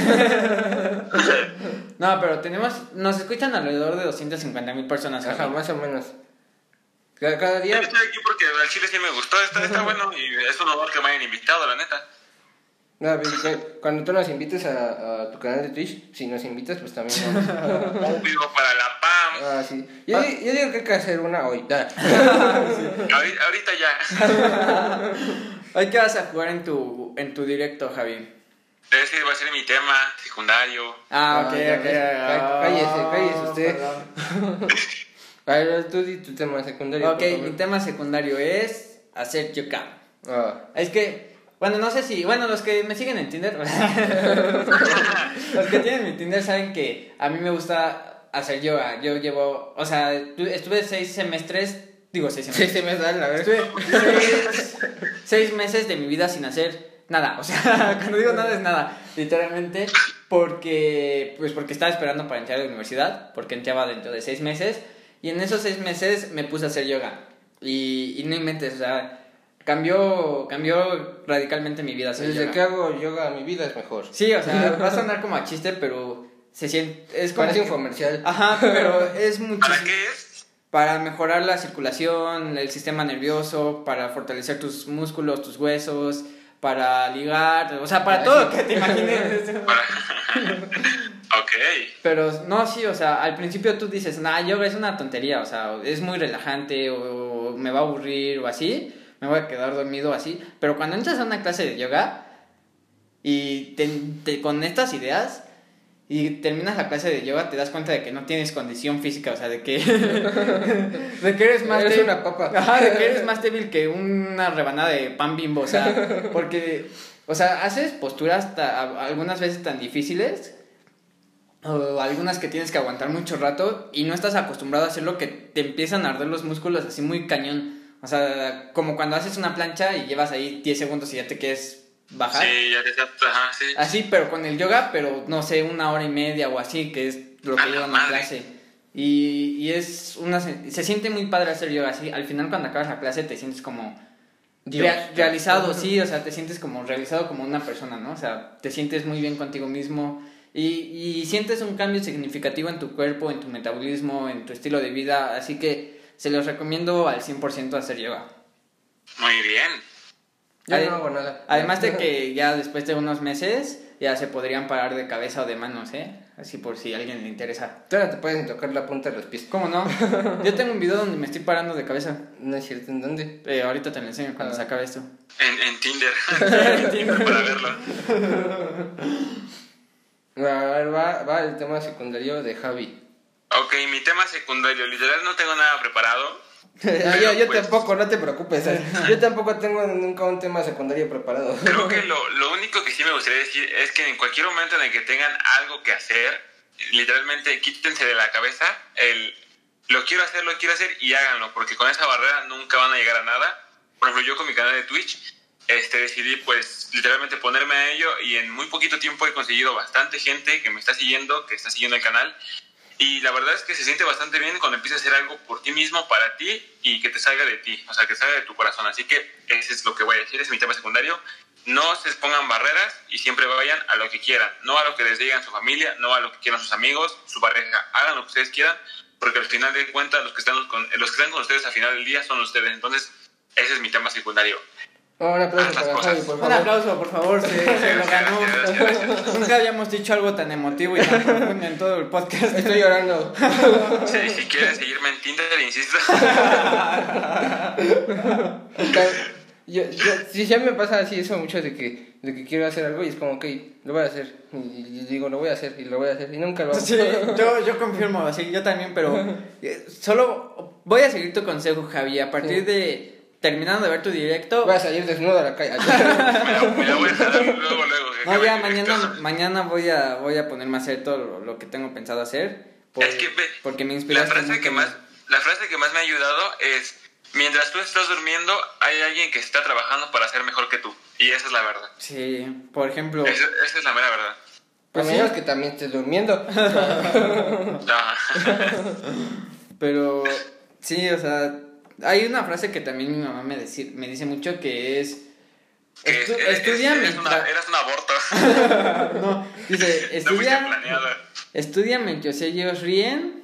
no, pero tenemos. Nos escuchan alrededor de 250 mil personas.
Ajá,
Javi.
más o menos. Cada, cada
Yo
día.
estoy aquí porque al chile sí me gustó, está, está bueno y es un honor que me hayan invitado, la neta.
No, pues, cu- cuando tú nos invites a, a tu canal de Twitch, si nos invitas, pues también vamos.
Vivo para la PAM.
Ah, sí. Yo, di- yo digo que hay que hacer una hoy. Ah.
Ahorita, ahorita ya.
¿Hoy qué vas a jugar en tu, en tu directo, Javi?
Es que va a ser mi tema, secundario.
Ah, ok,
ya
ok.
ves.
ah,
Cállese, cállese usted.
perdón.
A ver, tú di tu tema secundario.
Ok,
por favor.
mi tema secundario es hacer yucam.
Ah,
Es que, bueno, no sé si, bueno, los que me siguen en Tinder, los que tienen mi Tinder saben que a mí me gusta hacer yoga. Yo llevo, o sea, tu- estuve seis semestres, digo seis
Sí,
semestres.
se me da la verdad.
Estuve seis, seis meses de mi vida sin hacer nada. O sea, cuando digo nada es nada, literalmente. Porque, pues porque estaba esperando para entrar a la universidad, porque entraba dentro de seis meses. Y en esos seis meses me puse a hacer yoga. Y, y no inventes, o sea, cambió, cambió radicalmente mi vida. hacer
Desde
yoga.
que hago yoga, mi vida es mejor.
Sí, o sea, va a sonar como a chiste, pero se siente. Es Ah, como
Parece un
que-
comercial.
Ajá, pero es
¿Para
muchísimo
qué es?
para mejorar la circulación, el sistema nervioso, para fortalecer tus músculos, tus huesos, para ligar, o sea, para
Ah,
todo lo
sí.
que te imagines.
Para- ok.
Pero no, sí, o sea, al principio tú dices, nah, yoga es una tontería, o sea, es muy relajante, o, me va a aburrir, o así, me voy a quedar dormido, o así. Pero cuando entras a una clase de yoga y te, te- con estas ideas y terminas la clase de yoga, te das cuenta de que no tienes condición física, o sea, de que, de que eres más
Eres
débil.
una papa.
Ajá, de que eres más débil que una rebanada de pan bimbo, o sea, porque, o sea, haces posturas ta- a- algunas veces tan difíciles o algunas que tienes que aguantar mucho rato y no estás acostumbrado a hacerlo que te empiezan a arder los músculos así muy cañón. O sea, como cuando haces una plancha y llevas ahí 10 segundos y ya te quieres bajar.
Sí, ya te Ajá, sí.
Así, pero con el yoga, pero no sé, una hora y media o así, que es lo que
A la
lleva una
madre.
clase. Y, y es una. sen- Se siente muy padre hacer yoga así. Al final, cuando acabas la clase, te sientes como
Dios.
rea- realizado, sí, o sea, te sientes como realizado como una persona, ¿no? O sea, te sientes muy bien contigo mismo y, y sientes un cambio significativo en tu cuerpo, en tu metabolismo, en tu estilo de vida, así que se los recomiendo al 100% hacer yoga.
Muy bien.
Yo
Ade-
no hago nada.
Además de que ya después de unos meses ya se podrían parar de cabeza o de manos, ¿eh? Así por si a alguien le interesa. Pues,
Tú no te puedes ni tocar la punta de los pies.
¿Cómo no? Yo tengo un video donde me estoy parando de cabeza.
No es cierto, ¿en dónde?
Eh, ahorita te lo enseño cuando se acabe esto.
En, en Tinder. Para verlo.
A ver, va, va el tema secundario de Javi.
Ok, mi tema secundario. Literal no tengo nada preparado.
yo yo
pues.
tampoco, no te preocupes. ¿sabes? Yo tampoco tengo nunca un tema secundario preparado.
Creo que lo, lo único que sí me gustaría decir es que en cualquier momento en el que tengan algo que hacer, literalmente quítense de la cabeza el lo quiero hacer, lo quiero hacer y háganlo, porque con esa barrera nunca van a llegar a nada. Por ejemplo, yo con mi canal de Twitch este, decidí pues literalmente ponerme a ello y en muy poquito tiempo he conseguido bastante gente que me está siguiendo, que está siguiendo el canal. Y la verdad es que se siente bastante bien cuando empiezas a hacer algo por ti mismo, para ti y que te salga de ti, o sea, que salga de tu corazón. Así que ese es lo que voy a decir, es mi tema secundario. No se pongan barreras y siempre vayan a lo que quieran, no a lo que les digan su familia, no a lo que quieran sus amigos, su pareja. Hagan lo que ustedes quieran, porque al final de cuentas los que están con, los que están con ustedes al final del día son ustedes. Entonces, ese es mi tema secundario.
Oh, Un aplauso
Haz las
para
cosas.
Javi, por
Un
favor.
aplauso, por favor, se, se lo ganó.
Gracias, gracias, gracias.
Nunca habíamos dicho algo tan emotivo y tan profundo en todo el podcast.
Estoy llorando.
Sí, si quieren seguirme en Tinder, insisto.
Yo, yo, sí, ya me pasa así eso mucho de que, de que quiero hacer algo y es como, ok, lo voy a hacer. Y, y digo, lo voy a hacer y lo voy a hacer y nunca lo hago.
Sí, yo, yo confirmo, así yo también, pero eh, solo voy a seguir tu consejo, Javi. A partir
Sí.
de terminando de ver tu directo,
Voy a salir desnudo a la calle.
Me la, me la voy a jalar luego, luego. que
no,
acabe
ya
el directo.
mañana, mañana voy a voy a ponerme a hacer todo lo, lo que tengo pensado hacer. por-
Es que ve,
porque me
La
inspiraste.
frase
mucho.
que más, la frase que más me ha ayudado es mientras tú estás durmiendo, hay alguien que está trabajando para ser mejor que tú. Y esa es la verdad.
Sí, por ejemplo.
Esa, esa es la mera verdad.
Por
Pues sí.
menos que también estés durmiendo.
Ajá.
Pero sí, o sea, hay una frase que también mi mamá me, decir, me dice mucho que es...
Que
"Estu-
eres-
estudia
eres
mientras-
una- eras un aborto.
No, dice,
No fuiste
estudia,
planeada.
estudia mientras ellos ríen,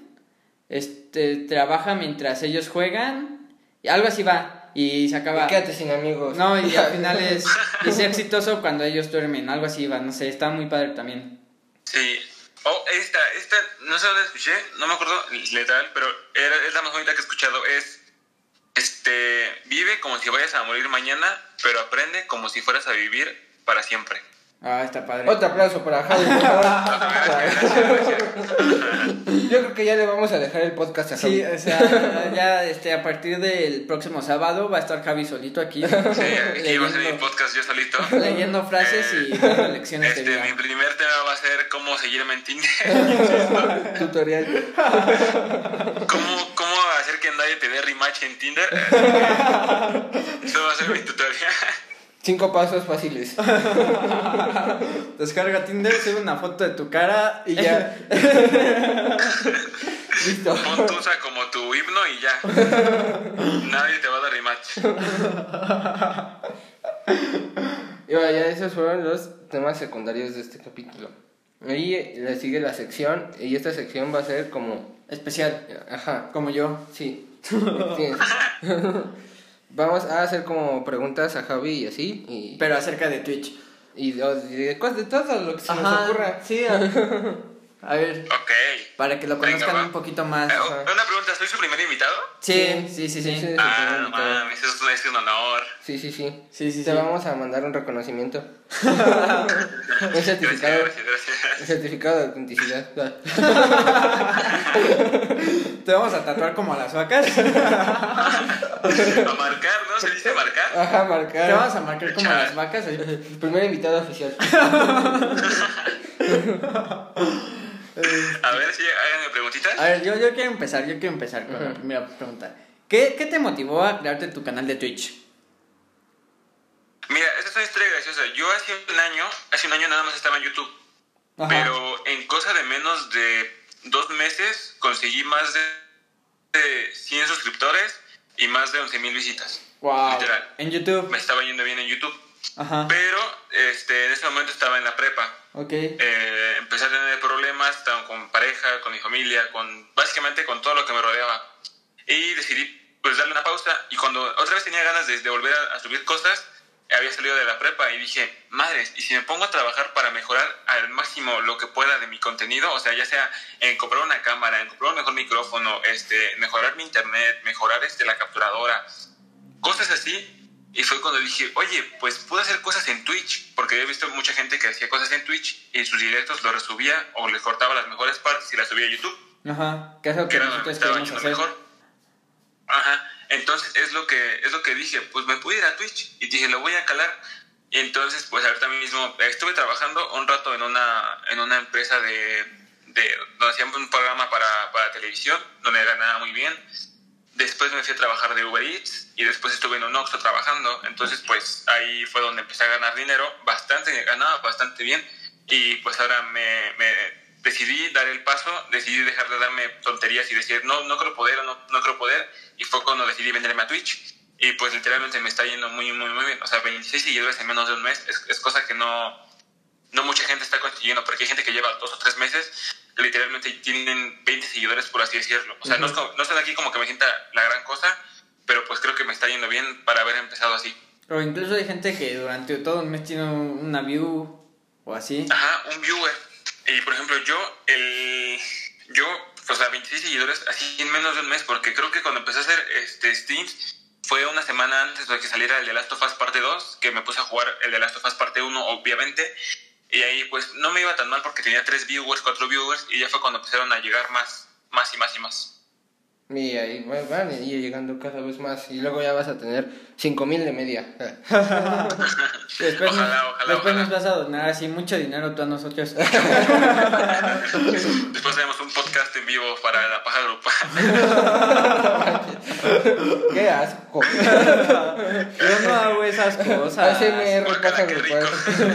este, trabaja mientras ellos juegan, y algo así va, y se acaba.
Y quédate sin amigos.
No, y al final es, y sé exitoso cuando ellos duermen, algo así va, no sé, está muy padre también.
Sí. Oh, esta, esta, no sé dónde la escuché, no me acuerdo letal, pero era- es la más bonita que he escuchado. Es, este, vive como si vayas a morir mañana pero aprende como si fueras a vivir para siempre.
Ah, está padre.
Otro aplauso para Javi, por favor. Yo creo que ya le vamos a dejar el podcast a Javi.
Sí, o sea, ya este, a partir del próximo sábado va a estar Javi solito aquí.
Sí, aquí va a ser mi podcast yo solito.
leyendo frases y dando lecciones
Este,
de vida.
mi primer tema va a ser cómo seguirme en Tinder. insisto.
Tutorial.
¿Cómo, ¿Cómo hacer que nadie te dé rematch en Tinder? Eso va a ser mi tutorial.
Cinco pasos fáciles.
Descarga Tinder, sube una foto de tu cara y ya.
Listo.
Pon Tusa como tu himno y ya. Nadie te va a dar rematch.
Y bueno, ya esos fueron los temas secundarios de este capítulo. Y eh, le sigue la sección, y esta sección va a ser como...
Especial,
Ajá,
como yo.
Sí. Tienes. Vamos a hacer como preguntas a Javi y así. Y,
Pero acerca de Twitch.
y de, y de cosas de todo lo que se nos
Ajá,
ocurra.
Sí, a, a ver,
Ok.
para que lo
Venga,
conozcan
va.
un poquito más.
Eh, una pregunta, ¿soy su primer invitado?
Sí, sí, sí, sí.
Sí, sí,
Sí,
Ah,
sí,
no mames, eso es un- es un honor.
sí, sí, sí.
sí, sí.
Te vamos a mandar un reconocimiento. un
Gracias,
certificado.
gracias, gracias.
Un certificado de autenticidad.
Te vamos a tatuar como a las vacas.
A marcar, ¿no? ¿Se dice marcar?
Ajá,
Te vamos
marcar.
a marcar como a las vacas. así.
Primer invitado oficial.
Ah.
A ver si háganme preguntitas.
A ver, yo, yo quiero empezar, yo quiero empezar con la
Ujú.
primera pregunta. ¿Qué, ¿Qué te motivó a crearte tu canal de Twitch?
Mira, esta es una historia graciosa. Yo hace un año, hace un año nada más estaba en YouTube.
Ajá.
Pero en cosa de menos de dos meses conseguí más de, de 100 suscriptores y más de 11.000 visitas.
wow.
literal.
En YouTube.
Me estaba yendo bien en YouTube.
Ajá.
Pero este, en ese momento estaba en la prepa.
Ok.
Eh, empecé a tener problemas tanto con pareja, con mi familia, con básicamente con todo lo que me rodeaba. Y decidí pues darle una pausa y cuando otra vez tenía ganas de, de volver a, a subir cosas, había salido de la prepa y dije, madres, y si me pongo a trabajar para mejorar al máximo lo que pueda de mi contenido, o sea, ya sea en comprar una cámara, en comprar un mejor micrófono, este, mejorar mi internet, mejorar este, la capturadora, cosas así. Y fue cuando dije, oye, pues puedo hacer cosas en Twitch, porque he visto mucha gente que hacía cosas en Twitch y sus directos los resubía o les cortaba las mejores partes y las subía a YouTube,
Ajá. ¿Qué es lo
que
que
era donde me
nosotros
estaba
queremos
yendo
hacer?
mejor. Ajá, entonces es lo que es lo que dije, pues me pude ir a Twitch y dije, lo voy a calar. Y entonces, pues ahorita mismo eh, estuve trabajando un rato en una, en una empresa de, de donde hacíamos un programa para, para televisión, donde ganaba muy bien. Después me fui a trabajar de Uber Eats y después estuve en un Oxxo trabajando. Entonces, pues ahí fue donde empecé a ganar dinero, bastante, ganaba bastante bien. Y pues ahora me, me decidí dar el paso, decidí dejar de darme tonterías y decir, no, no creo poder, no, no creo poder. Y fue cuando decidí venderme a Twitch. Y pues literalmente me está yendo muy, muy, muy bien. O sea, 26 seguidores en menos de un mes es, es cosa que no, no mucha gente está consiguiendo, porque hay gente que lleva dos o tres meses, literalmente tienen 20 seguidores, por así decirlo. O sea, no, es como- no estoy aquí como que me sienta la gran cosa, pero pues creo que me está yendo bien para haber empezado así.
O incluso hay gente que durante todo un mes tiene un- una view o así.
Ajá, un viewer. Y por ejemplo, yo, el. Yo, o sea, 26 seguidores así en menos de un mes, porque creo que cuando empecé a hacer este streams fue una semana antes de que saliera el de Last of Us parte 2, que me puse a jugar el de Last of Us parte 1, obviamente. Y ahí, pues, no me iba tan mal porque tenía 3 viewers, 4 viewers, y ya fue cuando empezaron a llegar más, más y más y más.
Y ahí va- van a ir llegando cada vez más. Y luego ya vas a tener 5000 de media.
Después,
Ojalá,
nos,
ojalá,
después
ojalá.
nos vas a donar así mucho dinero tú a nosotros.
Después tenemos un podcast en vivo para la paja grupal.
¡Qué asco!
Yo no hago esas cosas.
ASMR
Guácala,
paja
qué
grupal.
rico.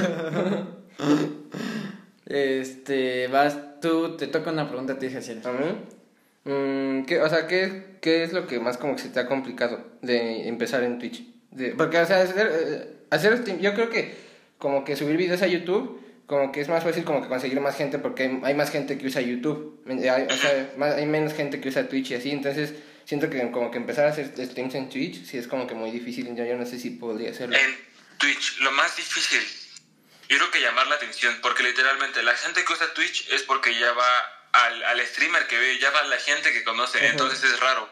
Este, vas tú, te toca una pregunta a ti,
¿A
Ah.
Jacinta.
mí? Mm, ¿qué- o sea, ¿qué, ¿qué es lo que más como que se te ha complicado de empezar en Twitch? De- porque, o sea, hacer, eh, hacer stream- yo creo que como que subir videos a YouTube, como que es más fácil como que conseguir más gente porque hay, hay más gente que usa YouTube, Men- eh, hay, o sea, más- hay menos gente que usa Twitch y así, entonces siento que como que empezar a hacer streams en Twitch, sí es como que muy difícil, yo, yo no sé si podría hacerlo.
En Twitch, lo más difícil, yo creo que llamar la atención, porque literalmente la gente que usa Twitch es porque ya va al, al streamer que ve, ya va la gente que conoce, entonces es raro.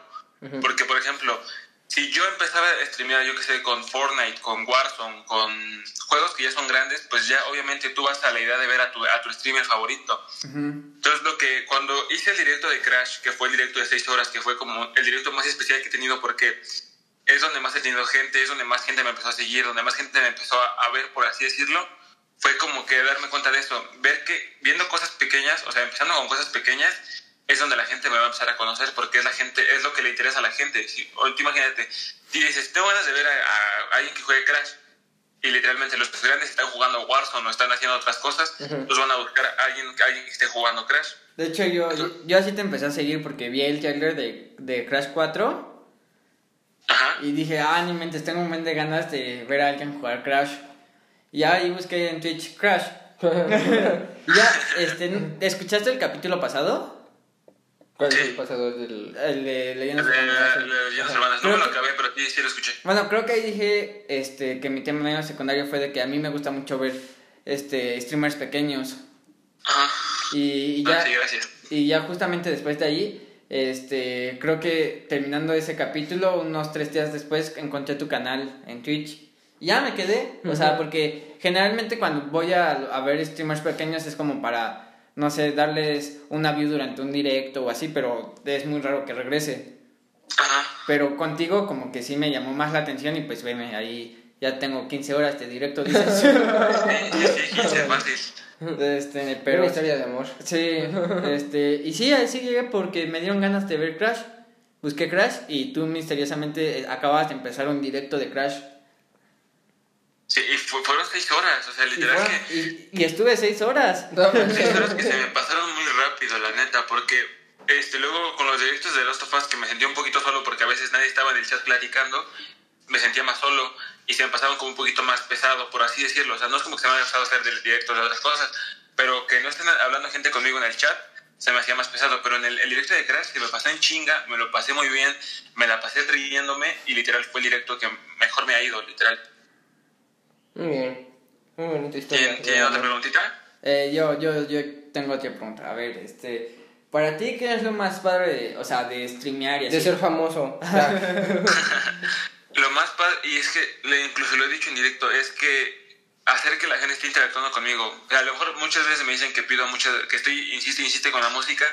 Porque, por ejemplo, si yo empezaba a streamear, yo que sé, con Fortnite, con Warzone, con juegos que ya son grandes, pues ya obviamente tú vas a la idea de ver a tu, a tu streamer favorito.
Ujú.
Entonces, lo que cuando hice el directo de Crash, que fue el directo de 6 horas, que fue como el directo más especial que he tenido porque es donde más he tenido gente, es donde más gente me empezó a seguir, donde más gente me empezó a, a ver, por así decirlo, fue como que darme cuenta de eso, ver que viendo cosas pequeñas, o sea, empezando con cosas pequeñas, es donde la gente me va a empezar a conocer porque es la gente, es lo que le interesa a la gente. Si, o tú imagínate, si dices, tengo ganas de ver a, a alguien que juegue Crash, y literalmente los grandes están jugando Warzone o están haciendo otras cosas,
Ujú.
pues van a buscar a alguien, a alguien que esté jugando Crash.
De hecho, yo, yo, yo así te empecé a seguir porque vi el trailer de, de Crash 4
Ajá.
y dije, ah, ni mentes, tengo un buen de ganas de ver a alguien jugar Crash. Y ahí busqué en Twitch Crash. ya, este, ¿escuchaste el capítulo pasado?
¿Cuál es
Sí.
el pasador del...?
El de Leyendas Urbanas.
Eh, le- Leyendas Urbanas. No me lo acabé, pero sí, sí lo escuché.
Bueno, creo que ahí dije este, que mi tema medio secundario fue de que a mí me gusta mucho ver este, streamers pequeños.
Ajá.
Y, y
Ah,
ya,
sí, gracias.
y ya justamente después de ahí, este, creo que terminando ese capítulo, unos tres días después, encontré tu canal en Twitch. Y ya me quedé, o sea,
Ujú.
porque generalmente cuando voy a, a ver streamers pequeños es como para, no sé, darles una view durante un directo o así, pero es muy raro que regrese.
Ajá.
Pero contigo como que sí me llamó más la atención y pues veme, ahí ya tengo 15 horas de directo, dices.
Sí, sí, 15 fácil.
este,
Pero...
pero...
Una historia de amor.
Sí, este, y sí, ahí sí llegué porque me dieron ganas de ver Crash. Busqué Crash y tú misteriosamente eh, acabas de empezar un directo de Crash.
Sí, y fu- fueron 6 horas, o sea,
Y,
literal
fue-
que...
y- y estuve 6 horas.
No, pues, manches.
6 horas que se me pasaron muy rápido, la neta, porque... Este, luego con los directos de Last of Us que me sentía un poquito solo porque a veces nadie estaba en el chat platicando, me sentía más solo y se me pasaban como un poquito más pesado, por así decirlo. O sea, no es como que se me haya pasado hacer del- directos de otras cosas, pero que no estén hablando gente conmigo en el chat se me hacía más pesado. Pero en el, el directo de Crash, que me pasé en chinga, me lo pasé muy bien, me la pasé riéndome y literal fue el directo que mejor me ha ido, literal.
Muy bien. Muy bonita historia.
¿Tiene, tiene otra preguntita?
Eh, yo, yo, yo tengo otra pregunta. A ver, este, para ti, ¿qué es lo más padre, de- o sea, de streamear y así?
De ser famoso. O sea,
Lo más padre, y es que le, incluso lo he dicho en directo, es que hacer que la gente esté interactuando conmigo. O sea, a lo mejor muchas veces me dicen que pido muchas, que estoy, insiste, insiste con la música,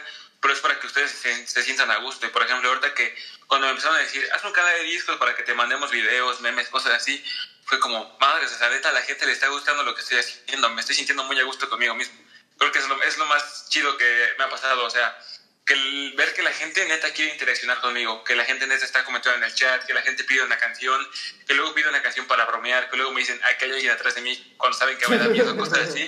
pero es para que ustedes se, se sientan a gusto. Y por ejemplo, ahorita que cuando me empezaron a decir, haz un canal de discos para que te mandemos videos, memes, cosas así, fue como, madre, o sea, neta, a la gente le está gustando lo que estoy haciendo, me estoy sintiendo muy a gusto conmigo mismo. Creo que es lo, es lo más chido que me ha pasado, o sea, que el- ver que la gente neta quiere interaccionar conmigo, que la gente neta está comentando en el chat, que la gente pide una canción, que luego pide una canción para bromear, que luego me dicen, ah, que hay alguien atrás de mí, cuando saben que me da miedo, cosas así.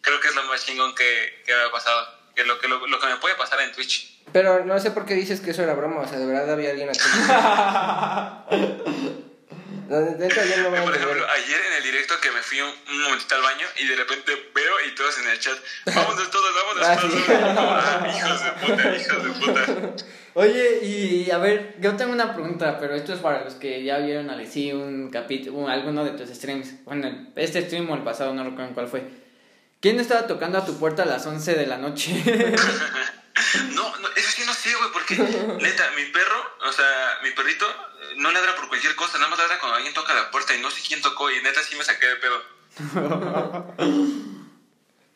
Creo que es lo más chingón que, que me ha pasado, que lo, que lo, lo que me puede pasar en Twitch.
pero no sé por qué dices que eso era broma. O sea, de verdad había alguien aquí. No, de- de hecho, yo no voy a
Por
entender.
ejemplo, ayer en el directo que me fui un, un momentito al baño y de repente veo y todos en el chat, vámonos todos,
Ah,
vámonos todos.
sí.
Ah, hijos de puta, hijos de puta.
Oye, y a ver, yo tengo una pregunta, pero esto es para los que ya vieron al sí un capítulo, alguno de tus streams. Bueno, el- este stream o el pasado, no recuerdo en cuál fue. ¿Quién estaba tocando a tu puerta a las 11 de la noche?
No, no, eso sí no sé, güey, porque neta, mi perro, o sea, mi perrito eh, no ladra por cualquier cosa, nada más ladra cuando alguien toca la puerta y no sé quién tocó y neta sí me saqué de pedo.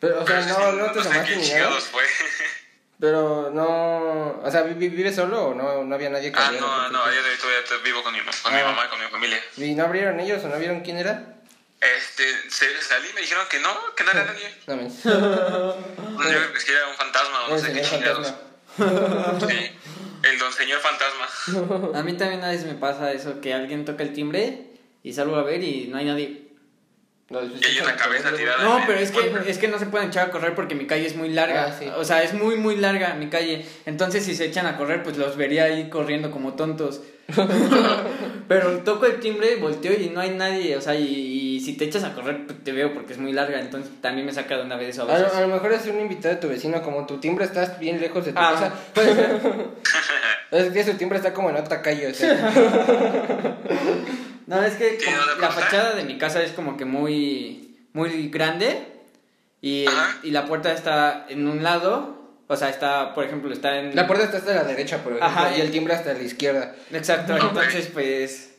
Pero, o sea,
Pero
no,
sí,
no te
sé
tomaste
quién
ni nada.
chingados fue.
Pero no. O sea, ¿vi- vi- ¿vives solo o no, no había nadie que
Ah,
abriera
no,
por
no,
ti?
a día de hoy todavía te- vivo con mi, ma- con mi
Ah.
mamá, con mi familia.
¿Y no abrieron ellos o no vieron quién era?
Este, se- salí y me dijeron que no, que no era nadie.
No, me.
Yo creo que es que era un fantasma o no
El
sé qué
señor
chingados.
fantasma.
Sí, el don señor fantasma.
a mí también a veces me pasa eso, que alguien toca el timbre y salgo a ver y no hay nadie.
No, pues,
Y hay una
sí,
cabeza
sí,
tirada.
No, pero es que, es que no se pueden echar a correr porque mi calle es muy larga.
Ah, sí.
O sea, es muy, muy larga mi calle. Entonces, si se echan a correr, pues los vería ahí corriendo como tontos. pero toco el timbre, volteo y no hay nadie. O sea, y, y si te echas a correr, pues te veo porque es muy larga. Entonces, también me saca de una vez eso a
A
veces.
lo, a lo mejor es un invitado de tu vecino, como tu timbre estás bien lejos de tu
Ah.
casa. Puede ser. Es que su timbre está como en otra calle, o sea.
No, es que
Sí,
como
no, de
la
pronto.
fachada de mi casa es como que muy, muy grande y,
Ajá.
y la puerta está en un lado O sea, está, por ejemplo, está en...
La puerta está hasta la derecha, por ejemplo,
Ajá.
y el timbre hasta la izquierda.
Exacto,
Ok.
entonces pues...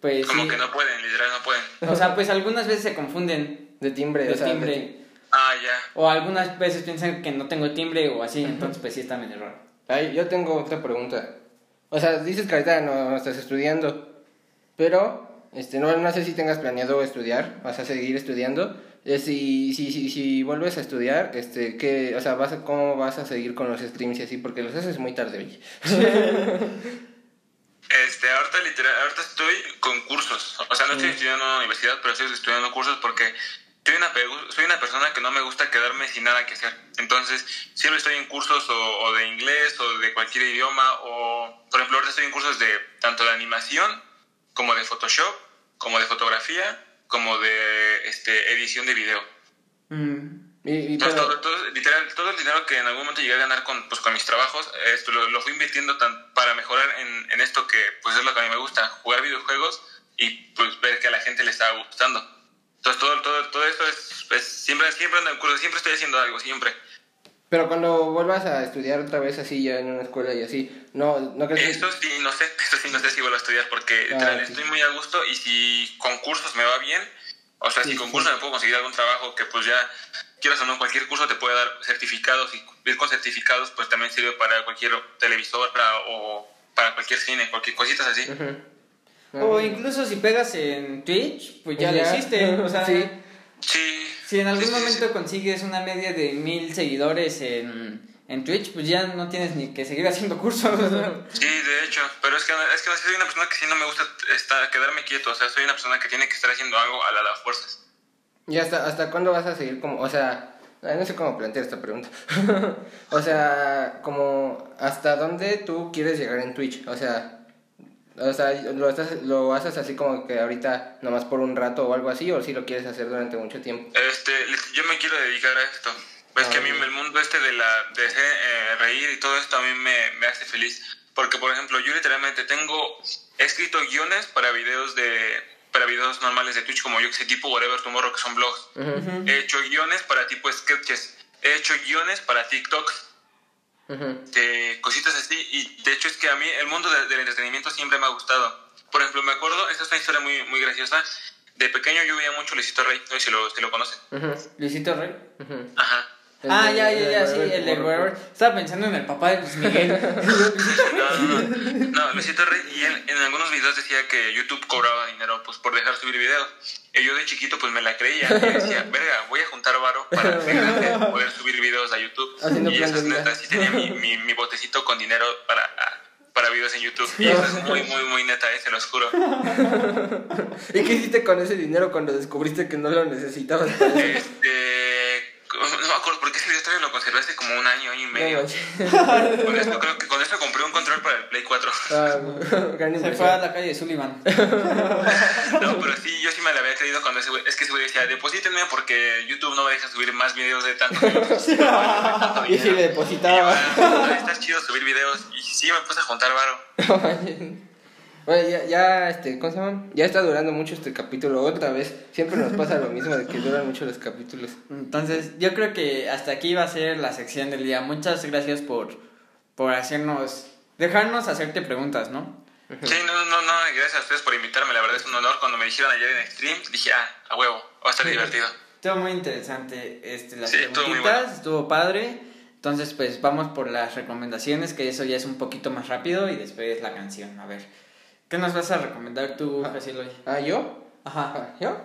Pues
Como
sí.
que no pueden, literal, no pueden.
O sea, pues algunas veces se confunden
De timbre,
de
o sea, de
timbre.
tim-
Ah, ya.
O algunas veces piensan que no tengo timbre o así, entonces pues sí está medio raro.
Ay, yo tengo otra pregunta. O sea, dices que ahorita no estás estudiando, pero este, no, no sé si tengas planeado estudiar, vas a seguir estudiando. Eh, si, si, si, si vuelves a estudiar, este, ¿qué, o sea, vas a- ¿cómo vas a seguir con los streams y así? Porque los haces muy tarde, oye.
Este, ahorita literal, ahorita estoy con cursos. O sea, no estoy estudiando en la universidad, pero estoy estudiando cursos porque soy una, pe- soy una persona que no me gusta quedarme sin nada que hacer. Entonces, siempre estoy en cursos o, o de inglés o de cualquier idioma o, por ejemplo, ahorita estoy en cursos de tanto de animación como de Photoshop, como de fotografía, como de este, edición de video.
Mm,
Y, y,
Entonces,
pero-
todo, todo- literal, todo el dinero que en algún momento llegué a ganar con, pues, con mis trabajos, esto, lo, lo fui invirtiendo tan, para mejorar en, en esto que pues, es lo que a mí me gusta, jugar videojuegos y pues, ver que a la gente le estaba gustando. Entonces todo, todo, todo esto es, es- siempre, siempre ando en curso, siempre estoy haciendo algo, siempre.
Pero cuando vuelvas a estudiar otra vez así ya en una escuela y así, no, no crees que...
Esto sí, no sé, esto sí, no sé si vuelvo a estudiar porque
Ah,
literal,
sí.
estoy muy a gusto y si con cursos me va bien, o sea,
Sí,
si
sí.
con cursos me puedo conseguir algún trabajo que pues ya quieras o no, cualquier curso te puede dar certificados y ir con certificados pues también sirve para cualquier televisora o para cualquier cine, cualquier cositas así.
Ujú.
O incluso si pegas en Twitch, pues ya,
Ya.
lo hiciste. O sea,
Sí.
Sí.
si en algún
Sí, sí, sí.
momento consigues una media de mil seguidores en, en Twitch, pues ya no tienes ni que seguir haciendo cursos. ¿no?
Sí, de hecho, pero es que, es que soy una persona que sí no me gusta estar, quedarme quieto, o sea, soy una persona que tiene que estar haciendo algo a la, a la fuerza.
¿Y hasta, hasta cuándo vas a seguir como, o sea, ay, no sé cómo plantear esta pregunta. o sea, como, ¿hasta dónde tú quieres llegar en Twitch? O sea, o sea lo, estás- lo haces así como que ahorita nomás por un rato o algo así, o si lo quieres hacer durante mucho tiempo.
Este, li- yo me quiero dedicar a esto. Es que a mí
Ah.
el mundo este de la de ser, eh, reír y todo esto a mí me, me hace feliz. Porque, por ejemplo, yo literalmente tengo he escrito guiones para videos de para videos normales de Twitch, como yo que sé, tipo Whatever Tomorrow, que son blogs.
Ujú,
He hecho guiones para tipo sketches. He hecho guiones para TikToks
ujú.
de cositas así y de hecho es que a mí el mundo de- del entretenimiento siempre me ha gustado. Por ejemplo, me acuerdo, esta es una historia muy, muy graciosa, de pequeño yo veía mucho Luisito Rey, no sé si lo, si lo conocen.
Ujú,
Luisito Rey.
ujú.
Ajá.
El
Ah,
de-
ya, ya, ya,
de-
sí, el de
Warrior.
Estaba pensando en el papá de Luis Miguel.
No, no, no. No, Luisito Rey, y él en algunos videos decía que YouTube cobraba dinero pues por dejar subir videos. Y yo de chiquito pues me la creía. Y decía, verga, voy a juntar varo para de grande poder subir videos a YouTube.
Haciendo
y
plan
eso es
de vida.
neta, sí tenía mi, mi, mi botecito con dinero para, para videos en YouTube. Y eso es muy, muy, muy neta, eh, se los juro.
¿Y qué hiciste con ese dinero cuando descubriste que no lo necesitabas? para eso?
Este. No me acuerdo porque ese video todavía lo conservé hace como un año, año y medio. Con esto creo que con esto compré un control para el Play 4.
Ah, gran
Se fue
inversión.
a la calle de Sullivan.
No, pero sí, yo sí me la había creído cuando ese güey. Es que ese güey decía, deposítenme porque YouTube no me deja subir más videos de tanto.
Y si le
Ah,
depositaba.
está chido subir videos. Y sí, me puse a juntar varo.
Bueno, ya, ya, este, ¿cómo se llama? Ya está durando mucho este capítulo otra vez. Siempre nos pasa lo mismo de que duran mucho los capítulos.
Entonces, yo creo que hasta aquí va a ser la sección del día. Muchas gracias por, por hacernos, dejarnos hacerte preguntas, ¿no?
Sí, no, no, no, gracias a ustedes por invitarme. La verdad es un honor. Cuando me dijeron ayer en stream, dije, ah, a huevo, va a estar divertido.
Estuvo muy interesante este, las
Sí, estuvo muy
preguntitas,
bueno.
estuvo padre. Entonces, pues vamos por las recomendaciones, que eso ya es un poquito más rápido y después la canción. A ver, ¿qué nos vas a recomendar tú, Jaciel, hoy?
¿Ah, yo?
Ajá.
Ah, ¿Yo?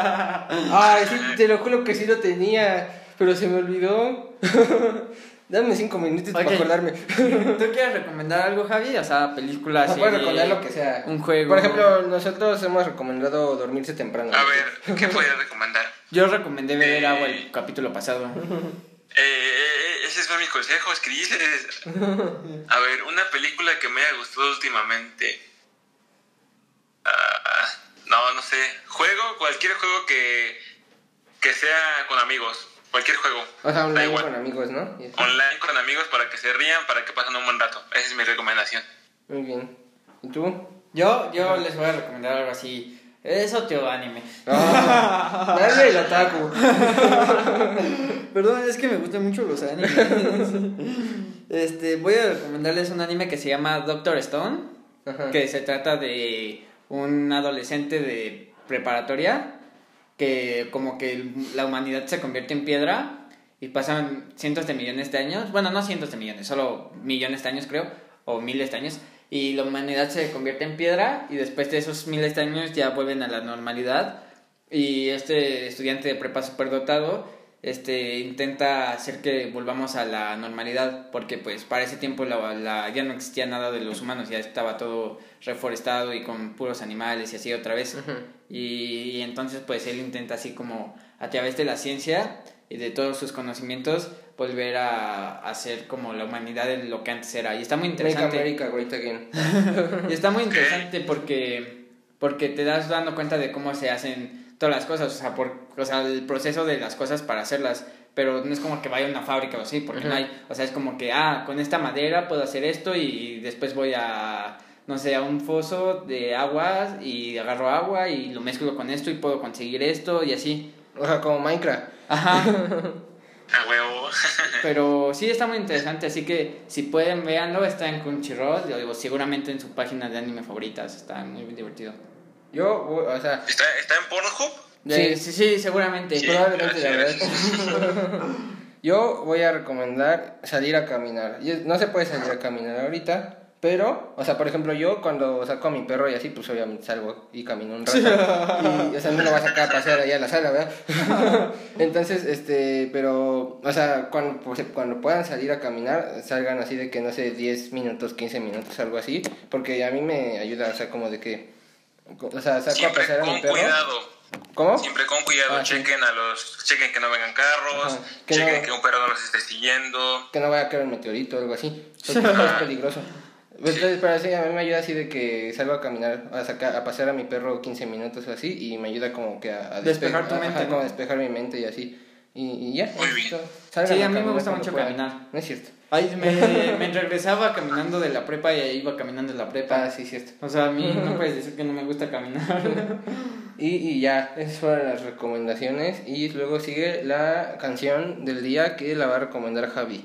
Ay, sí, te lo juro que sí lo tenía, pero se me olvidó. Dame cinco minutitos
Ok.
para acordarme.
¿Tú quieres recomendar algo, Javi? O sea, películas,
Ah, Puedes recordar lo que sea.
un juego.
Por ejemplo, nosotros hemos recomendado dormirse temprano.
A ver, ¿qué podría recomendar?
Yo recomendé beber agua el capítulo pasado.
Eh, eh, eh, ese es mi consejo, es que dices. A ver, una película que me haya gustado últimamente. Ah, no, no sé. Juego, cualquier juego que, que sea con amigos. Cualquier juego.
O sea,
Da
online
igual.
con amigos, ¿no? Y-
Online con amigos para que se rían, para que pasen un buen rato. Esa es mi recomendación.
Muy bien. ¿Y tú?
Yo, yo les voy a recomendar algo así Es otro anime.
Ah, dale el otaku.
Perdón, es que me gustan mucho los animes. este, voy a recomendarles un anime que se llama Doctor Stone,
Ajá.
que se trata de un adolescente de preparatoria que como que el- la humanidad se convierte en piedra y pasan cientos de millones de años, bueno, no cientos de millones, solo millones de años creo, o miles de años, y la humanidad se convierte en piedra y después de esos miles de años ya vuelven a la normalidad y este estudiante de prepa superdotado este, intenta hacer que volvamos a la normalidad porque pues para ese tiempo la, la- ya no existía nada de los humanos, ya estaba todo reforestado y con puros animales y así otra vez.
Ujú.
Y, y entonces pues él intenta así como a través de la ciencia y de todos sus conocimientos volver a hacer como la humanidad de lo que antes era. Y está muy
Make
interesante.
America Great Again.
Y está muy interesante porque, porque te das dando cuenta de cómo se hacen todas las cosas, o sea, por, o sea, el proceso de las cosas para hacerlas. Pero no es como que vaya a una fábrica o así, porque no
Ujú.
hay. O sea, es como que, ah, con esta madera puedo hacer esto y después voy a, no sé, a un foso de agua y agarro agua y lo mezclo con esto y puedo conseguir esto y así.
O sea, como Minecraft.
Ajá.
A huevo.
Pero sí está muy interesante, así que si pueden, véanlo. Está en Crunchyroll, o seguramente en su página de anime favoritas. Está muy divertido.
Yo, o sea,
¿Está, está en Pornhub?
Sí, sí, sí, seguramente.
Sí,
Probablemente, la verdad.
gracias.
Yo voy a recomendar salir a caminar. Y es- No se puede salir a caminar ahorita, pero, o sea, por ejemplo, yo cuando saco a mi perro y así, pues obviamente salgo y camino un rato. Y, o sea, no lo vas a sacar a pasear allá a la sala, ¿verdad? Entonces, este, pero, o sea, cuando, pues, cuando puedan salir a caminar, salgan así de que, no sé, 10 minutos, 15 minutos, algo así, porque a mí me ayuda, o sea, como de que, o sea, saco a
Siempre
pasear a mi
con
perro.
cuidado.
¿Cómo?
Siempre con cuidado.
Ah, sí.
chequen a los, chequen que no vengan carros,
Ajá, que
chequen
no-
que un perro no los esté siguiendo.
que no vaya a caer un meteorito o algo así. Porque es peligroso. Entonces, pero así, a mí me ayuda así de que salgo a caminar, a sacar, a pasear a mi perro 15 minutos o así, y me ayuda como que a, a
Despejar tu
ajá,
mente, ¿no?
como despejar mi mente y así. Y, y ya,
Muy bien.
esto. Salgan
Sí, a mí me
caminar
gusta
cuando
mucho
puedan.
caminar.
No es cierto.
Ay, me, me regresaba caminando de la prepa y iba caminando de la
Ah,
prepa.
sí, cierto.
O sea, a mí no puedes decir que no me gusta caminar.
Y, y ya, esas fueron las recomendaciones. Y luego sigue la canción del día que la va a recomendar Javi.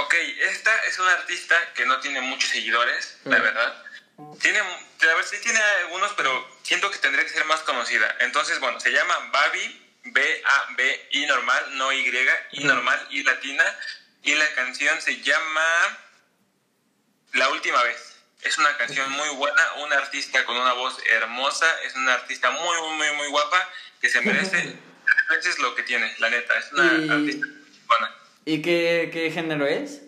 Ok, esta es una artista que no tiene muchos seguidores, la
Mm.
verdad. Tiene, a ver, sí tiene algunos, pero siento que tendría que ser más conocida. Entonces, bueno, se llama Babi, B-A-B-I normal, no Y, I normal, y latina. Y la canción se llama La Última Vez. Es una canción muy buena, una artista con una voz hermosa, es una artista muy, muy, muy, muy guapa, que se merece tres veces lo que tiene, la neta. Es una
Y-
artista buena.
¿Y qué, qué género es?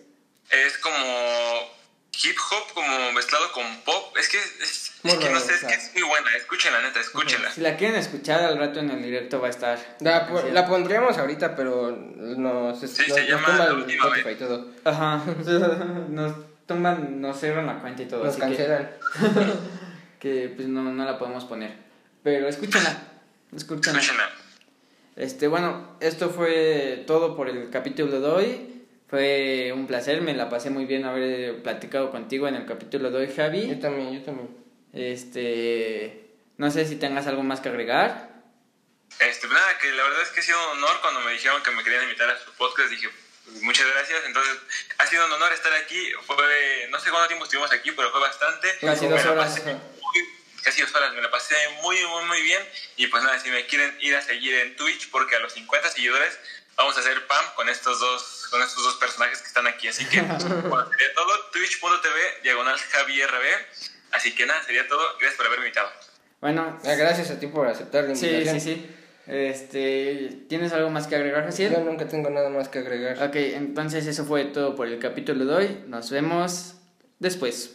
Es como hip hop, como mezclado con pop. Es que, es, es
Muy
que no
raro,
sé, es
o
que
sea.
es muy buena. Escúchenla, neta, escúchenla.
Pues, Si la quieren escuchar, al rato en el directo va a estar.
La, po-
canción.
la pondríamos ahorita, pero nos,
Sí, se
nos- nos
llama
tumba
La
el
Última
Spotify y todo.
Ajá. Nos tumban, nos cierran la cuenta y todo.
Nos
así que-
cancelan.
que pues no, no la podemos poner. Pero escúchenla, escúchenla.
Escúchenla.
Este, bueno, esto fue todo por el capítulo de hoy. Fue un placer, me la pasé muy bien haber platicado contigo en el capítulo de hoy,
Yo
Javi.
también, yo también.
Este, no sé si tengas algo más que agregar.
Este, pues nada, que la verdad es que ha sido un honor cuando me dijeron que me querían invitar a su podcast. Dije, pues, muchas gracias. Entonces, ha sido un honor estar aquí. Fue, no sé cuánto tiempo estuvimos aquí, pero fue bastante.
Casi dos
Me la
horas.
pasé muy- Casi dos horas, me la pasé muy, muy, muy bien. Y pues nada, si me quieren ir a seguir en Twitch, porque a los 50 seguidores vamos a hacer PAM con estos dos, con estos dos personajes que están aquí. Así que, bueno, sería todo. Twitch.tv, diagonal JaviRB. Así que nada, sería todo. Gracias por haberme invitado.
Bueno,
Ah, gracias a ti por aceptar la
sí,
invitación.
sí, sí. Este, ¿tienes algo más que agregar, Jaciel?
Yo nunca tengo nada más
Ah,
que agregar.
Ok, entonces eso fue todo por el capítulo de hoy. Nos vemos después.